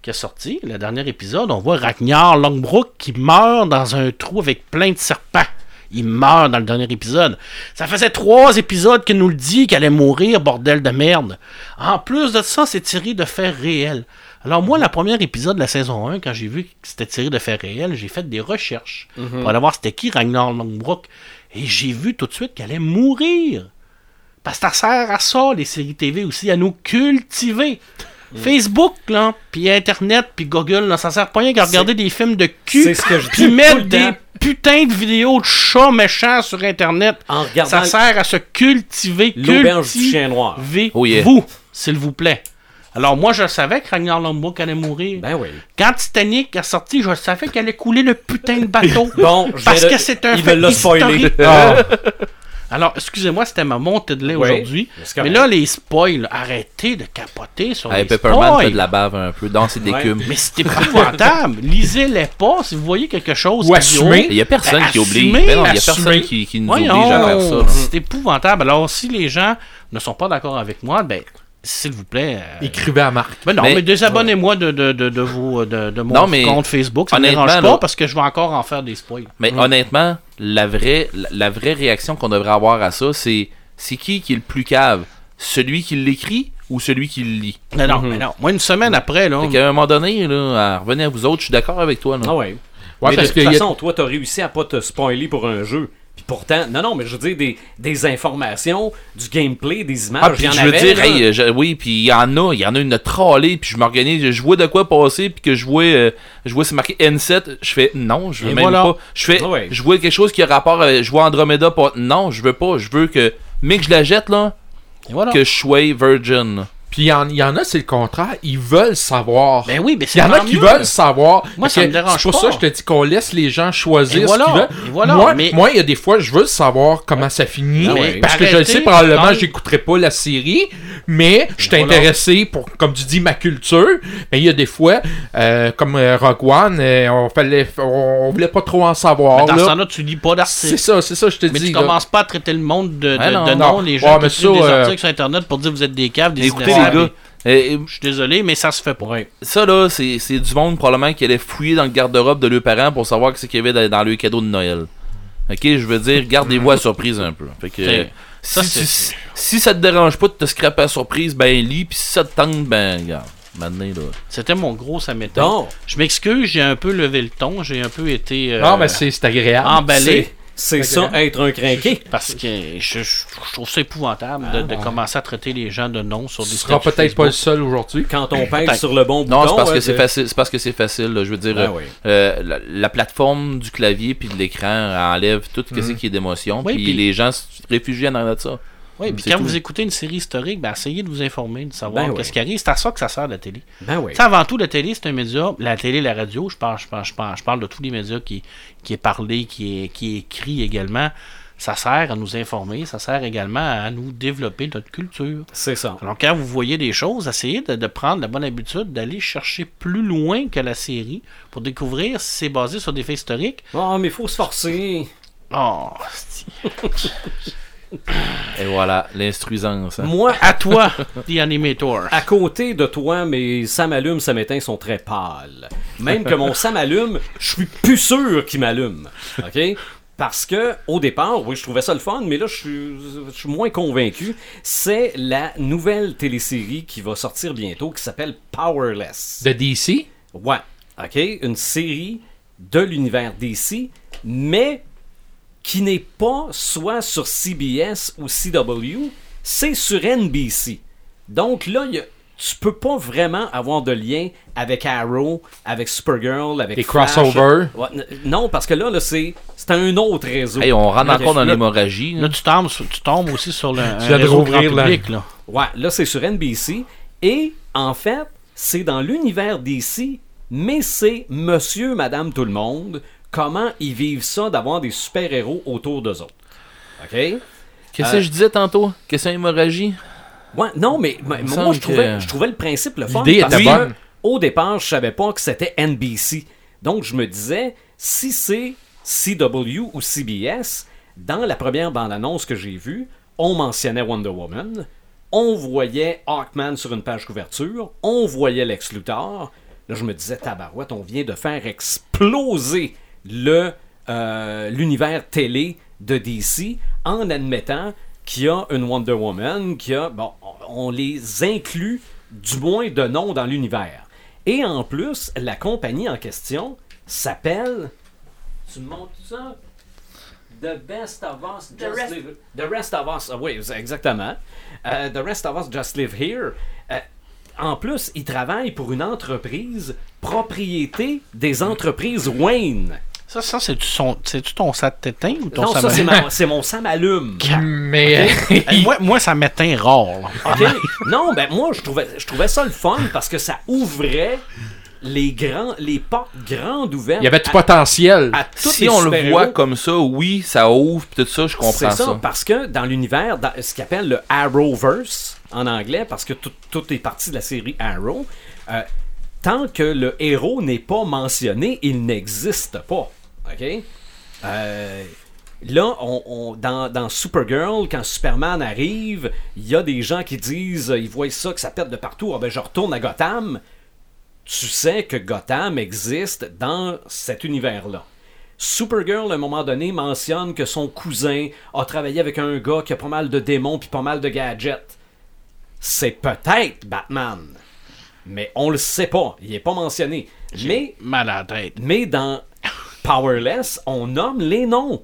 qui est sortie. Le dernier épisode, on voit Ragnar Longbrook qui meurt dans un trou avec plein de serpents. Il meurt dans le dernier épisode. Ça faisait trois épisodes qu'il nous le dit qu'il allait mourir, bordel de merde. En plus de ça, c'est tiré de faits réels. Alors moi, le premier épisode de la saison 1, quand j'ai vu que c'était tiré de faits réels, j'ai fait des recherches pour aller voir c'était qui Ragnar Longbrook. Et j'ai vu tout de suite qu'il allait mourir. Parce que ça sert à ça, les séries TV aussi, à nous cultiver. Mm. Facebook, là, puis Internet, puis Google, là, ça sert pas rien qu'à regarder des films de cul, c'est ce que je puis dis tout mettre le des temps. putains de vidéos de chats méchants sur Internet. En regardant ça sert à se cultiver, l'auberge du chien noir. cultivez Oh yeah. vous, s'il vous plaît. Alors moi, je savais que Ragnar Lombok allait mourir. Ben oui. Quand Titanic est sorti, je savais qu'elle allait couler le putain de bateau. Bon, je parce vais le- que c'est un il fait veut le spoiler. historique. Ah. Alors, excusez-moi, c'était ma montée de lait Oui, aujourd'hui. c'est correct. Mais là, les spoils, arrêtez de capoter sur Hey, les Pepperman spoils. fait de la bave un peu, dans ses Ouais. décumes. Mais c'est épouvantable. Lisez-les pas si vous voyez quelque chose. Ou qui dit, assumez. Il y a personne qui oublie. Assumez, Ben non, il y a assumez. personne qui, qui oh, nous oblige voyons, Mm. à faire ça. là. C'est épouvantable. Alors, si les gens ne sont pas d'accord avec moi, ben, s'il vous plaît. euh, Écrivez à Marc. ben non, mais, Mais- désabonnez-moi de, de, de, de, vos, de, de mon Non, mais compte Facebook. Ça ne me honnêtement, dérange pas là- parce que je vais encore en faire des spoils. Mais honnêtement, la vraie, la, la vraie réaction qu'on devrait avoir à ça, c'est c'est qui qui est le plus cave Celui qui l'écrit ou celui qui le lit Mais Ben non, mais non. Moi, une semaine après, là. Fait qu'à un moment donné, là, à revenir à vous autres, je suis d'accord avec toi. Là. Ah ouais. Ouais, mais parce de que toute y a- façon, toi, t'as réussi à pas te spoiler pour un jeu. Puis pourtant, non, non, mais je veux dire, des, des informations, du gameplay, des images. Ah, puis j'en je veux avais, dire, là. hey, euh, je- oui, puis il y en a, il y en a une trollée, puis je m'organise, je vois de quoi passer, puis que je vois, euh, je vois c'est marqué N7, je fais non, je veux Et même voilà. pas. Je fais, Ah ouais. je vois quelque chose qui a rapport, avec, je vois Andromeda, pas, non, je veux pas, je veux que, mais que je la jette là, Et voilà. que je sois virgin. Puis il y, en- il y en a, c'est le contraire. Ils veulent savoir. Ben oui, mais c'est Il y en a tant qui mieux. veulent savoir. Moi, Fait ça que me dérange C'est pour pas. ça que je te dis qu'on laisse les gens choisir Et voilà, ce qu'ils veulent. et voilà, moi, mais- moi, il y a des fois, je veux savoir comment ça finit. Ah ouais. Parce que je le Arrêtez, sais, probablement, Tom. j'écouterai pas la série. Mais je suis Et voilà. intéressé pour, comme tu dis, ma culture. Mais il y a des fois, euh, comme euh, Rogue One, euh, on, fallait, on, on voulait pas trop en savoir. Mais dans là. ce temps-là, tu lis pas c'est d'articles. ça, c'est ça, je te Mais dis. tu là. commences pas à traiter le monde de, de, Ah non, de non. nom. Les Ouais, gens mais qui écrivent ça, des euh, articles sur Internet pour dire que vous êtes des caves, des Écoutez les ignorables. gars, eh, eh, Je suis désolé, mais ça se fait pas. ça là, c'est c'est du monde probablement qui allait fouiller dans le garde-robe de leurs parents pour savoir ce qu'il y avait dans, dans le cadeau de Noël. Ok, je veux dire, gardez-vous à surprise un peu. Fait que, Ok. si, Ça, tu- c'est- si, ça te dérange pas de te scraper à surprise, ben lis, pis si ça te tente, ben regarde. Maintenant, là. C'était mon gros saméton. Donc, Je m'excuse, j'ai un peu levé le ton, j'ai un peu été euh, Non, mais Ah, ben, c'est c'est agréable. emballé. c'est- c'est ça, être un crinqué. Parce que je, je- je trouve ça épouvantable de, Ah, de commencer à traiter les gens de nom sur des Tu seras statuts peut-être pas le Facebook. seul aujourd'hui. Quand on pèse Peut-être. sur le bon bouton. Non, c'est parce hein, que c'est facile. C'est parce que c'est facile. là. Je veux dire, Ben euh, oui. euh, la, la plateforme du clavier puis de l'écran enlève tout ce qui est d'émotion. Oui, puis puis- les gens se réfugient en arrière de ça. Oui, puis C'est quand tout. vous écoutez une série historique, ben, essayez de vous informer, de savoir Ben qu'est-ce oui. qui arrive. C'est à ça que ça sert la télé. Ben oui. Tu sais, avant tout, la télé, c'est un média. La télé, la radio, je parle, je parle, je parle, je parle de tous les médias qui, qui est parlé, qui est, qui est écrit également. Ça sert à nous informer, ça sert également à nous développer notre culture. C'est ça. Alors, quand vous voyez des choses, essayez de, de prendre la bonne habitude d'aller chercher plus loin que la série pour découvrir si c'est basé sur des faits historiques. Oh, mais faut se forcer. Oh, c'est- Et voilà, l'instruisance. hein. Moi, à toi, The Animator. à côté de toi, mes ça m'allume, ça m'éteint sont très pâles. Même que mon ça m'allume, je suis plus sûr qu'il m'allume. OK? Parce que, au départ, oui, je trouvais ça le fun, mais là, je suis, je suis moins convaincu. C'est la nouvelle télésérie qui va sortir bientôt qui s'appelle Powerless. De DC. Ouais. OK? Une série de l'univers DC, mais qui n'est pas soit sur CBS ou CW, c'est sur NBC. Donc là, il y a- tu peux pas vraiment avoir de lien avec Arrow, avec Supergirl, avec Des Flash. crossovers. Ouais, n- non, parce que là, là, c'est c'est un autre réseau. Hey, on rentre encore dans les l'hémorragie. là. Là, tu tombes, sur- tu tombes aussi sur le un viens de réseau grand rouvrir, là. public. Là. Ouais, là, c'est sur NBC. Et en fait, c'est dans l'univers d'ici, mais c'est monsieur, madame, tout le monde. Comment ils vivent ça d'avoir des super-héros autour d'eux autres. OK? Euh, Qu'est-ce que je disais tantôt Question hémorragie Ouais, non, mais, mais me moi, semble je trouvais, que- je trouvais le principe le fun. L'idée parce était que, bonne. Au départ, je savais pas que c'était NBC. Donc, je me disais, si c'est CW ou CBS, dans la première bande-annonce que j'ai vue, on mentionnait Wonder Woman, on voyait Hawkman sur une page couverture, on voyait Lex Luthor. Là, je me disais, tabarouette, on vient de faire exploser le euh, l'univers télé de DC en admettant qu'il y a une Wonder Woman, qu'il y a... Bon, on on les inclut du moins de nom dans l'univers. Et en plus, la compagnie en question s'appelle... Tu me montres ça? The Best of Us Just Rest- Live... The Rest of Us, ah oui, exactement. Euh, the Rest of Us Just Live Here. Euh, en plus, ils travaillent pour une entreprise propriété des entreprises Wayne. Ça, ça c'est-tu son- c'est-tu ton ça t'éteint ou ton non, ça ça, c'est m'allume? ma- c'est mon Sam Allume. Mais Hey, moi, moi, ça m'éteint rare. là. OK? non, ben moi, je trouvais, je trouvais ça le fun parce que ça ouvrait les, grands, les portes grandes ouvertes. il y avait du à, potentiel. à tous Si les on le super-héros. voit comme ça, oui, ça ouvre, pis tout ça, je comprends C'est ça. ça, parce que dans l'univers, dans ce qu'ils appellent le Arrowverse en anglais, parce que tout, tout est parti de la série Arrow, euh, tant que le héros n'est pas mentionné, il n'existe pas. OK? Euh, là, on, on- dans, dans Supergirl, quand Superman arrive, il y a des gens qui disent, euh, ils voient ça, que ça pète de partout, ah ben je retourne à Gotham. Tu sais que Gotham existe dans cet univers-là. Supergirl, à un moment donné, mentionne que son cousin a travaillé avec un gars qui a pas mal de démons puis pas mal de gadgets. C'est peut-être Batman. Mais on le sait pas. Il est pas mentionné. Mais Mal à la tête. mais dans Powerless, on nomme les noms.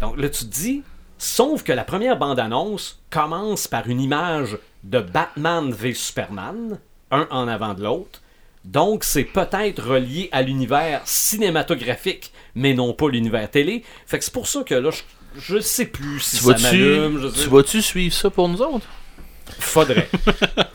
Donc là, tu te dis, sauf que la première bande-annonce commence par une image de Batman v Superman, un en avant de l'autre. Donc, c'est peut-être relié à l'univers cinématographique, mais non pas l'univers télé. Fait que c'est pour ça que là, je, je sais plus si Tu ça vas-tu m'allume. je sais- tu vas-tu suivre ça pour nous autres Faudrait.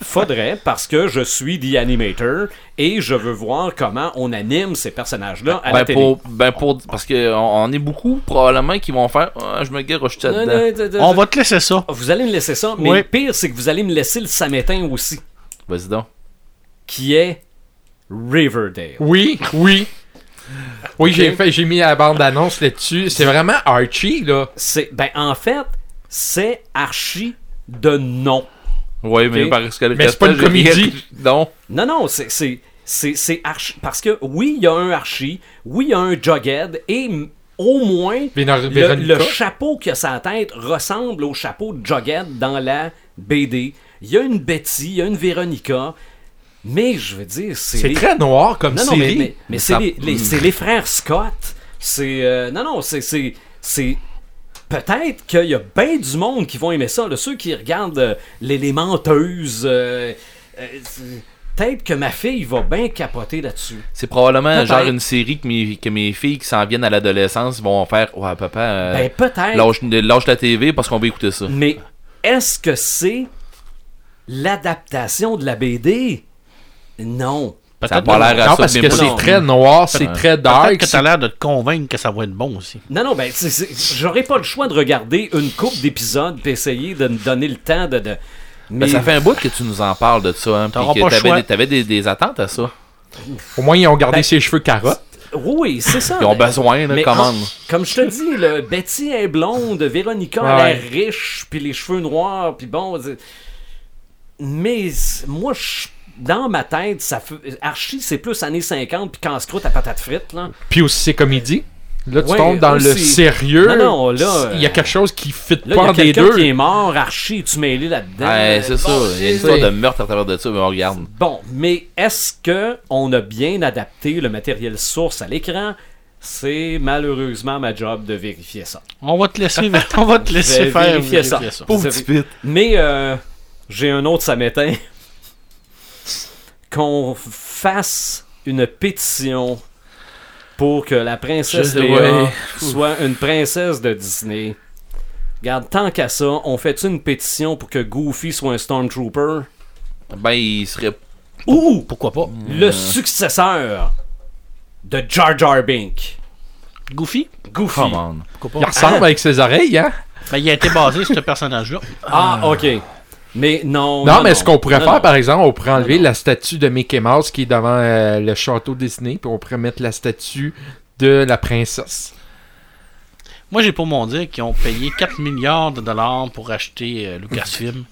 Faudrait, parce que je suis The Animator et je veux voir comment on anime ces personnages-là à la ben télé. pour, ben pour, Parce qu'on on est beaucoup, probablement, qui vont faire Ah, Je me guerre, je suis Non, là-dedans. non, de- de- On de- va te laisser ça. Ah, Vous allez me laisser ça, mais Oui. le pire, c'est que vous allez me laisser le samétain aussi, Vas-y donc. qui est Riverdale. Oui, oui. Oui, j'ai fait, j'ai mis la bande annonce là-dessus. C'est vraiment Archie là. C'est, ben, en fait, c'est archi de nom. Oui, mais Ok. parce que le Mais c'est pas une respect, je vais comédie. rire. Non. Non, non, c'est, c'est, c'est, c'est archi. Parce que oui, il y a un archi, oui, il y a un joghead, et m- au moins, Véna- le, Véronica. le chapeau qu'il a sur la tête ressemble au chapeau de joghead dans la BD. Il y a une Betty, il y a une Véronica, mais je veux dire, c'est. C'est les- très noir comme Non, non, mais, série. mais, mais c'est Ça- les, les- Mm. c'est les frères Scott. C'est. euh, non, non, c'est. c'est, c'est- Peut-être qu'il y a bien du monde qui vont aimer ça. là. Ceux qui regardent euh, les, les menteuses. euh, euh, c'est- Peut-être que ma fille va bien capoter là-dessus. C'est probablement Peut-être. genre une série que mes, que mes filles qui s'en viennent à l'adolescence vont faire Ouais, papa, euh, Ben, peut-être. lâche, lâche la TV parce qu'on va écouter ça. Mais est-ce que c'est l'adaptation de la BD? Non. Ça a pas l'air à Non, ça, parce mais que moi, c'est non. très noir, c'est très Peut-être dark. que t'as l'air de te convaincre que ça va être bon aussi. Non, non, ben, c'est- c'est- j'aurais pas le choix de regarder une coupe d'épisodes puis essayer de me donner le temps de. de- Ben, Mais ça fait un bout que tu nous en parles de ça. Hein, puis T'auras que pas le t'avais, choix. des- t'avais des, des attentes à ça. Au moins, ils ont gardé Ben- ses cheveux carottes. Oui, c'est ça. Ils ont ben- besoin, là, Mais commande. en- comme je te dis, le Betty est blonde, Véronica Ouais. elle est riche, puis les cheveux noirs, puis bon. c'est- Mais c- moi, je- dans ma tête, ça fait- Archie, c'est plus années 50, puis casse croûte à patate frite. Là. Puis aussi, c'est comédie. Là, tu Ouais, tombes dans le aussi. sérieux. Non, non, là, Il y a quelque chose qui fit Là, il pas y a entre les quelqu'un deux. qui est mort, Archie, tu mêlé là-dedans. Ouais, c'est Bon, ça. Il y a une histoire de meurtre à travers de ça, mais on regarde. Bon, mais est-ce que on a bien adapté le matériel source à l'écran? C'est malheureusement ma job de vérifier ça. On va te laisser, on va te Je vais laisser faire vérifier ça. Pauvre C'est- petit pit. Mais euh, j'ai un autre samétain. Qu'on fasse une pétition pour que la princesse Je- Léa ouais. soit une princesse de Disney. Garde, tant qu'à ça, on fait une pétition pour que Goofy soit un Stormtrooper? Ben, il serait. Ou Pourquoi pas? le successeur de Jar Jar Bink? Goofy? Goofy. Come on. Pourquoi Il pas? ressemble avec ses oreilles, hein? Ben, il a été basé sur ce personnage-là. Ah, ok. Mais Oh, non. Non, mais ce qu'on pourrait Non, faire, non. par exemple, on pourrait enlever la statue de Mickey Mouse qui est devant euh, le château Disney, puis on pourrait mettre la statue de la princesse. Moi, j'ai pour mon dire qu'ils ont payé 4 milliards de dollars pour acheter euh, Lucasfilm.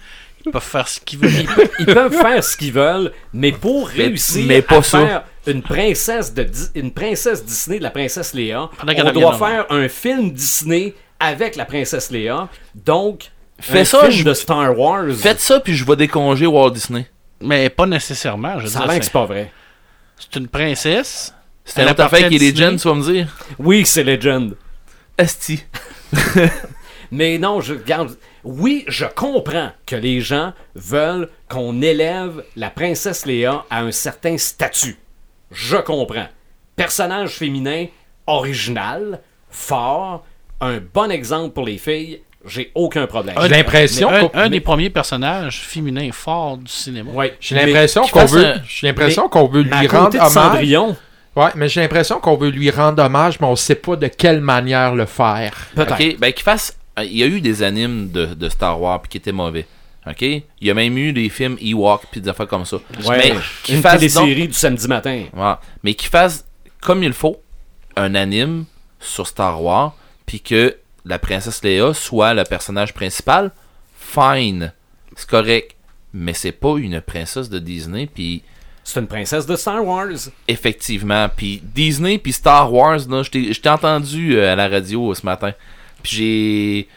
Ils peuvent faire ce qu'ils veulent. ils peuvent faire ce qu'ils veulent, mais pour réussir mais pas à ça. faire une princesse, de, Di- une princesse Disney de la princesse Léa, Pendant qu'elle on revient doit dans le faire un film Disney avec la princesse Léa. Donc, Fais un ça, film je- de Star Wars. Faites ça, puis je vais déconger Walt Disney. Mais pas nécessairement. Je veux ça a dire, l'air que c'est- c'est pas vrai. c'est une princesse. C'est Elle une autre appartient affaire qui est à Disney. Legend, tu vas me dire. Oui, c'est Legend. Esti. Mais non, je regarde. Oui, je comprends que les gens veulent qu'on élève la princesse Léa à un certain statut. Je comprends. Personnage féminin original, fort, un bon exemple pour les filles, j'ai aucun problème. J'ai l'impression Un, qu'on un des premiers personnages féminins forts du cinéma. Ouais, j'ai mais l'impression qu'il qu'on fasse veut, un- j'ai l'impression mais- qu'on veut mais à lui côté rendre de hommage. Cendrillon, Ouais, mais j'ai l'impression qu'on veut lui rendre hommage, mais on sait pas de quelle manière le faire. peut-être. Ok, ben qu'il fasse. Il y a eu des animes de, de Star Wars puis qui étaient mauvais. Ok? Il y a même eu des films Ewok puis des affaires comme ça. Ouais, mais qu'il une fasse donc- télésérie du samedi matin. Voilà. Mais qu'il fasse comme il faut un anime sur Star Wars, puis que la princesse Léa soit le personnage principal, fine, c'est correct. Mais c'est pas une princesse de Disney, puis C'est une princesse de Star Wars. effectivement, puis Disney, puis Star Wars, là, je t'ai je t'ai entendu euh, à la radio euh, ce matin, puis j'ai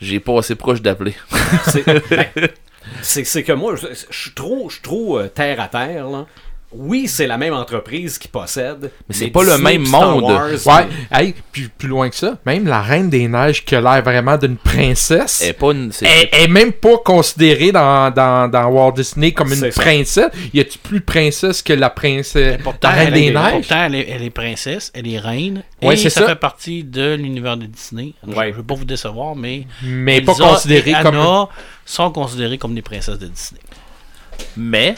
j'ai pas assez proche d'appeler. C'est ben, c'est- c'est que moi, je je suis trop, je suis trop euh, terre à terre. là. Oui, c'est la même entreprise qui possède. Mais c'est pas le Disney même puis Star monde. Wars, Ouais, hey, puis plus loin que ça, même la Reine des Neiges qui a l'air vraiment d'une princesse. Elle est pas une- c'est- Eh, Elle est même pas considérée dans, dans, dans Walt Disney comme une C'est ça. princesse. Y a-tu plus princesse que la princesse la Reine elle, des est, Neiges? pourtant, elle est- elle est princesse, elle est reine. Ouais, et c'est ça, ça. fait partie de l'univers de Disney. Je- Ouais. Je ne veux pas vous décevoir, mais. Mais pas Elsa considérée et comme. Anna sont considérées comme des princesses de Disney. Mais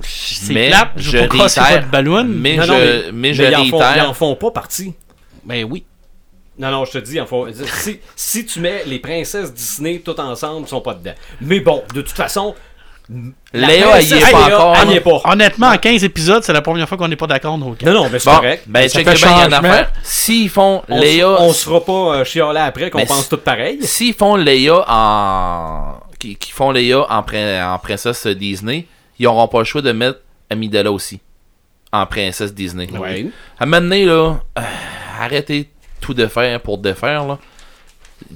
C'est Mais plate, je je veux pas crosser réitère. votre ballon. Mais- Non, non, je- mais, mais mais je ils, en font, réitère. ils en font pas partie. Ben oui. Non, non, je te dis, ils en font- si, si tu mets les princesses Disney toutes ensemble, ils sont pas dedans. Mais bon, de toute façon, la Léa, elle y est princesse pas Léa, encore. elle y est pas. Honnêtement, en 15 épisodes, c'est la première fois qu'on n'est pas d'accord, nos gars. Non, non, mais c'est Bon, correct. ben Ça check fait bien, il y a une changement. affaire. S'ils font On, Léa, on se fera pas euh, chialer après qu'on Mais pense c'est- tout pareil. S'ils font Leia en. Qui, qui font Leia en, prin- en princesse Disney, ils auront pas le choix de mettre Amidala aussi. En princesse Disney. Ouais. À un moment donné, là, euh, arrêtez tout de faire pour défaire, là.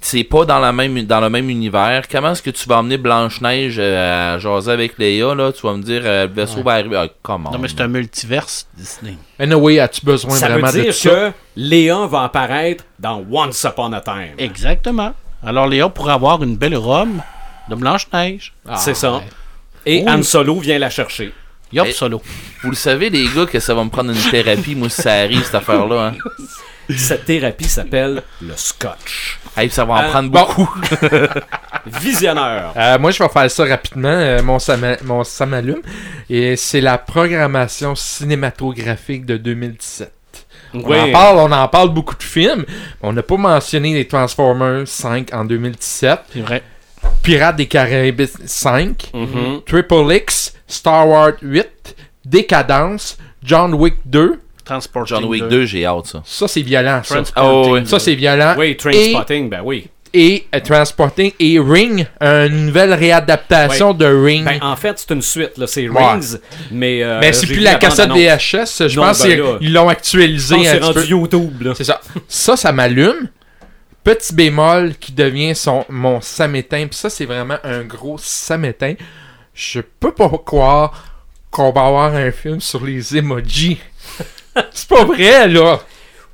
C'est pas dans, la même, dans le même univers. Comment est-ce que tu vas emmener Blanche-Neige euh, à jaser avec Leia, là? Tu vas me dire, euh, le vaisseau va arriver. Ah, comment? Non, mais c'est un multiverse Disney. Anyway, as-tu besoin Ça veut vraiment dire de que tout ça? Léa va apparaître dans Once Upon a Time. Exactement. Alors, Léa pourrait avoir une belle robe de Blanche-Neige. C'est ça. ouais. Ah, Et Oui. Han Solo vient la chercher. Yop, Et- solo. Vous le savez, les gars, que ça va me prendre une thérapie, moi, si ça arrive, cette affaire-là. Hein. Cette thérapie s'appelle le scotch. Hey, ça va en Euh, prendre bon. beaucoup. Visionneur. Euh, moi, je vais faire ça rapidement. euh, mon sama- mon samalume. Et c'est la programmation cinématographique de 2017. On, en Oui. parle, on en parle beaucoup de films. On n'a pas mentionné les Transformers 5 en 2017, C'est vrai. Pirates des Caraïbes 5, Mhm. Triple X, Star Wars 8, Décadence, John Wick 2. Transport John Wick 2, j'ai hâte, ça. Ça, c'est violent, ça. Oh, oui. Ça, c'est violent. Oui, Trainspotting, ben oui. Et euh, Transporting et Ring, une nouvelle réadaptation de Ring. Ben, en fait, c'est une suite, là. C'est Hmm. Ouais. Rings, mais... euh, mais Ben, c'est j'ai plus vu la cassette bande-annonce. VHS. Je Non, pense ben qu'ils là. ils l'ont Je pense actualisé que un c'est petit peu. rendu YouTube, là. C'est ça. Ça, ça m'allume. Petit bémol qui devient son, mon samétain. Puis ça, c'est vraiment un gros samétain. Je peux pas croire qu'on va avoir un film sur les emojis. c'est pas vrai, là.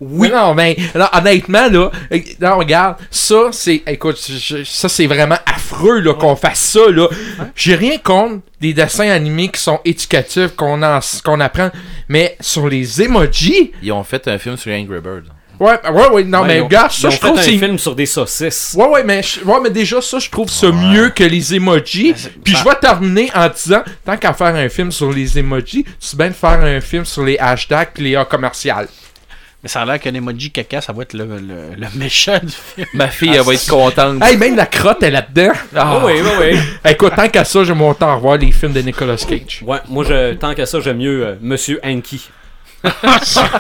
Oui. Mais Non, mais non, honnêtement, là, euh, non, regarde, ça, c'est. Écoute, je- je- ça, c'est vraiment affreux là, qu'on fasse ça. là. J'ai rien contre des dessins animés qui sont éducatifs, qu'on en- qu'on apprend, mais sur les emojis. Ils ont fait un film sur Angry Birds. Ouais, ouais, ouais, non, Ouais, mais ils ont- regarde, Ils ça, ont je fait trouve un que c'est. film sur des saucisses. Ouais, ouais, mais, je- ouais, mais déjà, ça, je trouve ça mieux que les emojis. Puis je vais terminer en disant, tant qu'à faire un film sur les emojis, c'est bien de faire un film sur les hashtags pis les A commerciales. Mais ça a l'air qu'un emoji caca, ça va être le, le, le méchant du film. Ma fille, elle va être contente. Hey, même la crotte est là-dedans. Ah oui, oui, oui. Écoute, tant qu'à ça, je monte en revoir les films de Nicolas Cage. Ouais, moi, je, tant qu'à ça, j'aime mieux euh, Monsieur Anki.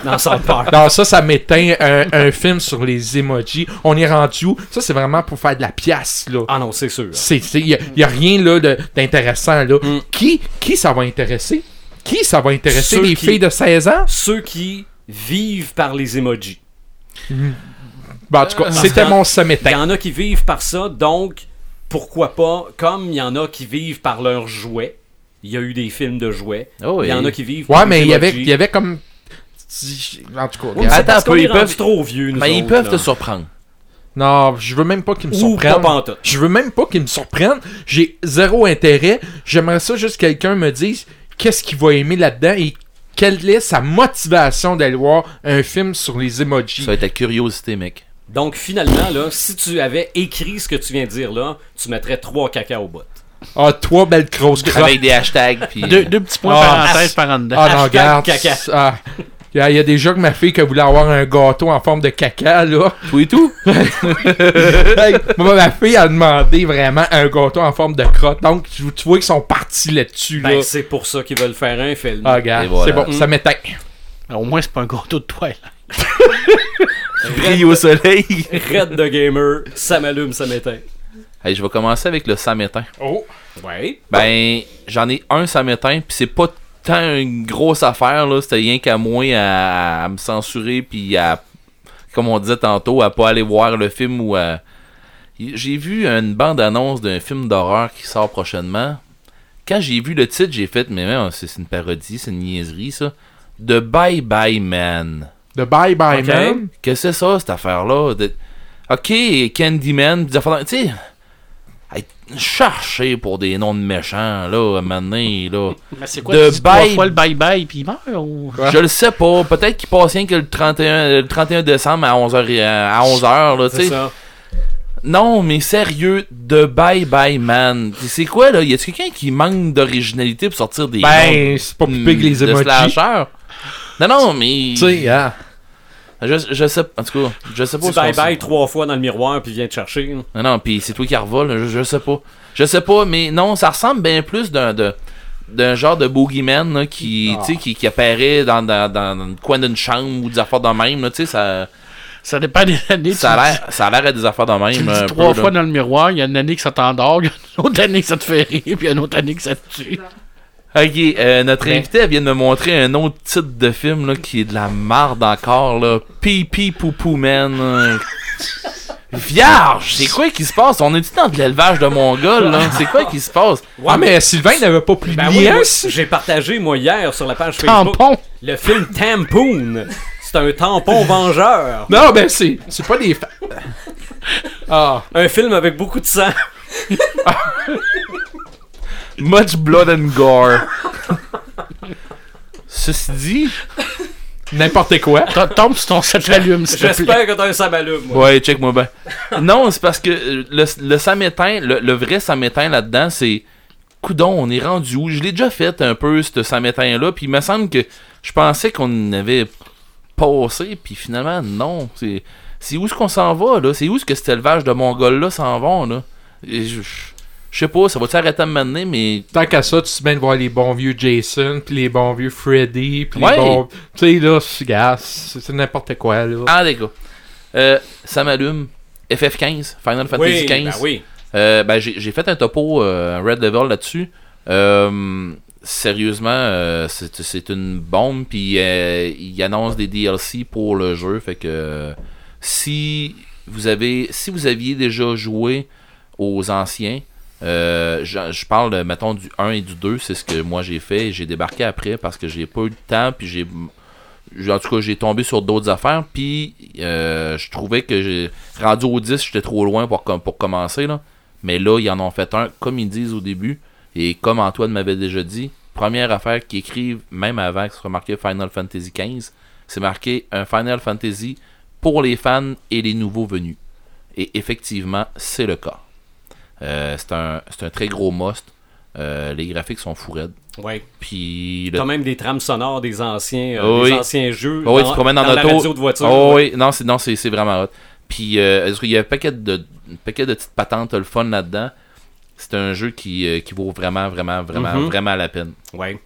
Dans South Park. Non, ça, ça m'éteint un, un film sur les emojis. On est rendu où? Ça, c'est vraiment pour faire de la pièce, là. Ah non, c'est sûr. C'est, c'est- y a, y a rien, là, de- d'intéressant, là. Mm. Qui, qui ça va intéresser? Qui ça va intéresser? Ceux les qui- filles de 16 ans? Ceux qui vivent par les emojis. Bon, Bah, en tout cas, c'était parce que- mon sommet. Il y en a qui vivent par ça, donc pourquoi pas, comme il y en a qui vivent par leurs jouets. Il y a eu des films de jouets. Oh oui. Il y en a qui vivent Ouais, par mais les il y avait, emojis. il y avait comme. En tout cas, Ouais, mais c'est regarde. Attends parce un peu, qu'on est ils peuvent- rendu trop vieux, Ben, nous Mais ils autres, peuvent là. te surprendre. non, je veux même pas qu'ils me Ou surprennent. pas pantoute. Je veux même pas qu'ils me surprennent. J'ai zéro intérêt. J'aimerais ça juste que quelqu'un me dise qu'est-ce qu'il va aimer là-dedans et quelle est sa motivation d'aller voir un film sur les emojis. Ça va être la curiosité, mec. Donc finalement, là, si tu avais écrit ce que tu viens de dire là, tu mettrais trois caca au bot. Ah, trois belles grosses crottes. Avec des hashtags. Puis... Deux, deux petits points Ah, parenthèses par en dedans. Ah non, Hashtag regarde. caca. Ah. Il y a- il y a déjà que ma fille qui voulait avoir un gâteau en forme de caca, là. tout et tout. Hey, moi, ma fille a demandé vraiment un gâteau en forme de crotte. Donc, tu, tu vois qu'ils sont partis là-dessus. Ben, là. c'est pour ça qu'ils veulent faire un film. Ah, regarde, Et voilà. Mm. c'est bon, ça m'éteint. Au moins, c'est pas un gâteau de toile. Brille au soleil. Red de gamer, ça m'allume, ça m'éteint. Hey, je vais commencer avec le samétain. Oh, Ouais. Ben, j'en ai un samétain, puis c'est pas tant une grosse affaire, là. C'était rien qu'à moi à, à me censurer, puis à, comme on disait tantôt, à pas aller voir le film ou à. J'ai vu une bande-annonce d'un film d'horreur qui sort prochainement. Quand j'ai vu le titre, j'ai fait, mais man, c'est c'est une parodie, c'est une niaiserie, ça. De Bye Bye Man. de Bye Bye Ok. Man. Que c'est ça, cette affaire-là? De- Ok, Candyman, pis des affaires. de- Tu sais, hey, chercher pour des noms de méchants, là, à un moment donné, là. Mais c'est quoi, De tu dis trois bye- fois le bye-bye puis il meurt ou... Hein? Je le sais pas, peut-être qu'il passe rien que le 31, le 31 décembre à 11h, euh, à 11h là, tu C'est sais. ça. Non, mais sérieux, de Bye Bye Man. C'est quoi, là? Y a quelqu'un qui manque d'originalité pour sortir des. noms Ben, c'est pas plus pire que les mm, de emojis. slashers? Non, non, mais. Tu sais, hein. Je, je sais, en tout cas, je sais pas. Dis ce qu'on bye bye sait. trois fois dans le miroir puis viens te chercher. Non, non, puis c'est toi qui revole, je, je sais pas. Je sais pas, mais non, ça ressemble bien plus d'un de- d'un genre de boogeyman là, Ah. qui, tu sais, qui, qui apparaît dans, dans, dans, dans le coin d'une chambre ou des affaires de même. Là, tu sais, ça, Ça dépend des années. tu ça a le l'air ça a l'air à des affaires de même. Tu le un dis peu, trois là. fois dans le miroir, il y a une année que ça t'endort, il y a une autre année que ça te fait rire, puis une autre année que ça te tue. Ok, euh, notre invité elle vient de me montrer un autre titre de film là, qui est de la marde encore. Là. Pipi Poupou Man. euh. Vierge, c'est quoi qui se passe? On est-tu dans de l'élevage de Mongol? là? C'est quoi qui se passe? Ah, mais Sylvain n'avait pas plus Ben de oui, lien. moi, j'ai partagé moi hier sur la page Facebook Tampon! le film Tampoon. C'est un tampon vengeur. Non, ben, c'est c'est pas des. fa- Ah, Un film avec beaucoup de sang. Much blood and gore. Ceci dit, n'importe quoi. T'en- Tombe sur ton set l'allume, s'il te plaît. J'espère que t'as un sabalume. moi. ouais, check moi ben. Non, c'est parce que euh, le, le samétain, le, le vrai samétain là-dedans, c'est coudon, on est rendu où Je l'ai déjà fait un peu ce samétain là, puis il me semble que je pensais qu'on en avait passé, puis finalement non, c'est c'est où est-ce qu'on s'en va là C'est où est-ce que cet élevage de mongols là s'en vont là Et je, je sais pas, ça va s'arrêter à m'amener, mais Tant qu'à ça, tu sais bien de voir les bons vieux Jason, puis les bons vieux Freddy, puis Ouais. les bons. Tu sais, là, c'est gars, c'est c'est n'importe quoi, là. Ah, les gars. Euh, ça m'allume. FF15, Final Fantasy Oui, 15. ben oui. Euh, ben, j'ai j'ai fait un topo euh, Red Devil là-dessus. Euh, sérieusement, euh, c'est c'est une bombe. Puis euh, il annonce des DLC pour le jeu. Fait que euh, si vous avez, si vous aviez déjà joué aux anciens, euh, je, je parle mettons du 1 et du 2, c'est ce que moi j'ai fait. J'ai débarqué après parce que j'ai pas eu le temps. Puis j'ai j- en tout cas, j'ai tombé sur d'autres affaires, puis euh, je trouvais que j'ai rendu au 10, j'étais trop loin pour, com- pour commencer. Là. Mais là, ils en ont fait un, comme ils disent au début, et comme Antoine m'avait déjà dit, première affaire qu'ils écrivent, même avant que ce soit marqué Final Fantasy XV, c'est marqué un Final Fantasy pour les fans et les nouveaux venus. Et effectivement, c'est le cas. Euh, c'est un, c'est un très gros must. Euh, les graphiques sont fous raides. Ouais. Puis le T'as même des trames sonores des anciens, euh, Oui. des anciens jeux. Oh oui, dans, tu te promènes en dans la auto. radio de voiture. Oh oui, non, c'est, non, c'est, c'est vraiment hot. Puis, euh, il y a un paquet de, un paquet de petites patentes, le fun là-dedans. C'est un jeu qui, euh, qui vaut vraiment, vraiment, vraiment, Mhm. vraiment la peine. Ouais.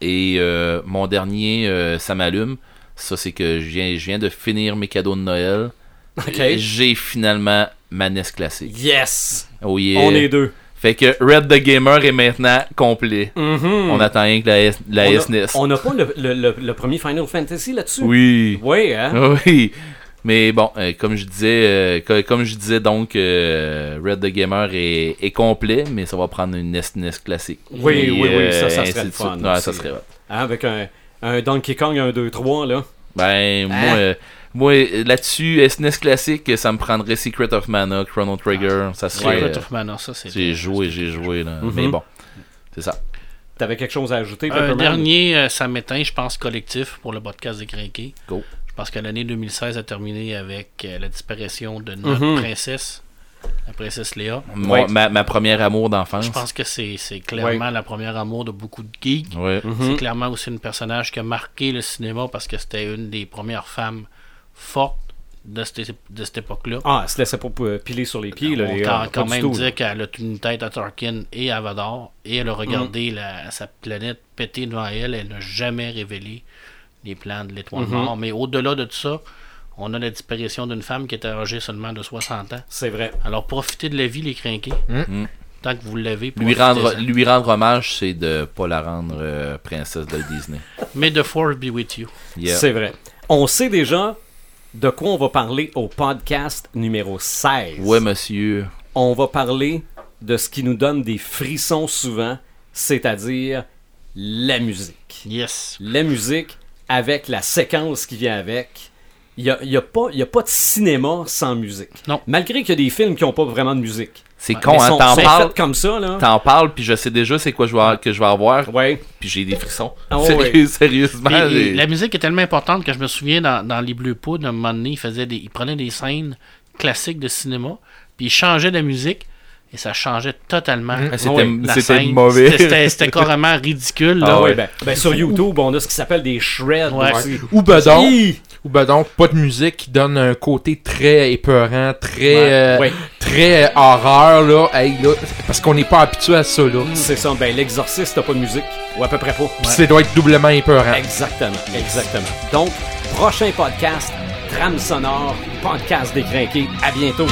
Et euh, mon dernier, euh, ça m'allume. Ça, c'est que je viens, je viens de finir mes cadeaux de Noël. Ok. J'ai finalement ma NES classique. Yes! Oh yeah. On est deux. Fait que Red the Gamer est maintenant complet. Mhm. On attend rien que la, S, la On a- SNES. On n'a pas le, le- le- le premier Final Fantasy là-dessus. Oui. Oui, hein? Oui. Mais bon, euh, comme je disais, euh, co- comme je disais donc, euh, Red the Gamer est, est complet, mais ça va prendre une NES, NES classique. Oui, Et, euh, oui, oui, ça, ça ainsi serait le de suite. fun Ouais, aussi. ça serait. hot. Hein, Avec un, un Donkey Kong 1, 2, 3, là. Ben, Ah. Hein? moi, euh, moi, euh, là-dessus, SNES classique, ça me prendrait Secret of Mana, Chrono Trigger, ça serait. Ah. Secret euh, of Mana, ça c'est. j'ai joué, j'ai joué là. Mais Mhm. bon, c'est ça. T'avais quelque chose à ajouter, Un Pepperman? dernier, euh, ça m'éteint, je pense, collectif pour le podcast des Crinqués. Go. Je pense que l'année 2016 a terminé avec euh, la disparition de notre Mm-hmm. Mhm. princesse, la princesse Léa. Mon- Ouais. ma, ma première amour d'enfance. Je pense que c'est c'est clairement la première amour de beaucoup de geeks. Ouais. Mhm. C'est Mm-hmm. clairement aussi une personnage qui a marqué le cinéma parce que c'était une des premières femmes fortes de cette, de cette époque-là. Ah, elle se laissait pas euh, piler sur les pieds, là. On les- t'a euh, quand pas du même tout, dit là. Mhm. qu'elle a une tête à Tarkin et à Vador et elle a regardé la- sa planète péter devant elle. Elle n'a jamais révélé les plans de l'étoile Mhm. noire. Mais au-delà de tout ça, on a la disparition d'une femme qui était âgée seulement de 60 ans. C'est vrai. Alors profitez de la vie, les crinqués. Mhm. Tant que vous l'avez, Lui profitez-en. rendre, lui rendre hommage, c'est de pas la rendre euh, princesse de Disney. May the force be with you. Yeah. C'est vrai. On sait déjà de quoi on va parler au podcast numéro 16. Ouais, monsieur. On va parler de ce qui nous donne des frissons souvent, c'est-à-dire la musique. Yes. La musique avec la séquence qui vient avec. Il n'y a, il y a pas il y a pas de cinéma sans musique. Non. Malgré qu'il y a des films qui n'ont pas vraiment de musique. C'est con, Mais hein, sont- t'en sont parles, faits comme ça, là. t'en parles, puis je sais déjà c'est quoi je vais, que je vais avoir, Ouais. puis j'ai des frissons. Ah ouais, Sérieux- ouais. Sérieusement, Ben, Et- et j'ai- la musique est tellement importante que je me souviens dans, dans les Bleus Poudres, à un moment donné, ils, faisaient des, ils prenaient des scènes classiques de cinéma, puis ils changeaient la musique, et ça changeait totalement. Mmh. Ah, la c'était c'était scène. mauvais. C'était- C'était c'était carrément ridicule. là. Ah ouais, ben, ben, sur YouTube, on a ce qui s'appelle des shreds Ouais. aussi. Ou ben donc, Hi! ou ben donc, pas de musique qui donne un côté très épeurant, très euh, Ouais. très euh, horreur là, Hey, là, parce qu'on n'est pas habitué à ça là. C'est ça, ben l'exorciste t'as pas de musique. Ou à peu près pas. Puis ça doit être doublement épeurant. Exactement, exactement. Donc, prochain podcast, trame sonore, podcast décrinqué. À bientôt.